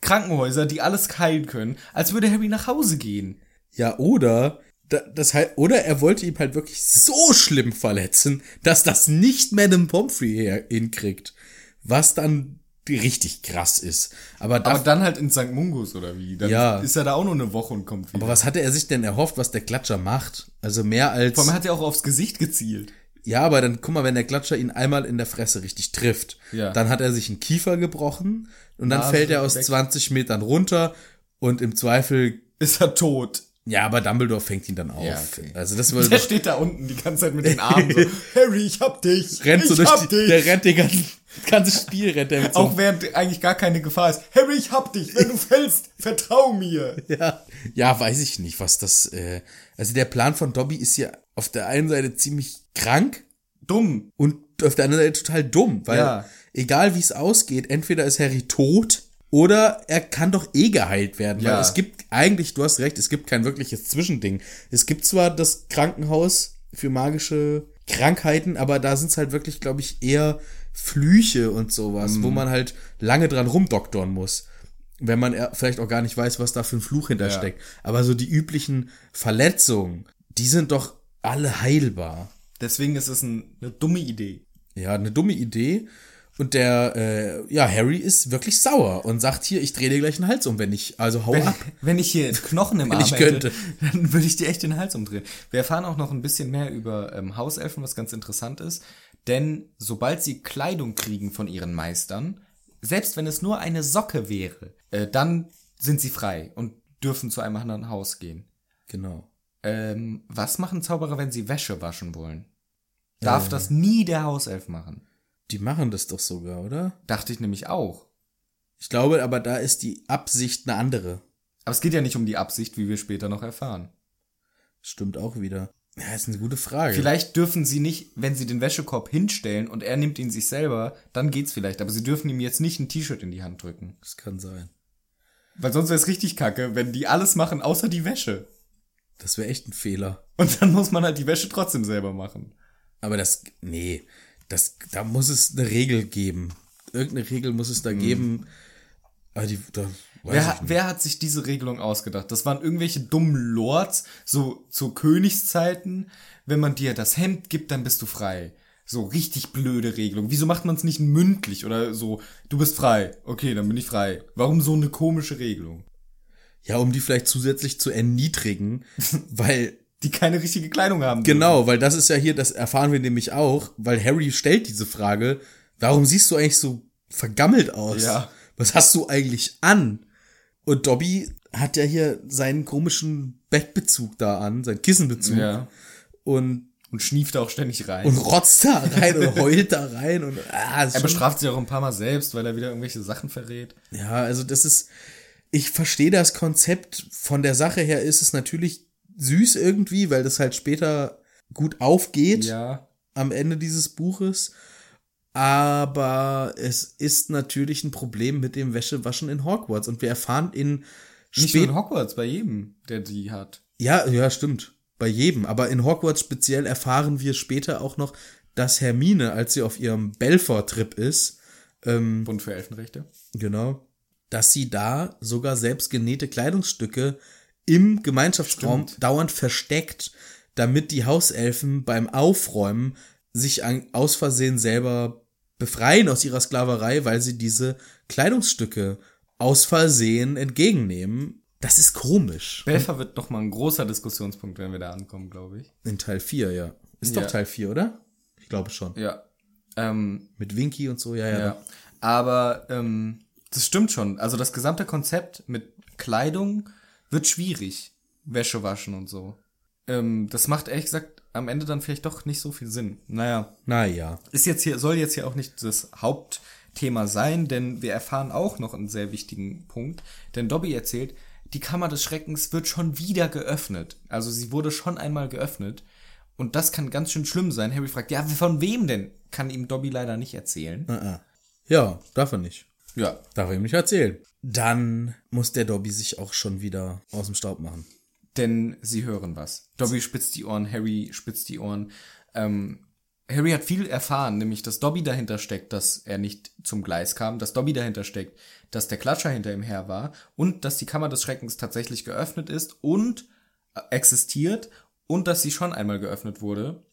Speaker 2: Krankenhäuser, die alles heilen können. Als würde Harry nach Hause gehen.
Speaker 1: Ja, oder da- das halt, oder er wollte ihm halt wirklich so schlimm verletzen, dass das nicht Madame Pomfrey her hinkriegt. Was dann richtig krass ist. Aber, da,
Speaker 2: Aber
Speaker 1: aber,
Speaker 2: dann halt in St. Mungus oder wie? Dann
Speaker 1: Ja.
Speaker 2: ist er da auch nur eine Woche und kommt wieder.
Speaker 1: was hatte er sich denn erhofft, was der Klatscher macht? Also mehr als.
Speaker 2: Vor allem hat er auch aufs Gesicht gezielt.
Speaker 1: Ja, aber dann guck mal, wenn der Klatscher ihn einmal in der Fresse richtig trifft,
Speaker 2: Ja.
Speaker 1: dann hat er sich einen Kiefer gebrochen und dann
Speaker 2: Nase
Speaker 1: fällt er aus
Speaker 2: weg.
Speaker 1: 20 Metern runter und im Zweifel.
Speaker 2: Ist er tot.
Speaker 1: Ja, aber Dumbledore fängt ihn dann auf.
Speaker 2: Ja, okay.
Speaker 1: Also das würde
Speaker 2: Der
Speaker 1: doch-
Speaker 2: steht da unten die ganze Zeit mit den Armen so. Harry, ich hab dich.
Speaker 1: rennt
Speaker 2: ich
Speaker 1: so durch
Speaker 2: hab
Speaker 1: die,
Speaker 2: dich.
Speaker 1: der rennt den ganzen, ganzes Spiel rennt er mit so
Speaker 2: auch während eigentlich gar keine Gefahr ist. Harry, ich hab dich. Wenn du fällst, vertrau mir.
Speaker 1: Ja, ja, weiß ich nicht, was das. Äh, also der Plan von Dobby ist ja auf der einen Seite ziemlich krank
Speaker 2: Dumm.
Speaker 1: und auf der anderen Seite total dumm, weil
Speaker 2: Ja.
Speaker 1: egal wie es ausgeht, entweder ist Harry tot Oder er kann doch eh geheilt werden, weil
Speaker 2: Ja.
Speaker 1: es gibt eigentlich, du hast recht, es gibt kein wirkliches Zwischending. Es gibt zwar das Krankenhaus für magische Krankheiten, aber da sind es halt wirklich, glaube ich, eher Flüche und sowas,
Speaker 2: Mhm.
Speaker 1: wo man halt lange dran rumdoktorn muss. Wenn man eher- vielleicht auch gar nicht weiß, was da für ein Fluch hintersteckt. Aber so die üblichen Verletzungen, die sind doch alle heilbar.
Speaker 2: Deswegen ist es ein, eine dumme Idee.
Speaker 1: Ja, eine dumme Idee. Und der, äh, ja, Harry ist wirklich sauer und sagt hier, ich drehe dir gleich den Hals um, wenn ich, also hau ab.
Speaker 2: Wenn ich hier Knochen im
Speaker 1: Wenn
Speaker 2: Arm
Speaker 1: ich
Speaker 2: hätte,
Speaker 1: könnte.
Speaker 2: dann würde ich dir echt den Hals umdrehen. Wir erfahren auch noch ein bisschen mehr über ähm, Hauselfen, was ganz interessant ist. Denn sobald sie Kleidung kriegen von ihren Meistern, selbst wenn es nur eine Socke wäre, äh, dann sind sie frei und dürfen zu einem anderen Haus gehen.
Speaker 1: Genau.
Speaker 2: Ähm, was machen Zauberer, wenn sie Wäsche waschen wollen?
Speaker 1: Äh.
Speaker 2: Darf das nie der Hauself machen?
Speaker 1: Die machen das doch sogar, oder?
Speaker 2: Dachte ich nämlich auch.
Speaker 1: Ich glaube, aber da ist die Absicht eine andere.
Speaker 2: Aber es geht ja nicht um die Absicht, wie wir später noch erfahren.
Speaker 1: Stimmt auch wieder. Ja, ist eine gute Frage.
Speaker 2: Vielleicht dürfen sie nicht, wenn sie den Wäschekorb hinstellen und er nimmt ihn sich selber, dann geht's vielleicht. Aber sie dürfen ihm jetzt nicht ein T-Shirt in die Hand drücken.
Speaker 1: Das kann sein.
Speaker 2: Weil sonst wäre es richtig kacke, wenn die alles machen, außer die Wäsche.
Speaker 1: Das wäre echt ein Fehler.
Speaker 2: Und dann muss man halt die Wäsche trotzdem selber machen.
Speaker 1: Aber das, nee, das, da muss es eine Regel geben. Irgendeine Regel muss es da geben. Aber die, da, weiß
Speaker 2: Hm. Wer,
Speaker 1: ich
Speaker 2: hat- wer hat sich diese Regelung ausgedacht? Das waren irgendwelche dummen Lords, so zu Königszeiten. Wenn man dir das Hemd gibt, dann bist du frei. So richtig blöde Regelung. Wieso macht man es nicht mündlich oder so? Du bist frei. Okay, dann bin ich frei. Warum so eine komische Regelung?
Speaker 1: Ja, um die vielleicht zusätzlich zu erniedrigen, weil
Speaker 2: Die keine richtige Kleidung haben.
Speaker 1: Genau, weil das ist ja hier, das erfahren wir nämlich auch, weil Harry stellt diese Frage, warum siehst du eigentlich so vergammelt aus?
Speaker 2: Ja.
Speaker 1: Was hast du eigentlich an? Und Dobby hat ja hier seinen komischen Bettbezug da an, seinen Kissenbezug
Speaker 2: Ja.
Speaker 1: und,
Speaker 2: Und schnieft auch ständig rein.
Speaker 1: und rotzt da rein und heult da rein und ah, ist
Speaker 2: er
Speaker 1: schon-
Speaker 2: bestraft sich auch ein paar Mal selbst, weil er wieder irgendwelche Sachen verrät.
Speaker 1: Ja, also das ist, ich verstehe das Konzept. Von der Sache her ist es natürlich süß irgendwie, weil das halt später gut aufgeht.
Speaker 2: Ja.
Speaker 1: am Ende dieses Buches. Aber es ist natürlich ein Problem mit dem Wäschewaschen in Hogwarts. Und wir erfahren in
Speaker 2: Nicht nur
Speaker 1: spät.
Speaker 2: in Hogwarts, bei jedem, der die hat.
Speaker 1: Ja, ja, stimmt. Bei jedem. Aber in Hogwarts speziell erfahren wir später auch noch, dass Hermine, als sie auf ihrem Belfort-Trip ist, ähm,
Speaker 2: Bund für Elfenrechte.
Speaker 1: genau, dass sie da sogar selbst genähte Kleidungsstücke im Gemeinschaftsraum
Speaker 2: Stimmt.
Speaker 1: dauernd versteckt, damit die Hauselfen beim Aufräumen sich an, aus Versehen selber befreien aus ihrer Sklaverei, weil sie diese Kleidungsstücke aus Versehen entgegennehmen. Das ist komisch.
Speaker 2: Belfer wird nochmal ein großer Diskussionspunkt, wenn wir da ankommen, glaube ich.
Speaker 1: In Teil 4, ja. Ist
Speaker 2: Ja.
Speaker 1: doch Teil 4, oder? Ich glaube schon.
Speaker 2: Ja. Ähm,
Speaker 1: Mit Winky und so, ja, ja.
Speaker 2: ja. Aber ähm, das stimmt schon. Also das gesamte Konzept mit Kleidung wird schwierig. Wäsche waschen und so. Ähm, das macht ehrlich gesagt am Ende dann vielleicht doch nicht so viel Sinn. Naja.
Speaker 1: Naja.
Speaker 2: ist jetzt hier, soll jetzt hier auch nicht das Hauptthema sein, denn wir erfahren auch noch einen sehr wichtigen Punkt. Denn Dobby erzählt, die Kammer des Schreckens wird schon wieder geöffnet. Also sie wurde schon einmal geöffnet. Und das kann ganz schön schlimm sein. Harry fragt, ja, von wem denn? Kann ihm Dobby leider nicht erzählen.
Speaker 1: Ja, darf er nicht.
Speaker 2: Ja.
Speaker 1: Darf ich ihm nicht erzählen. Dann muss der Dobby sich auch schon wieder aus dem Staub machen.
Speaker 2: Denn sie hören was. Dobby spitzt die Ohren, Harry spitzt die Ohren. Ähm, Harry hat viel erfahren, nämlich, dass Dobby dahinter steckt, dass er nicht zum Gleis kam, dass Dobby dahinter steckt, dass der Klatscher hinter ihm her war und dass die Kammer des Schreckens tatsächlich geöffnet ist und äh, existiert und dass sie schon einmal geöffnet wurde.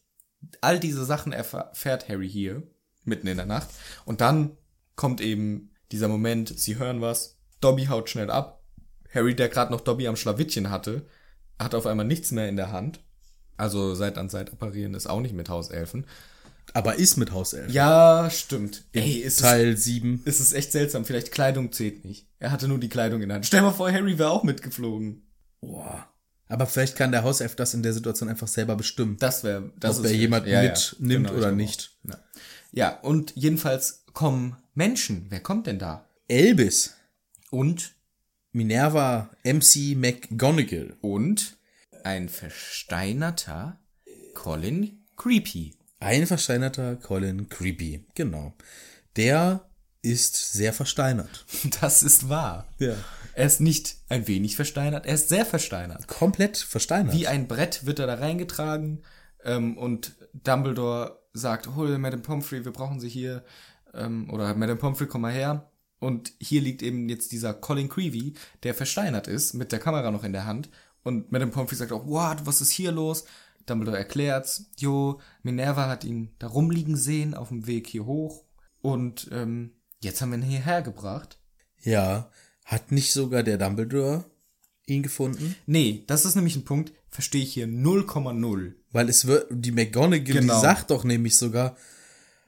Speaker 2: All diese Sachen erf- erfährt Harry hier, mitten in der Nacht. Und dann kommt eben dieser Moment, sie hören was, Dobby haut schnell ab. Harry, der gerade noch Dobby am Schlawittchen hatte, hat auf einmal nichts mehr in der Hand. Also Seit an Seit operieren ist auch nicht mit Hauselfen.
Speaker 1: Aber ist mit Hauself.
Speaker 2: Ja, stimmt. Ey, ist es,
Speaker 1: Teil 7.
Speaker 2: ist es echt seltsam. Vielleicht Kleidung zählt nicht. Er hatte nur die Kleidung in der Hand. Stell mal vor, Harry wäre auch mitgeflogen.
Speaker 1: Boah. Aber vielleicht kann der Hauself das in der Situation einfach selber bestimmen.
Speaker 2: Das wäre, das
Speaker 1: Ob er jemand mitnimmt
Speaker 2: Genau, ich
Speaker 1: oder
Speaker 2: glaube
Speaker 1: nicht.
Speaker 2: auch. Ja. ja, und jedenfalls kommen Menschen. Wer kommt denn da?
Speaker 1: Elbis.
Speaker 2: Und,
Speaker 1: Minerva MC McGonagall.
Speaker 2: und ein versteinerter Colin Creepy.
Speaker 1: Ein versteinerter Colin Creepy. Genau. Der ist sehr versteinert.
Speaker 2: Das ist wahr.
Speaker 1: Ja.
Speaker 2: Er ist nicht ein wenig versteinert, er ist sehr versteinert.
Speaker 1: Komplett versteinert.
Speaker 2: Wie ein Brett wird er da reingetragen ähm, und Dumbledore sagt, hol Madame Pomfrey, wir brauchen sie hier. Ähm, oder Madame Pomfrey, komm mal her. Und hier liegt eben jetzt dieser Colin Creevy, der versteinert ist, mit der Kamera noch in der Hand. Und Madame Pomfrey sagt auch, what, was ist hier los? Dumbledore erklärt's. Jo, Minerva hat ihn da rumliegen sehen auf dem Weg hier hoch. Und ähm, jetzt haben wir ihn hierher gebracht.
Speaker 1: Ja. Hat nicht sogar der Dumbledore ihn gefunden?
Speaker 2: Nee, das ist nämlich ein Punkt, verstehe ich hier 0,0.
Speaker 1: Weil es wird, die McGonagall,
Speaker 2: Genau.
Speaker 1: die sagt doch nämlich sogar,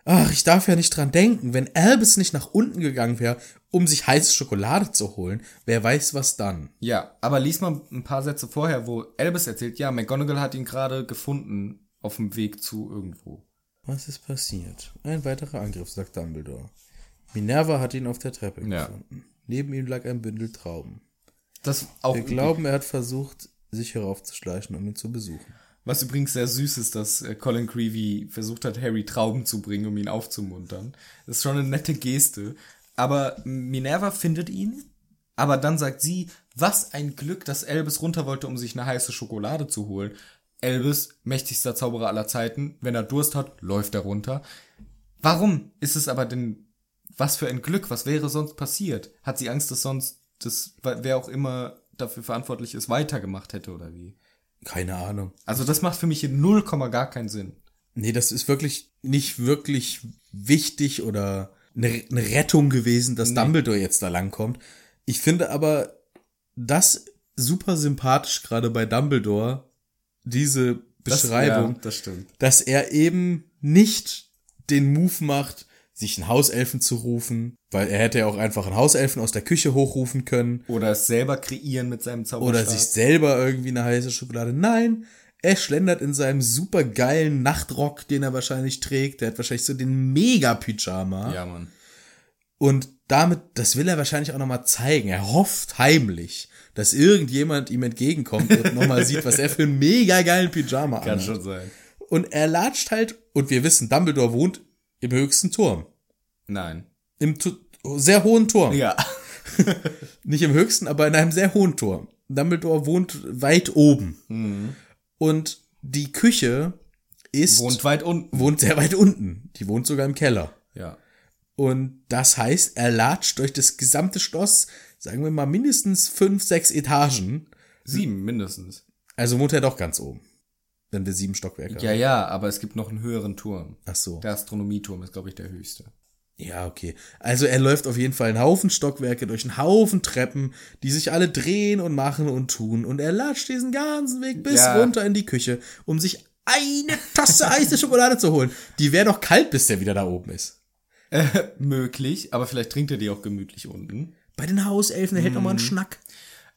Speaker 1: ach, ich darf ja nicht dran denken, wenn Albus nicht nach unten gegangen wäre, um sich heiße Schokolade zu holen, wer weiß was dann.
Speaker 2: Ja, aber lies mal ein paar Sätze vorher, wo Albus erzählt, ja, McGonagall hat ihn gerade gefunden auf dem Weg zu irgendwo.
Speaker 1: Was ist passiert? Ein weiterer Angriff, sagt Dumbledore. Minerva hat ihn auf der Treppe
Speaker 2: Ja.
Speaker 1: gefunden. Neben ihm lag ein Bündel Trauben.
Speaker 2: Das auch
Speaker 1: Wir glauben, er hat versucht, sich heraufzuschleichen, um ihn zu besuchen.
Speaker 2: Was übrigens sehr süß ist, dass äh, Colin Creevy versucht hat, Harry Trauben zu bringen, um ihn aufzumuntern. Das ist schon eine nette Geste. Aber Minerva findet ihn, aber dann sagt sie, was ein Glück, dass Elvis runter wollte, um sich eine heiße Schokolade zu holen. Elvis, mächtigster Zauberer aller Zeiten, wenn er Durst hat, läuft er runter. Warum ist es aber denn, was für ein Glück, was wäre sonst passiert? Hat sie Angst, dass sonst, dass wer auch immer dafür verantwortlich ist, weitergemacht hätte oder wie?
Speaker 1: Keine Ahnung.
Speaker 2: Also das macht für mich hier null Komma gar keinen Sinn.
Speaker 1: Nee, das ist wirklich nicht wirklich wichtig oder eine, eine Rettung gewesen, dass Dumbledore jetzt da langkommt. Ich finde aber das super sympathisch gerade bei Dumbledore, diese Beschreibung,
Speaker 2: Das, ja, das stimmt.
Speaker 1: dass er eben nicht den Move macht, sich einen Hauselfen zu rufen, weil er hätte ja auch einfach einen Hauselfen aus der Küche hochrufen können
Speaker 2: Oder es selber kreieren mit seinem Zauberstab.
Speaker 1: oder sich selber irgendwie eine heiße Schokolade. Nein, er schlendert in seinem supergeilen Nachtrock, den er wahrscheinlich trägt. Der hat wahrscheinlich so den Mega-Pyjama.
Speaker 2: Ja, Mann.
Speaker 1: Und damit, das will er wahrscheinlich auch nochmal zeigen. Er hofft heimlich, dass irgendjemand ihm entgegenkommt und nochmal sieht, was er für einen mega geilen Pyjama
Speaker 2: Kann
Speaker 1: anhat.
Speaker 2: schon sein.
Speaker 1: Und er latscht halt, und wir wissen, Dumbledore wohnt im höchsten Turm.
Speaker 2: Nein.
Speaker 1: Im tu sehr hohen Turm.
Speaker 2: Ja.
Speaker 1: nicht im höchsten, aber in einem sehr hohen Turm. Dumbledore wohnt weit oben.
Speaker 2: Mhm.
Speaker 1: Und die Küche ist,
Speaker 2: Wohnt
Speaker 1: wohnt,
Speaker 2: weit unten.
Speaker 1: sehr weit unten. Die wohnt sogar im Keller.
Speaker 2: Ja.
Speaker 1: Und das heißt, er latscht durch das gesamte Schloss, sagen wir mal mindestens fünf, sechs Etagen.
Speaker 2: Sieben mindestens.
Speaker 1: Also wohnt er doch ganz oben. Wenn wir sieben Stockwerke
Speaker 2: Ja,
Speaker 1: haben.
Speaker 2: ja, aber es gibt noch einen höheren Turm.
Speaker 1: Ach so.
Speaker 2: Der Astronomieturm ist, glaube ich, der höchste.
Speaker 1: Ja, okay. Also er läuft auf jeden Fall einen Haufen Stockwerke durch einen Haufen Treppen, die sich alle drehen und machen und tun. Und er latscht diesen ganzen Weg bis
Speaker 2: Ja.
Speaker 1: runter in die Küche, um sich eine Tasse heiße Schokolade zu holen. Die wäre doch kalt, bis der wieder da oben ist.
Speaker 2: Möglich, aber vielleicht trinkt er die auch gemütlich unten.
Speaker 1: Bei den Hauselfen, der hält noch mal einen Schnack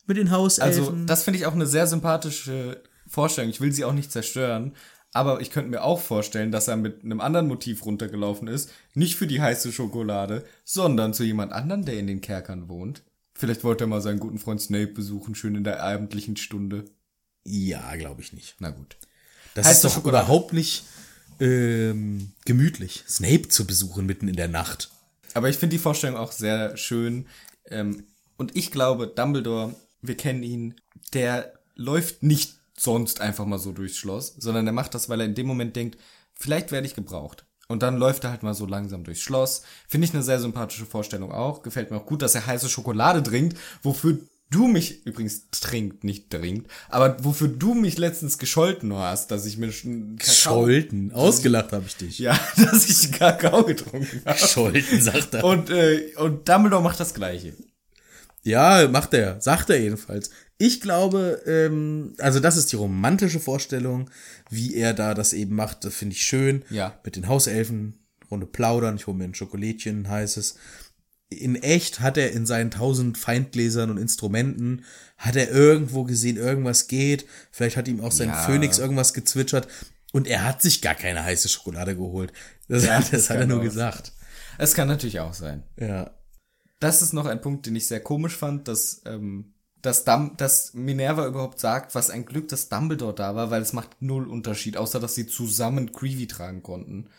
Speaker 1: mit den Hauselfen.
Speaker 2: Also, das finde ich auch eine sehr sympathische Vorstellung. Ich will sie auch nicht zerstören. Aber ich könnte mir auch vorstellen, dass er mit einem anderen Motiv runtergelaufen ist. Nicht für die heiße Schokolade, sondern zu jemand anderen, der in den Kerkern wohnt. Vielleicht wollte er mal seinen guten Freund Snape besuchen, schön in der abendlichen Stunde.
Speaker 1: ja, glaube ich nicht.
Speaker 2: Na gut.
Speaker 1: Das
Speaker 2: Heiße
Speaker 1: ist doch
Speaker 2: Schokolade.
Speaker 1: überhaupt nicht ähm, gemütlich, Snape zu besuchen mitten in der Nacht.
Speaker 2: Aber ich finde die Vorstellung auch sehr schön. Ähm, und ich glaube, Dumbledore, wir kennen ihn, der läuft nicht sonst einfach mal so durchs Schloss, sondern er macht das, weil er in dem Moment denkt, vielleicht werde ich gebraucht. Und dann läuft er halt mal so langsam durchs Schloss. Finde ich eine sehr sympathische Vorstellung auch. Gefällt mir auch gut, dass er heiße Schokolade trinkt, wofür du mich übrigens trinkt, nicht trinkt, aber wofür du mich letztens gescholten hast, dass ich mir einen Kakao-
Speaker 1: Scholten, ausgelacht habe ich dich.
Speaker 2: Ja, dass ich einen Kakao getrunken habe.
Speaker 1: Scholten, sagt er.
Speaker 2: Und, äh, und Dumbledore macht das Gleiche.
Speaker 1: Ja, macht er, sagt er jedenfalls. Ich glaube, ähm, also das ist die romantische Vorstellung, wie er da das eben macht, das finde ich schön.
Speaker 2: Ja.
Speaker 1: Mit den Hauselfen, Runde plaudern, ich hole mir ein Schokolädchen, ein heißes. In echt hat er in seinen tausend Feindgläsern und Instrumenten, hat er irgendwo gesehen, irgendwas geht, vielleicht hat ihm auch sein
Speaker 2: Ja.
Speaker 1: Phönix irgendwas gezwitschert und er hat sich gar keine heiße Schokolade geholt. Das, das,
Speaker 2: das
Speaker 1: hat er
Speaker 2: kann
Speaker 1: nur
Speaker 2: auch
Speaker 1: gesagt.
Speaker 2: Es kann natürlich auch sein.
Speaker 1: Ja.
Speaker 2: Das ist noch ein Punkt, den ich sehr komisch fand, dass, ähm, dass, Dum dass Minerva überhaupt sagt, was ein Glück, dass Dumbledore da war, weil es macht null Unterschied, außer dass sie zusammen Creevy tragen konnten.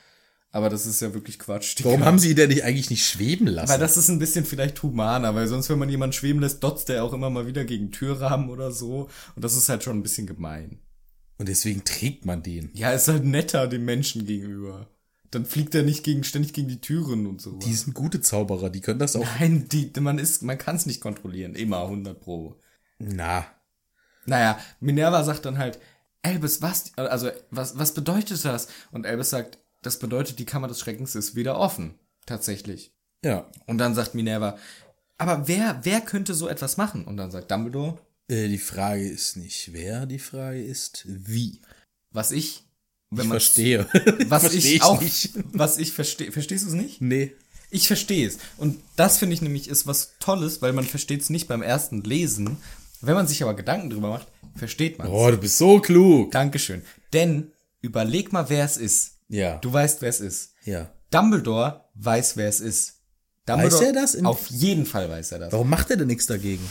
Speaker 2: Aber das ist ja wirklich Quatsch. Die
Speaker 1: Warum
Speaker 2: kann-
Speaker 1: haben sie ihn denn nicht eigentlich nicht schweben lassen?
Speaker 2: Weil das ist ein bisschen vielleicht humaner, weil sonst, wenn man jemanden schweben lässt, dotzt der auch immer mal wieder gegen Türrahmen oder so. Und das ist halt schon ein bisschen gemein.
Speaker 1: Und deswegen trägt man den.
Speaker 2: Ja, ist halt netter dem Menschen gegenüber. Dann fliegt er nicht gegen, ständig gegen die Türen und so.
Speaker 1: Die sind gute Zauberer, die können das auch.
Speaker 2: Nein, die, man ist, man kann es nicht kontrollieren. Immer 100 Pro.
Speaker 1: Na,
Speaker 2: Naja, Minerva sagt dann halt, Elbes, was, also, was, was bedeutet das? Und Elbes sagt, das bedeutet, die Kammer des Schreckens ist wieder offen. Tatsächlich.
Speaker 1: ja.
Speaker 2: Und dann sagt Minerva, aber wer, wer könnte so etwas machen? Und dann sagt Dumbledore,
Speaker 1: Äh, die Frage ist nicht wer, die Frage ist wie.
Speaker 2: was ich, wenn
Speaker 1: Ich
Speaker 2: man,
Speaker 1: verstehe.
Speaker 2: was ich,
Speaker 1: Versteh
Speaker 2: auch,
Speaker 1: nicht.
Speaker 2: was ich verstehe, verstehst du es nicht?
Speaker 1: Nee.
Speaker 2: Ich verstehe es. Und das finde ich nämlich ist was Tolles, weil man versteht es nicht beim ersten Lesen. Wenn man sich aber Gedanken drüber macht, versteht man es.
Speaker 1: Oh, du bist so klug.
Speaker 2: Dankeschön. Denn überleg mal, wer es ist.
Speaker 1: Ja.
Speaker 2: Du weißt, wer es ist.
Speaker 1: Ja.
Speaker 2: Dumbledore weiß, wer es ist.
Speaker 1: Weiß er das? In-
Speaker 2: Auf jeden Fall weiß er das.
Speaker 1: Warum macht er denn nichts dagegen?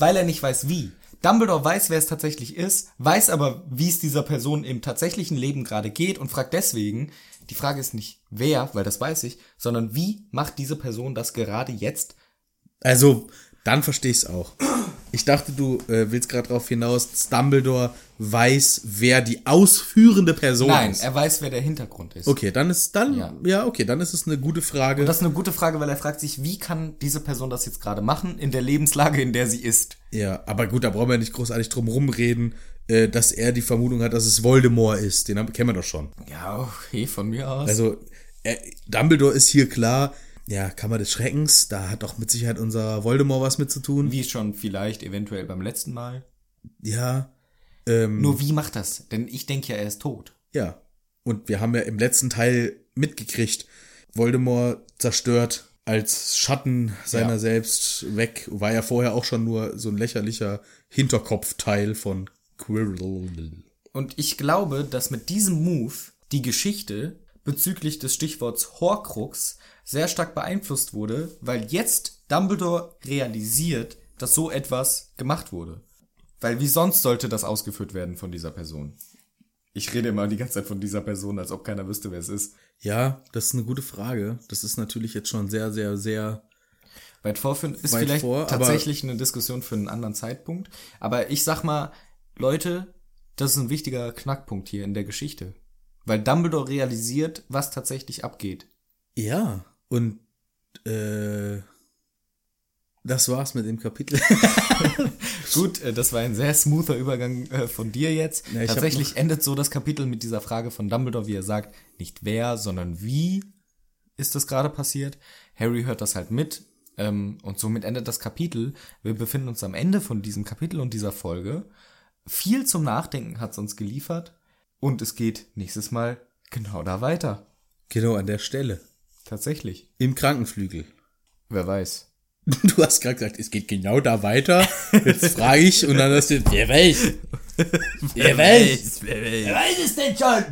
Speaker 2: Weil er nicht weiß, wie. Dumbledore weiß, wer es tatsächlich ist, weiß aber, wie es dieser Person im tatsächlichen Leben gerade geht und fragt deswegen, die Frage ist nicht wer, weil das weiß ich, sondern wie macht diese Person das gerade jetzt?
Speaker 1: Also, dann verstehe ich es auch. Ich dachte, du äh, willst gerade darauf hinaus, dass Dumbledore weiß, wer die ausführende Person
Speaker 2: Nein,
Speaker 1: ist.
Speaker 2: er weiß, wer der Hintergrund ist.
Speaker 1: Oh, Okay, dann ist dann ja.
Speaker 2: Ja.
Speaker 1: okay, dann ist es eine gute Frage.
Speaker 2: Das ist eine gute Frage, weil er fragt sich, wie kann diese Person das jetzt gerade machen in der Lebenslage, in der sie ist?
Speaker 1: ja, aber gut, da brauchen wir nicht großartig drum rumreden, äh, dass er die Vermutung hat, dass es Voldemort ist. Den haben, kennen wir doch schon.
Speaker 2: Ja, okay, von mir aus.
Speaker 1: Also, äh, Dumbledore ist hier klar. Ja, Kammer des Schreckens, da hat doch mit Sicherheit unser Voldemort was mit zu tun.
Speaker 2: wie schon vielleicht eventuell beim letzten Mal.
Speaker 1: Ja,
Speaker 2: Nur wie macht das? Denn ich denke ja, er ist tot.
Speaker 1: ja. Und wir haben ja im letzten Teil mitgekriegt, Voldemort zerstört als Schatten seiner
Speaker 2: Ja.
Speaker 1: selbst weg. War ja vorher auch schon nur so ein lächerlicher Hinterkopfteil von Quirrell.
Speaker 2: Und ich glaube, dass mit diesem Move die Geschichte bezüglich des Stichworts Horcrux sehr stark beeinflusst wurde, weil jetzt Dumbledore realisiert, dass so etwas gemacht wurde. Weil wie sonst sollte das ausgeführt werden von dieser Person? Ich rede immer die ganze Zeit von dieser Person, als ob keiner wüsste, wer es ist.
Speaker 1: Ja, das ist eine gute Frage. Das ist natürlich jetzt schon sehr, sehr, sehr.
Speaker 2: Weit vorführen ist
Speaker 1: Weit
Speaker 2: vielleicht
Speaker 1: vor, aber-
Speaker 2: tatsächlich eine Diskussion für einen anderen Zeitpunkt. Aber ich sag mal, Leute, das ist ein wichtiger Knackpunkt hier in der Geschichte. Weil Dumbledore realisiert, was tatsächlich abgeht.
Speaker 1: Ja, und äh, das war's mit dem Kapitel.
Speaker 2: Gut, äh, das war ein sehr smoother Übergang äh, von dir jetzt.
Speaker 1: Ja, ich hab
Speaker 2: tatsächlich endet so das Kapitel mit dieser Frage von Dumbledore, wie er sagt, nicht wer, sondern wie ist das gerade passiert. Harry hört das halt mit. Ähm, und somit endet das Kapitel. Wir befinden uns am Ende von diesem Kapitel und dieser Folge. Viel zum Nachdenken hat es uns geliefert. Und es geht nächstes Mal genau da weiter.
Speaker 1: genau an der Stelle.
Speaker 2: Tatsächlich.
Speaker 1: Im Krankenflügel.
Speaker 2: Wer weiß.
Speaker 1: Du hast gerade gesagt, es geht genau da weiter. Jetzt frage ich und dann hast du, wer weiß? Wer weiß?
Speaker 2: Wer weiß es denn schon?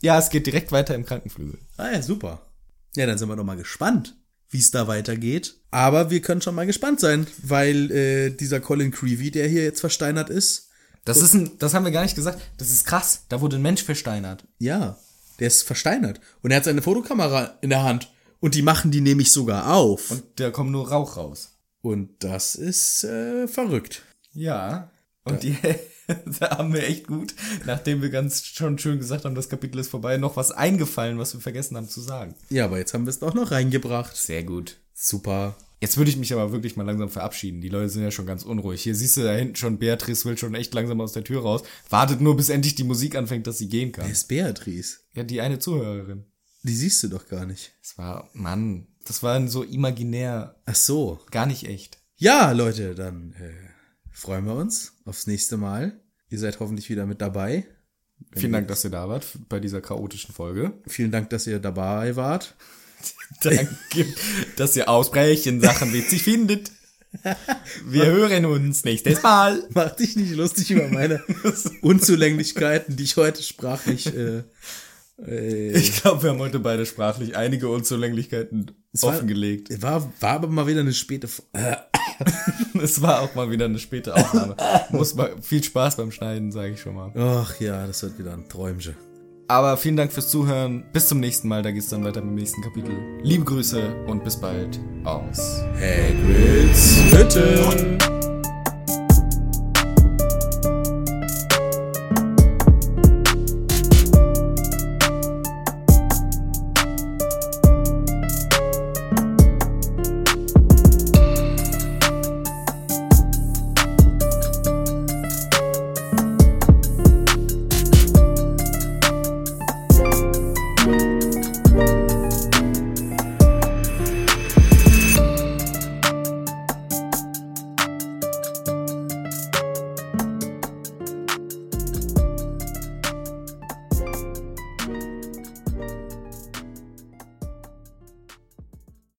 Speaker 2: Ja, es geht direkt weiter im Krankenflügel.
Speaker 1: Ah ja, super. Ja, dann sind wir doch mal gespannt, wie es da weitergeht. Aber wir können schon mal gespannt sein, weil äh, dieser Colin Creevy, der hier jetzt versteinert ist,
Speaker 2: Das ist ein, das haben wir gar nicht gesagt. Das ist krass. Da wurde ein Mensch versteinert.
Speaker 1: ja, der ist versteinert. Und er hat seine Fotokamera in der Hand. Und die machen die nämlich sogar auf. Und,
Speaker 2: Und da kommt nur Rauch raus.
Speaker 1: das ist äh, verrückt.
Speaker 2: Ja. Und die, da haben wir echt gut, nachdem wir ganz schon schön gesagt haben, das Kapitel ist vorbei, noch was eingefallen, was wir vergessen haben zu sagen.
Speaker 1: Ja, aber jetzt haben wir es auch noch reingebracht.
Speaker 2: Sehr gut.
Speaker 1: Super.
Speaker 2: Jetzt würde ich mich aber wirklich mal langsam verabschieden. Die Leute sind ja schon ganz unruhig. Hier siehst du da hinten schon, Beatrice will schon echt langsam aus der Tür raus. Wartet nur, bis endlich die Musik anfängt, dass sie gehen
Speaker 1: Wer
Speaker 2: kann.
Speaker 1: ist Beatrice?
Speaker 2: Ja, die eine Zuhörerin.
Speaker 1: Die siehst du doch gar nicht.
Speaker 2: Das war, Mann, das war so imaginär,
Speaker 1: Ach so.
Speaker 2: gar nicht echt.
Speaker 1: Ja, Leute, dann äh, freuen wir uns aufs nächste Mal. Ihr seid hoffentlich wieder mit dabei.
Speaker 2: Vielen Dank, dass ihr da wart bei dieser chaotischen Folge.
Speaker 1: Vielen Dank, dass ihr dabei wart.
Speaker 2: Danke, dass ihr ausbrechen Sachen witzig findet. Wir hören uns nächstes Mal.
Speaker 1: Macht dich nicht lustig über meine Unzulänglichkeiten, die ich heute sprachlich. Äh, äh,
Speaker 2: Ich glaube, wir haben heute beide sprachlich einige Unzulänglichkeiten
Speaker 1: war-
Speaker 2: offengelegt.
Speaker 1: war, war aber mal wieder eine späte. F äh,
Speaker 2: Es war auch mal wieder eine späte Aufnahme. Muss mal viel Spaß beim Schneiden, sage ich schon mal.
Speaker 1: ach ja, das wird wieder ein Träumchen.
Speaker 2: Aber vielen Dank fürs Zuhören. Bis zum nächsten Mal. Da geht's dann weiter mit dem nächsten Kapitel. Liebe Grüße und bis bald aus
Speaker 1: Hagrids Hütte.